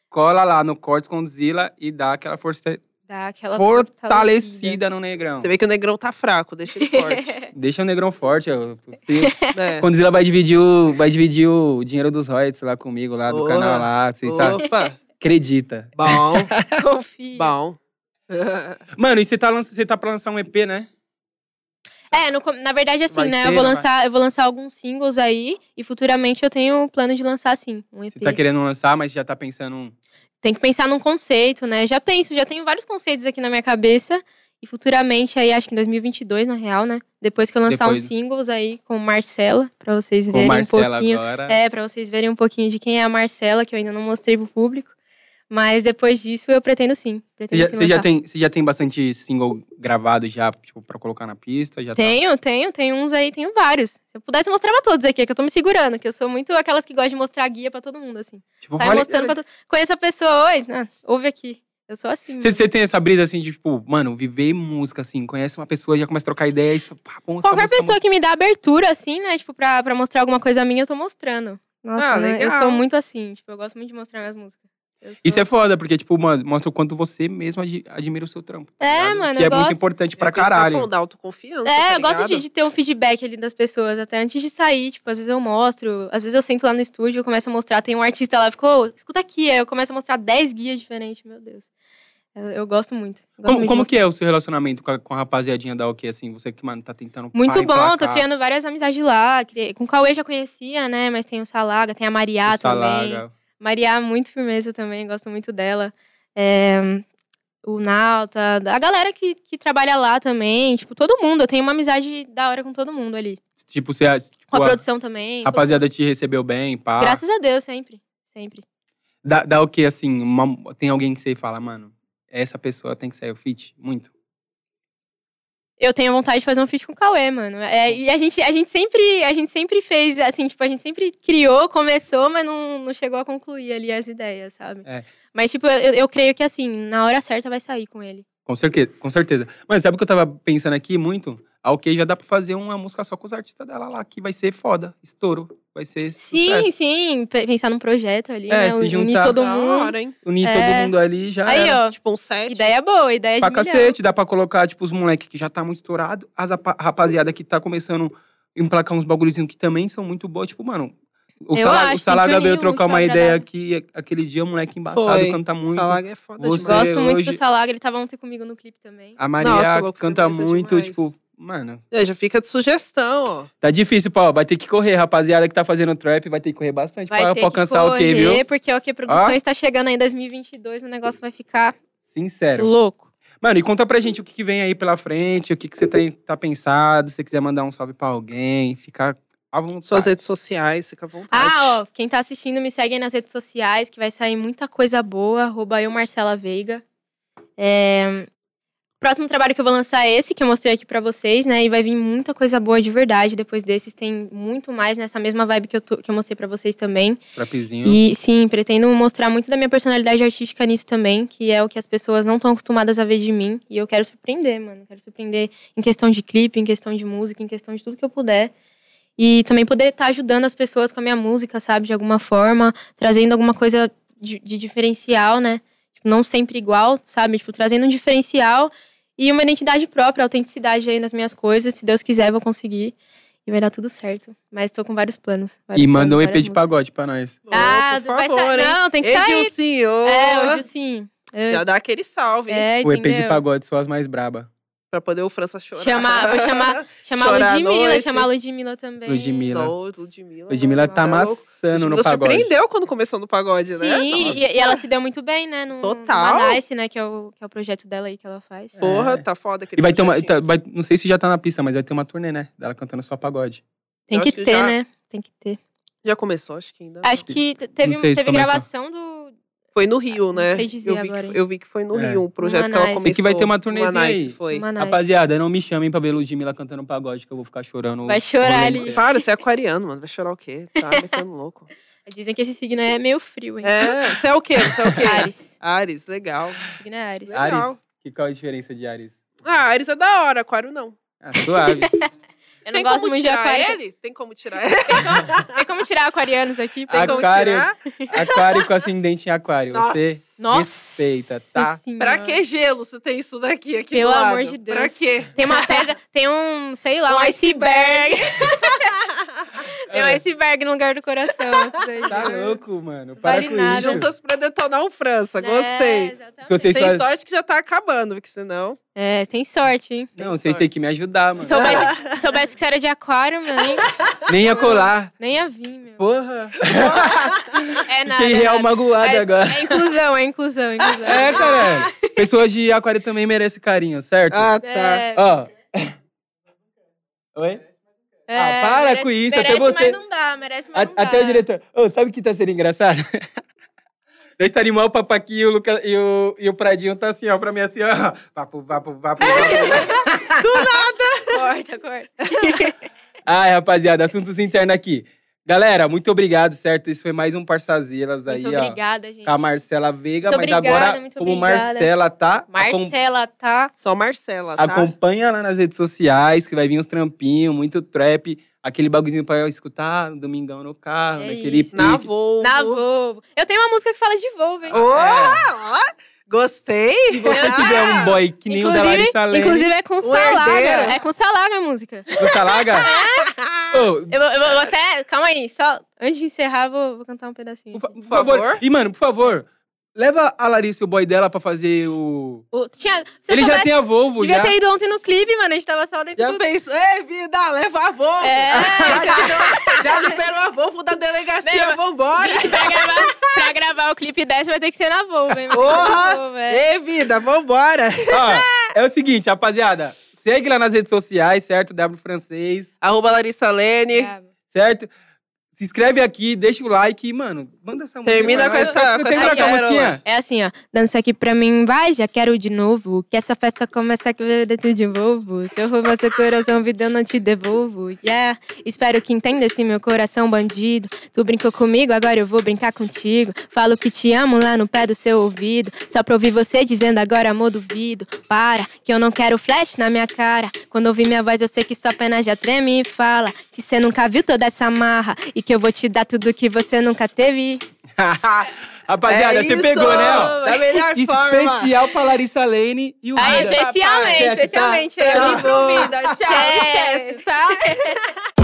S1: Cola lá no Cortes com Zila e dá aquela força,
S3: Dá aquela fortalecida.
S1: Fortalecida no negrão.
S2: Você vê que o negrão tá fraco, deixa ele
S3: (laughs)
S2: forte.
S1: Deixa o negrão forte. eu- se-
S2: né?
S1: Quando Zila vai dividir o, vai dividir o dinheiro dos royalties lá comigo, lá do
S2: Boa.
S1: canal lá. Você está...
S2: Opa,
S1: Acredita.
S3: (laughs)
S2: bom,
S3: Confia.
S2: bom. É
S1: Mano, e você tá, lan- você tá pra lançar um EP, né?
S3: É, no com- na verdade, assim,
S1: Vai
S3: né?
S1: ser,
S3: eu, vou
S1: não
S3: lançar, eu vou lançar alguns singles aí e futuramente eu tenho o plano de lançar, sim, um EP.
S1: Você tá querendo lançar, mas já tá pensando... um-
S3: Tem que pensar num conceito, né? Já penso, já tenho vários conceitos aqui na minha cabeça. E futuramente, aí, acho que em 2022, na real, né? Depois que eu lançar
S1: Depois.
S3: uns singles aí com Marcela, pra vocês
S1: Com
S3: verem um
S1: Marcela
S3: pouquinho.
S1: agora.
S3: É, pra vocês verem um pouquinho de quem é a Marcela, que eu ainda não mostrei pro público. Mas depois disso, eu pretendo sim.
S1: Você
S3: Pretendo
S1: já,
S3: sim
S1: você já
S3: lançar.
S1: tem, você já tem bastante single gravado já, tipo, pra colocar na pista? Já tá-
S3: Tenho, tenho, tenho uns aí, tenho vários. Se eu pudesse, eu mostrava todos aqui, é que eu tô me segurando, que eu sou muito aquelas que gostam de mostrar guia pra todo mundo, assim.
S1: Tipo,
S3: Sai
S1: olha-
S3: mostrando pra todo Conheço a pessoa, oi, né? ouve aqui. Eu sou assim.
S1: Você, você tem essa brisa assim de, tipo, mano, viver música, assim, conhece uma pessoa, já começa a trocar ideia, isso, pá, bom, essa
S3: Qualquer
S1: música, é
S3: pessoa que me dá abertura, assim, né? Tipo, pra, pra mostrar alguma coisa minha, eu tô mostrando. Nossa,
S2: Ah,
S3: né, eu
S2: legal.
S3: sou muito assim. Tipo, eu gosto muito de mostrar minhas músicas. Eu sou-
S1: Isso é foda, porque, tipo, mano, mostra o quanto você mesmo ad- admira o seu trampo. tá
S3: É,
S1: ligado?
S3: mano,
S1: Que
S3: eu
S1: é muito
S3: gosto.
S1: importante pra
S2: É questão
S1: caralho.
S2: Da autoconfiança,
S3: É,
S2: tá
S3: eu gosto de,
S2: ligado?
S3: de ter um feedback ali das pessoas, até antes de sair, tipo, às vezes eu mostro, às vezes eu sento lá no estúdio, eu começo a mostrar, tem um artista lá, ficou, escuta aqui, aí eu começo a mostrar 10 guias diferentes, meu Deus. Eu, eu gosto muito. eu gosto
S1: Como,
S3: muito
S1: como
S3: de
S1: que é o seu relacionamento com a, com a rapaziadinha da OK, assim? Você que, mano, tá tentando.
S3: mostrar. Muito
S1: pá,
S3: bom, eu tô
S1: emplacar
S3: criando várias amizades lá, criei- com o Cauê já conhecia, né, mas tem o Salaga, tem a Mariá
S1: o
S3: também.
S1: Salaga.
S3: Mariá, muito firmeza também, gosto muito dela. É, o Nauta, a galera que, que trabalha lá também, tipo, todo mundo, eu tenho uma amizade da hora com todo mundo ali.
S1: Tipo, você. Tipo,
S3: Com a
S1: a
S3: produção também. todo
S1: rapaziada te recebeu bem, pá.
S3: Graças a Deus, sempre. Sempre.
S1: Dá, dá o quê, assim? uma- tem alguém que você fala, mano, essa pessoa tem que sair o fit? Muito.
S3: Eu tenho vontade de fazer um feat com o Cauê, mano. É, e a gente, a, gente sempre, a gente sempre fez, assim, tipo, a gente sempre criou, começou, mas não, não chegou a concluir ali as ideias, sabe?
S1: É.
S3: Mas, tipo, eu, eu creio que, assim, na hora certa vai sair com ele.
S1: Com certeza, com certeza. Mano, sabe o que eu tava pensando aqui muito? A OK já dá pra fazer uma música só com os artistas dela lá, que vai ser foda, estouro. Vai ser
S3: Sim,
S1: sucesso.
S3: sim. pe- Pensar num projeto ali,
S1: É,
S3: né?
S1: se
S3: Unir
S1: juntar.
S3: todo
S2: Da
S3: mundo.
S2: hora, hein?
S1: Unir
S3: É.
S1: todo mundo ali já
S3: Aí,
S1: era.
S3: ó.
S2: Tipo um set.
S3: Ideia boa, ideia
S1: É, pra
S3: de milhão.
S1: cacete. Dá pra colocar, tipo, os moleques que já tá muito estourado, as apa- rapaziada que tá começando a emplacar uns bagulhozinhos que também são muito boas. Tipo, mano, o,
S3: Eu
S1: Salaga,
S3: acho,
S1: o
S3: tem que
S1: Salaga
S3: unir
S1: veio
S3: o
S1: trocar
S3: útil
S1: uma
S3: ao
S1: ideia
S3: agradável.
S1: aqui, aquele dia, um moleque embaçado,
S2: Foi.
S1: canta muito.
S2: Salaga é foda
S1: Você-
S2: demais.
S3: Gosto muito
S1: hoje- Ah,
S3: do Salaga, ele tava ontem comigo no clipe também.
S1: A
S2: Nossa,
S1: Maria
S2: louco,
S1: canta
S2: firmeza
S1: muito,
S2: demais.
S1: tipo, mano,
S2: É, já fica de sugestão, ó.
S1: tá difícil, pau. Vai ter que correr, rapaziada que tá fazendo trap, vai ter que correr bastante
S3: Vai
S1: pra,
S3: ter
S1: pra alcançar o quê, viu?
S3: porque o que Produções tá chegando aí em 2022, o negócio vai ficar
S1: Sincero.
S3: louco.
S1: Mano, e conta pra gente o que, que vem aí pela frente, o que, que você tem, tá pensado, se você quiser mandar um salve pra alguém, ficar à vontade.
S2: Suas redes sociais, fica à vontade.
S3: Ah, ó, quem tá assistindo, me segue aí nas redes sociais, que vai sair muita coisa boa. Arroba eu, Marcela Veiga. É, Próximo trabalho que eu vou lançar é esse, que eu mostrei aqui pra vocês, né? E vai vir muita coisa boa de verdade. Depois desses tem muito mais nessa mesma vibe que eu, tô- que eu mostrei pra vocês também.
S1: Trapezinho.
S3: E sim, pretendo mostrar muito da minha personalidade artística nisso também, que é o que as pessoas não estão acostumadas a ver de mim. E eu quero surpreender, mano. Quero surpreender em questão de clipe, em questão de música, em questão de tudo que eu puder. E também poder estar ajudando as pessoas com a minha música, sabe, de alguma forma, trazendo alguma coisa de, de diferencial, né? Tipo, não sempre igual, sabe? Tipo, trazendo um diferencial e uma identidade própria, autenticidade aí nas minhas coisas. Se Deus quiser, eu vou conseguir. E vai dar tudo certo. Mas tô com vários planos.
S1: E,
S3: vários
S1: manda um
S3: planos,
S1: EP
S3: várias
S1: de
S3: músicas.
S1: pagode pra nós.
S2: Ó,
S3: Ah,
S2: por
S3: vai
S2: favor,
S3: sair.
S2: hein?
S3: Não, tem que sair.
S2: Edilcinho!
S3: É, hoje sim. Eu-
S2: Já dá aquele salve, hein?
S3: É,
S1: O EP de
S3: entendeu?
S1: pagode, só as mais braba.
S2: Pra poder o França chorar.
S3: Chamar- vou chamar- Chamar
S2: Chorar à
S3: a Ludmilla,
S2: noite.
S3: chamar a Ludmilla também.
S1: Ludmilla.
S2: Não, Ludmilla.
S1: Ludmilla
S2: mano,
S1: tá
S2: louco.
S1: amassando no
S2: Ludmilla
S1: pagode.
S2: surpreendeu quando começou no pagode,
S3: Sim,
S2: né?
S3: e, e ela se deu muito bem, né? No,
S2: Total.
S3: No Manice, né? Que é, o, que é o projeto dela aí que ela faz.
S1: É.
S2: Porra, tá foda. aquele
S1: E vai ter uma.
S2: projetinho.
S1: tá- vai- não sei se já tá na pista, mas vai ter uma turnê, né? Dela cantando só pagode.
S3: Tem
S2: eu
S3: que
S2: acho que
S3: ter,
S2: já-
S3: né? Tem que ter.
S2: então, Já começou, acho que ainda. não.
S3: Acho que te- teve,
S1: sei se
S3: teve
S1: começou.
S3: gravação do.
S2: Foi no Rio, né?
S3: Não sei dizer
S2: eu, vi
S3: agora, hein?
S2: que, eu vi que foi no
S1: É.
S2: Rio o projeto que ela
S3: Manaus.
S2: começou.
S1: Sei que vai ter uma turnezinha
S2: Manaus,
S1: aí.
S2: foi.
S3: Uma Nice.
S1: Rapaziada, não me chamem pra ver Ludmilla cantando pagode, que eu vou ficar chorando.
S3: Vai chorar ali.
S1: inteiro.
S2: Para, você é aquariano, mano. Vai chorar o quê? Tá metendo
S3: (laughs)
S2: louco.
S3: Dizem que esse signo é meio frio, hein?
S2: É, você é o quê? Você é o quê?
S3: Ares.
S2: Ares, legal.
S3: O signo é Ares.
S2: Legal.
S1: Ares? Que, qual é a diferença de Ares?
S3: (laughs)
S2: Ah, Ares é da hora, aquário não.
S1: Ah, suave.
S3: Eu não
S2: Tem
S3: gosto
S2: como
S3: muito de
S2: tirar
S3: aquário.
S2: ele? Tem como tirar ele? Tem
S3: Tem como tirar aquarianos aqui?
S1: Ah,
S3: Tem como-
S2: como
S1: Aquário.
S2: tirar?
S1: Aquário com ascendente em aquário. Você
S3: Nossa
S1: respeita, tá?
S3: Senhora.
S2: Pra que gelo se tem isso daqui aqui
S3: Pelo
S2: do lado?
S3: amor de Deus.
S2: Pra quê?
S3: Tem uma pedra, tem um, sei lá,
S2: (laughs) Um
S3: um iceberg. tem um
S1: É.
S3: iceberg no lugar do coração. isso daí,
S1: (laughs) Tá
S3: juro.
S1: louco, mano. Para
S3: Vale
S1: com
S3: nada.
S1: isso.
S2: Juntas pra detonar o França.
S3: É,
S2: Gostei.
S3: exatamente.
S1: Se vocês
S2: Tem
S1: fazem-
S2: sorte que já tá acabando, porque senão.
S3: É, tem sorte, hein?
S1: Não, vocês têm que me ajudar, mano.
S2: (laughs)
S3: Se soubesse, se soubesse que você era de aquário, meu, nem,
S1: Nem ia colar.
S3: nem ia vir, meu.
S1: Porra.
S3: É nada.
S1: Fiquei
S3: é
S1: real
S3: nada.
S1: magoado agora.
S3: É inclusão, é inclusão, é inclusão.
S1: É, cara. Pessoas de aquário também merecem carinho, certo?
S2: Ah, tá.
S3: É,
S1: Ó. Oi?
S3: é,
S1: Ah, para
S3: merece-
S1: com isso, até
S3: merece,
S1: você-
S3: Mas não dá, merece,
S1: A-
S3: mas não dá.
S1: até o diretor. Ô, sabe o que tá sendo engraçado? (laughs) Nós tá animal, o papaqui e o, Luca, e, o, e o Pradinho tá assim, ó, pra mim assim, ó. Papo, papo, papo.
S3: (laughs)
S1: papo.
S3: Corta, corta.
S1: Ai, rapaziada, assuntos internos aqui. Galera, muito obrigado, certo? Isso foi mais um Parçazilas aí,
S3: Muito
S1: ó.
S3: obrigada, gente.
S1: Com a Marcela Veiga,
S3: Muito
S1: mas
S3: obrigada,
S1: agora,
S3: muito
S1: como
S3: obrigada.
S1: Marcela tá, acom-
S3: Marcela, tá?
S2: Só Marcela, tá?
S1: acompanha lá nas redes sociais, que vai vir uns trampinhos, muito trap, aquele bagulhozinho pra eu escutar no domingão no carro,
S3: É
S1: naquele
S3: isso.
S2: Na
S1: pique.
S2: Volvo.
S3: Na Volvo. Eu tenho uma música que fala de Volvo, hein?
S2: Ô, ó, Gostei!
S1: Se você tiver um boy que nem o da
S3: Inclusive-
S1: Larissa Lane,
S3: Inclusive é com
S2: O
S3: Salaga.
S2: herdeiro.
S3: É com Salaga
S1: (laughs)
S3: a música.
S1: você larga?
S3: (laughs)
S1: Ô,
S3: Eu vou, eu vou- eu vou até. Calma aí, só. Antes de encerrar, vou, vou cantar um pedacinho.
S1: por, fa-
S3: aqui.
S1: por favor.
S2: favor.
S1: E, mano, por favor, leva a Larissa e o boy dela pra fazer o...
S3: O- tinha, se eu
S1: Ele já
S3: soubesse,
S1: tem a Volvo,
S3: Devia
S1: já.
S3: ter ido ontem no clibe, mano. A gente tava só dentro
S1: Já
S3: do.
S2: Pensou, ei, vida, leva a Volvo!
S1: (laughs)
S3: É,
S2: já, liberou, já liberou a Volvo da delegacia,
S3: Meu,
S2: vambora!
S3: Gente, pra gravar, pra gravar o clipe dessa vai ter que ser na Volvo, hein? mano?
S2: Porra!
S3: Na Volvo, é.
S2: Ei, vida, vambora!
S1: Ó, é o seguinte, rapaziada, segue lá nas redes sociais, certo? W Francês.
S2: Arroba Larissa Lene.
S3: Bravo.
S1: certo? Se inscreve aqui, deixa o like e, mano, manda essa música.
S2: Termina
S1: pra
S2: com
S1: nós.
S2: essa-
S1: Tá-
S2: com
S1: Termina
S3: essa
S1: com a
S2: pérola.
S1: musiquinha?
S3: É assim, ó. Dança aqui pra mim, vai, já quero de novo. Que essa festa começa que eu dentro de novo. Se eu roubar seu coração, vida, eu não te devolvo. Yeah. Espero que entenda esse meu coração bandido. Tu brincou comigo, agora eu vou brincar contigo. Falo que te amo lá no pé do seu ouvido. Só pra ouvir você dizendo agora, amor, duvido. Para, que eu não quero flash na minha cara. Quando ouvir minha voz, eu sei que sua pena já treme e fala. Que você nunca viu toda essa marra. E que eu vou te dar tudo que você nunca teve.
S1: (laughs) Rapaziada,
S2: É
S1: você
S2: isso!
S1: pegou, né? ó?
S2: Da melhor forma!
S1: Especial pra Larissa Lane e o tá,
S3: Ah,
S1: Rida.
S2: Ai, Nada,
S1: tá.
S3: especialmente,
S1: papai. Esquece,
S3: especialmente.
S1: tá?
S3: eu
S2: Tamo
S3: vou.
S2: comida, tchau,
S3: Esquece.
S2: esquece, tá?